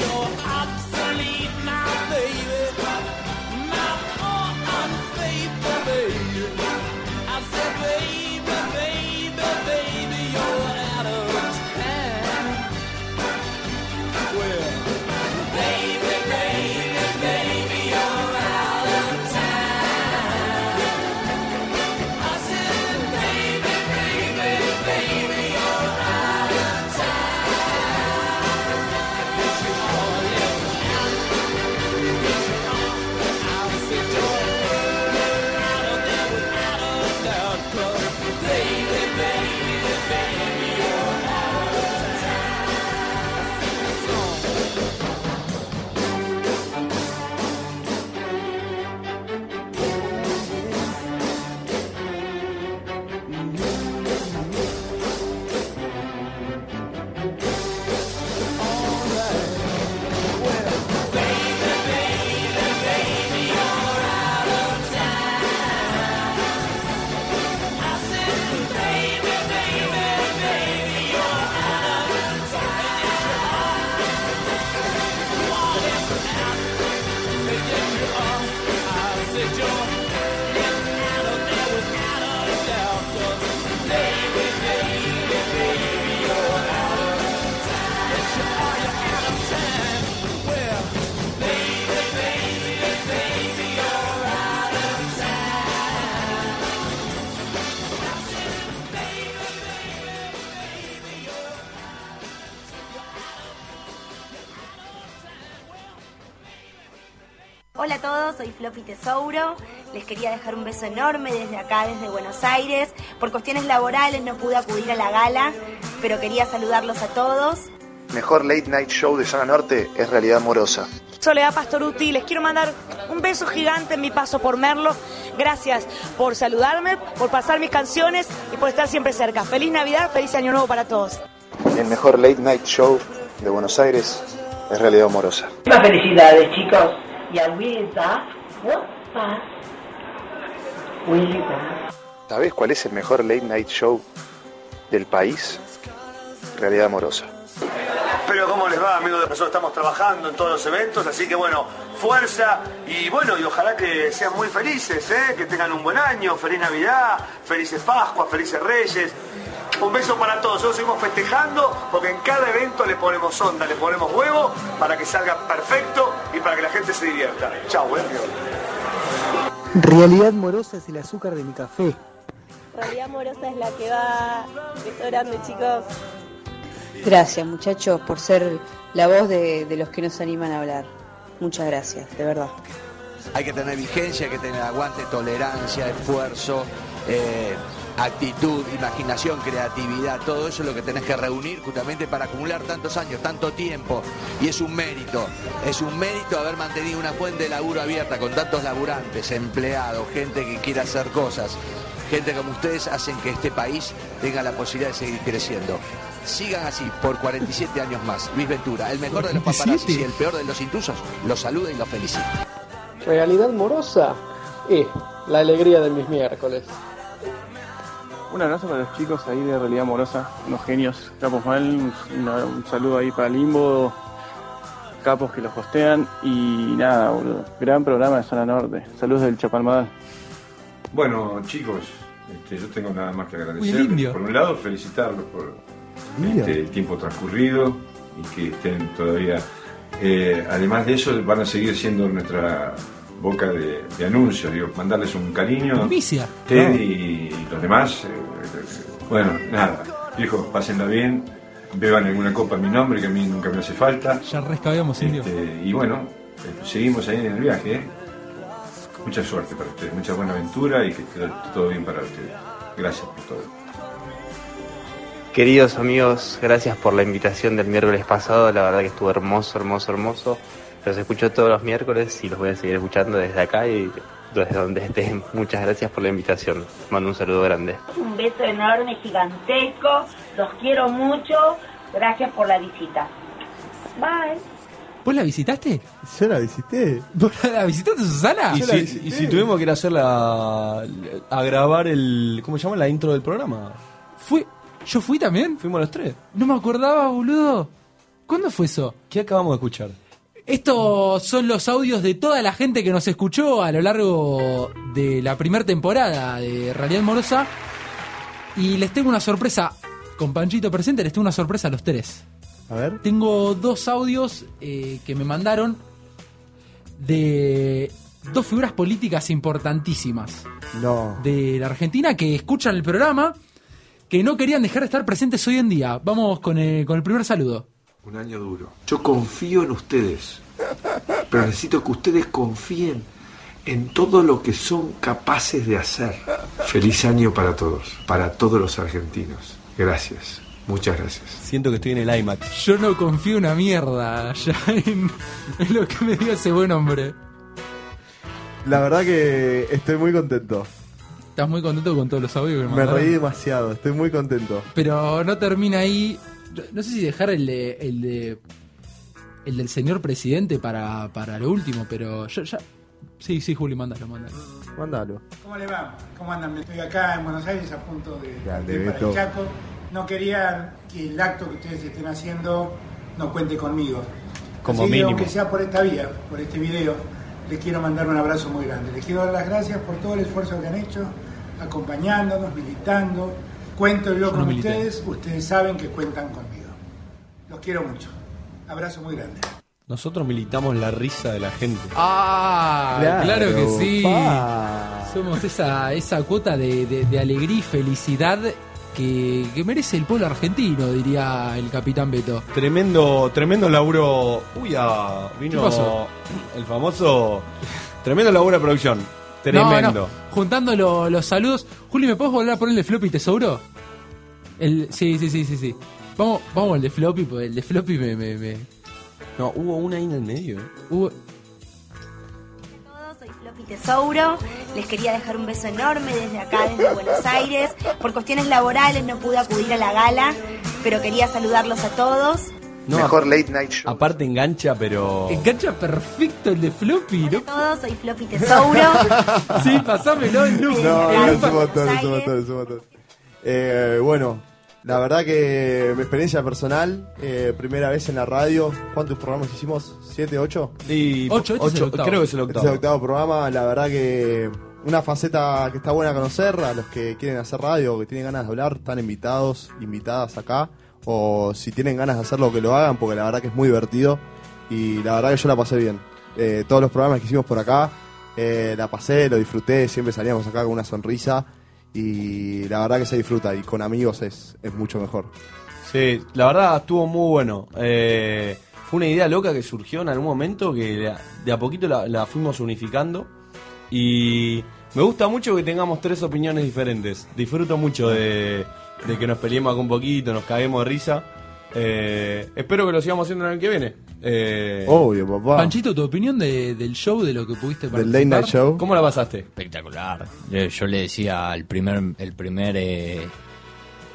[SPEAKER 2] You're obsolete now, baby, my poor unfaithful baby. I said, baby, baby, baby, you're out of time. Well. Baby, baby, baby, you're out of time. I said, baby, baby, baby,
[SPEAKER 25] Hola a todos, soy Floppy Tesouro. Les quería dejar un beso enorme desde acá, desde Buenos Aires. Por cuestiones laborales no pude acudir a la gala, pero quería saludarlos a todos.
[SPEAKER 23] Mejor late night show de zona norte es realidad morosa.
[SPEAKER 26] Soledad Pastoruti, les quiero mandar un beso gigante en mi paso por Merlo. Gracias por saludarme, por pasar mis canciones y por estar siempre cerca. Feliz Navidad, feliz Año Nuevo para todos.
[SPEAKER 23] El mejor late night show de Buenos Aires es realidad morosa.
[SPEAKER 27] Muchas felicidades, chicos. Y agüita, guapa, agüita.
[SPEAKER 23] ¿Sabés cuál es el mejor late night show del país? Realidad morosa.
[SPEAKER 28] Pero ¿cómo les va, amigos de Nosotros Estamos trabajando en todos los eventos, así que bueno, fuerza y bueno, y ojalá que sean muy felices, ¿eh? que tengan un buen año, feliz Navidad, felices Pascuas, felices Reyes. Un beso para todos, nosotros seguimos festejando porque en cada evento le ponemos onda, le ponemos huevo para que salga perfecto y para que la gente se divierta. Chao, buen día.
[SPEAKER 29] Realidad morosa es el azúcar de mi café.
[SPEAKER 30] Realidad Morosa es la que va. Beso grande, chicos.
[SPEAKER 31] Gracias muchachos por ser la voz de, de los que nos animan a hablar. Muchas gracias, de verdad.
[SPEAKER 10] Hay que tener vigencia, hay que tener aguante, tolerancia, esfuerzo, eh, actitud, imaginación, creatividad. Todo eso es lo que tenés que reunir justamente para acumular tantos años, tanto tiempo. Y es un mérito, es un mérito haber mantenido una fuente de laburo abierta con tantos laburantes, empleados, gente que quiere hacer cosas. Gente como ustedes hacen que este país tenga la posibilidad de seguir creciendo. Sigan así por 47 años más. Luis Ventura, el mejor de los paparazzi y el peor de los intrusos, los saluda y los felicita.
[SPEAKER 32] Realidad morosa y la alegría de mis miércoles.
[SPEAKER 33] Un abrazo para los chicos ahí de Realidad Amorosa, unos genios, capos mal, un, una- un saludo ahí para Limbo, capos que los costean y nada, boludo. Gran programa de Zona Norte. Saludos del Chapalmadal.
[SPEAKER 23] Bueno, chicos, este, yo tengo nada más que
[SPEAKER 33] Uy, el
[SPEAKER 23] agradecer.
[SPEAKER 33] indio.
[SPEAKER 23] Por un lado, felicitarlos por
[SPEAKER 5] Mira.
[SPEAKER 23] este, el tiempo transcurrido y que estén todavía. eh, además de eso, van a seguir siendo nuestra boca de, de anuncios. Digo, mandarles un cariño.
[SPEAKER 7] Propicia.
[SPEAKER 23] Ted y los demás. eh, eh, Bueno, nada. Viejos, pásenla bien. Beban alguna copa en mi nombre, que a mí nunca me hace falta.
[SPEAKER 7] Ya rescabíamos, indio.
[SPEAKER 23] Este, y bueno, eh, seguimos ahí en el viaje. ¿eh? Mucha suerte para ustedes, mucha buena aventura y que esté todo bien para ustedes. Gracias por todo.
[SPEAKER 32] Queridos amigos, gracias por la invitación del miércoles pasado. La verdad que estuvo hermoso, hermoso, hermoso. Los escucho todos los miércoles y los voy a seguir escuchando desde acá y desde donde estén. Muchas gracias por la invitación. Mando un saludo grande.
[SPEAKER 30] Un beso enorme, gigantesco. Los quiero mucho. Gracias por la visita. Bye.
[SPEAKER 8] Pues
[SPEAKER 7] ¿Vos la visitaste?
[SPEAKER 8] Yo la visité.
[SPEAKER 7] ¿La visitaste, Susana?
[SPEAKER 15] Y si, y si tuvimos que ir a hacer la. a grabar el. ¿Cómo se llama? La intro del programa.
[SPEAKER 7] Fue. ¿Yo fui también?
[SPEAKER 15] Fuimos los tres.
[SPEAKER 7] No me acordaba, boludo. ¿Cuándo fue eso?
[SPEAKER 15] ¿Qué acabamos de escuchar?
[SPEAKER 7] Estos son los audios de toda la gente que nos escuchó a lo largo de la primera temporada de Realidad Morosa. Y les tengo una sorpresa. Con Panchito presente, les tengo una sorpresa a los tres.
[SPEAKER 8] A ver.
[SPEAKER 7] Tengo dos audios eh, que me mandaron de dos figuras políticas importantísimas
[SPEAKER 8] No.
[SPEAKER 7] de la Argentina que escuchan el programa, que no querían dejar de estar presentes hoy en día. Vamos con el, con el primer saludo.
[SPEAKER 33] Un año duro. Yo confío en ustedes, pero necesito que ustedes confíen en todo lo que son capaces de hacer. Feliz año para todos, para todos los argentinos. Gracias, muchas gracias.
[SPEAKER 15] Siento que estoy en el iMac.
[SPEAKER 7] Yo no confío una mierda ya en, en lo que me dio ese buen hombre.
[SPEAKER 8] La verdad que estoy muy contento.
[SPEAKER 7] Estás muy contento con todos los audios que me
[SPEAKER 8] Me
[SPEAKER 7] mandaron?
[SPEAKER 8] reí demasiado, estoy muy contento.
[SPEAKER 7] Pero no termina ahí. No- No sé si dejar el de. El, de- el del señor presidente para, para lo último, pero yo ya. Sí, sí, Juli, mándalo, mándalo.
[SPEAKER 8] Mándalo.
[SPEAKER 34] ¿Cómo le va? ¿Cómo andan? Estoy acá en Buenos Aires a punto de
[SPEAKER 8] Grande,
[SPEAKER 34] partir para
[SPEAKER 8] Beto.
[SPEAKER 34] el Chaco. No quería que el acto que ustedes estén haciendo no cuente conmigo.
[SPEAKER 15] Como
[SPEAKER 34] Así que,
[SPEAKER 15] mínimo.
[SPEAKER 34] aunque sea por esta vía, por este video, les quiero mandar un abrazo muy grande. Les quiero dar las gracias por todo el esfuerzo que han hecho, acompañándonos, militando. Cuento yo
[SPEAKER 7] no
[SPEAKER 34] con
[SPEAKER 7] milité.
[SPEAKER 34] ustedes, ustedes saben que cuentan conmigo. Los quiero mucho. Abrazo muy grande.
[SPEAKER 15] Nosotros militamos la risa de la gente.
[SPEAKER 7] Ah, claro,
[SPEAKER 15] Claro,
[SPEAKER 7] que sí.
[SPEAKER 15] pa.
[SPEAKER 7] Somos esa, esa cuota de, de- de alegría y felicidad que, que merece el pueblo argentino, diría el capitán Beto.
[SPEAKER 9] Tremendo, tremendo laburo. Uy, ah, vino
[SPEAKER 7] ¿Qué pasó?
[SPEAKER 9] el famoso. Tremendo laburo de producción. Tremendo.
[SPEAKER 7] No, no. Juntando lo- los saludos. Juli, ¿me puedes volver a poner el de Floppy Tesoro? El, sí, sí, sí, sí, sí. Vamos, vamos al de Floppy, porque el de Floppy me... me, me-
[SPEAKER 9] No, hubo una ahí en el medio. eh.
[SPEAKER 7] Hubo-
[SPEAKER 25] Floppy Tesouro. Les quería dejar un beso enorme desde acá, desde Buenos Aires. Por cuestiones laborales no pude acudir a la gala, pero quería saludarlos a todos.
[SPEAKER 9] Mejor late night show. Aparte engancha, pero.
[SPEAKER 7] Engancha perfecto el de Floppy, ¿no?
[SPEAKER 25] A todos, soy Floppy Tesouro.
[SPEAKER 7] Sí, pasámelo en
[SPEAKER 8] No, no, es un montón, es un montón, es un montón. Eh, bueno, la verdad que mi experiencia personal, eh, primera vez en la radio, ¿cuántos programas hicimos? ¿Siete, ocho?
[SPEAKER 9] Y
[SPEAKER 7] Ocho, este es el ocho, octavo. creo que es el
[SPEAKER 8] Este
[SPEAKER 7] octavo.
[SPEAKER 8] programa, la verdad que una faceta que está buena conocer, a los que quieren hacer radio, que tienen ganas de hablar, están invitados, invitadas acá, o si tienen ganas de hacerlo, que lo hagan, porque la verdad que es muy divertido y la verdad que yo la pasé bien. Eh, todos los programas que hicimos por acá, eh, la pasé, lo disfruté, siempre salíamos acá con una sonrisa y la verdad que se disfruta y con amigos es, es mucho mejor.
[SPEAKER 9] Sí, la verdad estuvo muy bueno. Eh, fue una idea loca que surgió en algún momento que de a, de a poquito la, la fuimos unificando. Y me gusta mucho que tengamos tres opiniones diferentes. Disfruto mucho de, de que nos peleemos acá un poquito, nos caguemos de risa. Eh, espero que lo sigamos haciendo en el que viene. Eh,
[SPEAKER 8] Obvio, papá.
[SPEAKER 7] Panchito, tu opinión de- del show, de lo que pudiste participar.
[SPEAKER 9] ¿Cómo la pasaste?
[SPEAKER 18] Espectacular. Yo, Eh, yo le decía al primer, el primer eh, eh,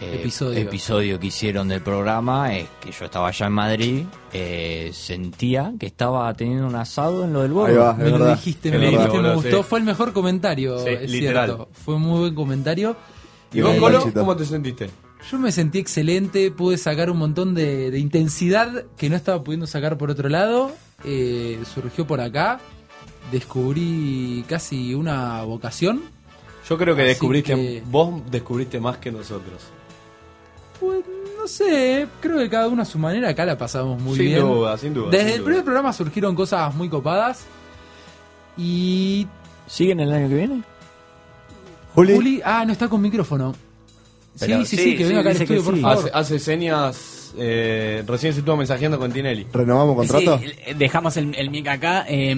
[SPEAKER 7] Episodio.
[SPEAKER 18] episodio que hicieron del programa es que yo estaba allá en Madrid, eh, sentía que estaba teniendo un asado en lo del
[SPEAKER 7] Ahí
[SPEAKER 18] borde.
[SPEAKER 7] va, es Me lo verdad. dijiste, me lo dijiste, me gustó. Fue el mejor comentario,
[SPEAKER 18] Sí,
[SPEAKER 7] es
[SPEAKER 18] literal.
[SPEAKER 7] cierto. Fue un muy buen comentario.
[SPEAKER 9] ¿Y vos, Colo,
[SPEAKER 7] Panchito.
[SPEAKER 9] cómo te sentiste?
[SPEAKER 7] Yo me sentí excelente, pude sacar un montón de, de intensidad que no estaba pudiendo sacar por otro lado. Eh, surgió por acá, descubrí casi una vocación.
[SPEAKER 9] Yo creo que
[SPEAKER 7] Así
[SPEAKER 9] descubriste,
[SPEAKER 7] que-
[SPEAKER 9] vos descubriste más que nosotros.
[SPEAKER 7] Pues, no sé, creo que cada uno a su manera acá la pasamos muy
[SPEAKER 9] Sin
[SPEAKER 7] bien.
[SPEAKER 9] duda, sin duda,
[SPEAKER 7] Desde
[SPEAKER 9] sin
[SPEAKER 7] el
[SPEAKER 9] duda.
[SPEAKER 7] primer programa surgieron cosas muy copadas. Y.
[SPEAKER 18] ¿Siguen el año que viene?
[SPEAKER 7] Juli. ah, no está con micrófono. sí, sí, sí, que venga acá al estudio, por favor.
[SPEAKER 9] Hace, hace señas, eh, recién se estuvo mensajeando con Tinelli.
[SPEAKER 8] ¿Renovamos
[SPEAKER 9] contrato?
[SPEAKER 11] Sí, eh, dejamos el, el mic acá. eh,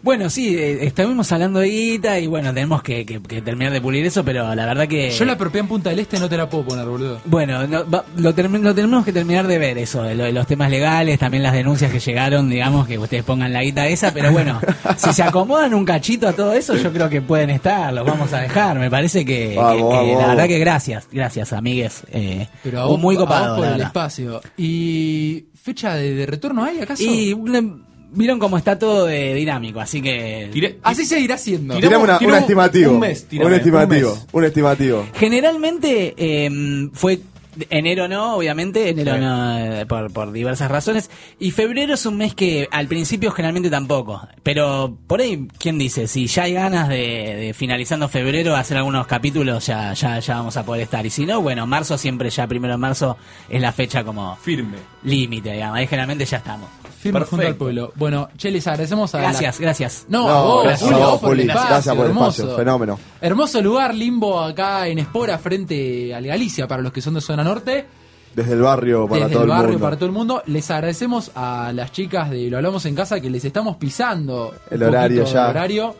[SPEAKER 11] bueno, sí, eh, estuvimos hablando de guita y bueno, tenemos que, que- que terminar de pulir eso, pero la verdad que...
[SPEAKER 7] Yo la propia en Punta del Este no te la puedo poner, boludo.
[SPEAKER 11] Bueno, no, va- lo, termi- lo tenemos que terminar de ver eso, de lo de los temas legales, también las denuncias que llegaron, digamos, que ustedes pongan la guita esa, pero bueno, si se acomodan un cachito a todo eso, yo creo que pueden estar, los vamos a dejar, me parece que, que-
[SPEAKER 7] Vamos,
[SPEAKER 11] que
[SPEAKER 7] vamos,
[SPEAKER 11] la verdad
[SPEAKER 7] vamos.
[SPEAKER 11] que gracias, gracias amigues, eh,
[SPEAKER 7] Pero a vos-
[SPEAKER 11] muy
[SPEAKER 7] a vos
[SPEAKER 11] copado.
[SPEAKER 7] por
[SPEAKER 11] la
[SPEAKER 7] el
[SPEAKER 11] verdad.
[SPEAKER 7] espacio. ¿Y fecha de, de retorno hay acaso?
[SPEAKER 11] Y mm, vieron cómo está todo de dinámico, así que...
[SPEAKER 7] Así seguirá siendo.
[SPEAKER 8] Tirame una- un estimativo.
[SPEAKER 11] un mes, tirame,
[SPEAKER 8] un estimativo.
[SPEAKER 11] un mes.
[SPEAKER 8] un estimativo.
[SPEAKER 11] Generalmente eh, fue enero no, obviamente, enero no, eh, por, por diversas razones. Y febrero es un mes que al principio generalmente tampoco. Pero por ahí, ¿quién dice? Si ya hay ganas de, de finalizando febrero hacer algunos capítulos, ya, ya, ya vamos a poder estar. Y si no, bueno, marzo siempre ya, primero de marzo es la fecha como...
[SPEAKER 9] Firme.
[SPEAKER 11] Límite, digamos. Ahí generalmente ya estamos.
[SPEAKER 7] Firme junto al pueblo. Bueno, Che, les agradecemos a.
[SPEAKER 11] Gracias,
[SPEAKER 7] la-
[SPEAKER 11] gracias.
[SPEAKER 7] No, a vos,
[SPEAKER 8] gracias,
[SPEAKER 7] Julio,
[SPEAKER 8] a vos,
[SPEAKER 7] vos por el
[SPEAKER 8] Juli.
[SPEAKER 7] espacio,
[SPEAKER 8] gracias por el
[SPEAKER 7] hermoso.
[SPEAKER 8] espacio, fenómeno.
[SPEAKER 7] Hermoso lugar, limbo acá en Espora, frente al Galicia, para los que son de zona norte.
[SPEAKER 8] Desde el barrio para
[SPEAKER 7] desde
[SPEAKER 8] todo
[SPEAKER 7] el barrio
[SPEAKER 8] mundo.
[SPEAKER 7] para todo el mundo. Les agradecemos a las chicas de Lo Hablamos en Casa que les estamos pisando
[SPEAKER 8] El
[SPEAKER 7] un
[SPEAKER 8] horario
[SPEAKER 7] poquito
[SPEAKER 8] ya.
[SPEAKER 7] el horario.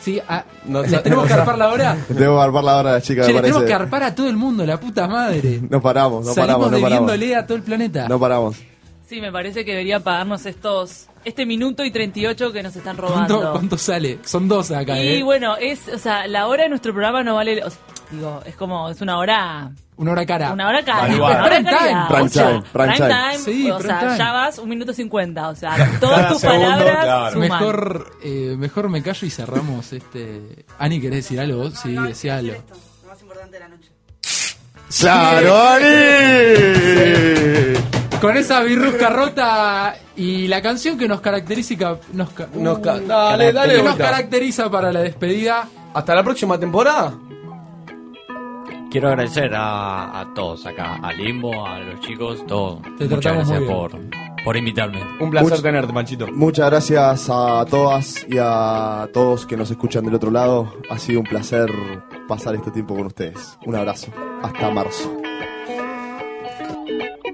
[SPEAKER 7] Sí, a-
[SPEAKER 8] No,
[SPEAKER 7] les
[SPEAKER 8] no,
[SPEAKER 7] tenemos
[SPEAKER 8] no,
[SPEAKER 7] que
[SPEAKER 8] no.
[SPEAKER 7] arpar la hora.
[SPEAKER 8] Te Debo barbar la hora a la chica,
[SPEAKER 7] Che,
[SPEAKER 8] me
[SPEAKER 7] le tenemos
[SPEAKER 8] parece.
[SPEAKER 7] que arpar a todo el mundo, la puta madre.
[SPEAKER 8] No paramos, no
[SPEAKER 7] Salimos
[SPEAKER 8] paramos, no paramos.
[SPEAKER 7] debiéndole a todo el planeta.
[SPEAKER 8] No paramos.
[SPEAKER 4] Sí, me parece que debería pagarnos estos este minuto y 38 que nos están robando.
[SPEAKER 7] ¿Cuánto, cuánto sale? Son dos acá,
[SPEAKER 4] Y
[SPEAKER 7] eh.
[SPEAKER 4] bueno, es, o sea, la hora de nuestro programa no vale, o sea, digo, es como, es una hora,
[SPEAKER 7] Una hora cara.
[SPEAKER 4] una hora cara.
[SPEAKER 7] Valuada.
[SPEAKER 4] una hora
[SPEAKER 7] Prime
[SPEAKER 4] cara.
[SPEAKER 7] time.
[SPEAKER 4] O sea,
[SPEAKER 7] Prime time,
[SPEAKER 4] prime
[SPEAKER 7] prime time.
[SPEAKER 4] time,
[SPEAKER 7] Sí,
[SPEAKER 4] o
[SPEAKER 7] prime
[SPEAKER 4] sea,
[SPEAKER 7] time.
[SPEAKER 4] ya vas un minuto cincuenta, o sea, todas
[SPEAKER 7] Cada
[SPEAKER 4] tus
[SPEAKER 7] segundo,
[SPEAKER 4] palabras
[SPEAKER 7] claro.
[SPEAKER 4] suman.
[SPEAKER 7] Mejor, eh, mejor me callo y cerramos este. Ani, ¿querés decir algo? vos? sí, decía algo.
[SPEAKER 11] Lo más importante de la noche.
[SPEAKER 8] ¡Saroni!
[SPEAKER 7] Con esa birrusca rota y la canción que nos caracteriza. Nos, ca-
[SPEAKER 9] Nos ca-
[SPEAKER 7] Uh,
[SPEAKER 9] dale, dale,
[SPEAKER 7] que nos
[SPEAKER 9] vuelta.
[SPEAKER 7] caracteriza para la despedida.
[SPEAKER 9] Hasta la próxima temporada.
[SPEAKER 18] Quiero agradecer a, a todos acá, a Limbo, a los chicos, todo. Muchas
[SPEAKER 9] tratamos
[SPEAKER 18] gracias
[SPEAKER 9] muy
[SPEAKER 18] por, por invitarme.
[SPEAKER 9] Un placer
[SPEAKER 8] Much-
[SPEAKER 9] tenerte, Manchito.
[SPEAKER 8] Muchas gracias a todas y a todos que nos escuchan del otro lado. Ha sido un placer pasar este tiempo con ustedes. Un abrazo.
[SPEAKER 35] hasta marzo.
[SPEAKER 8] Thank you.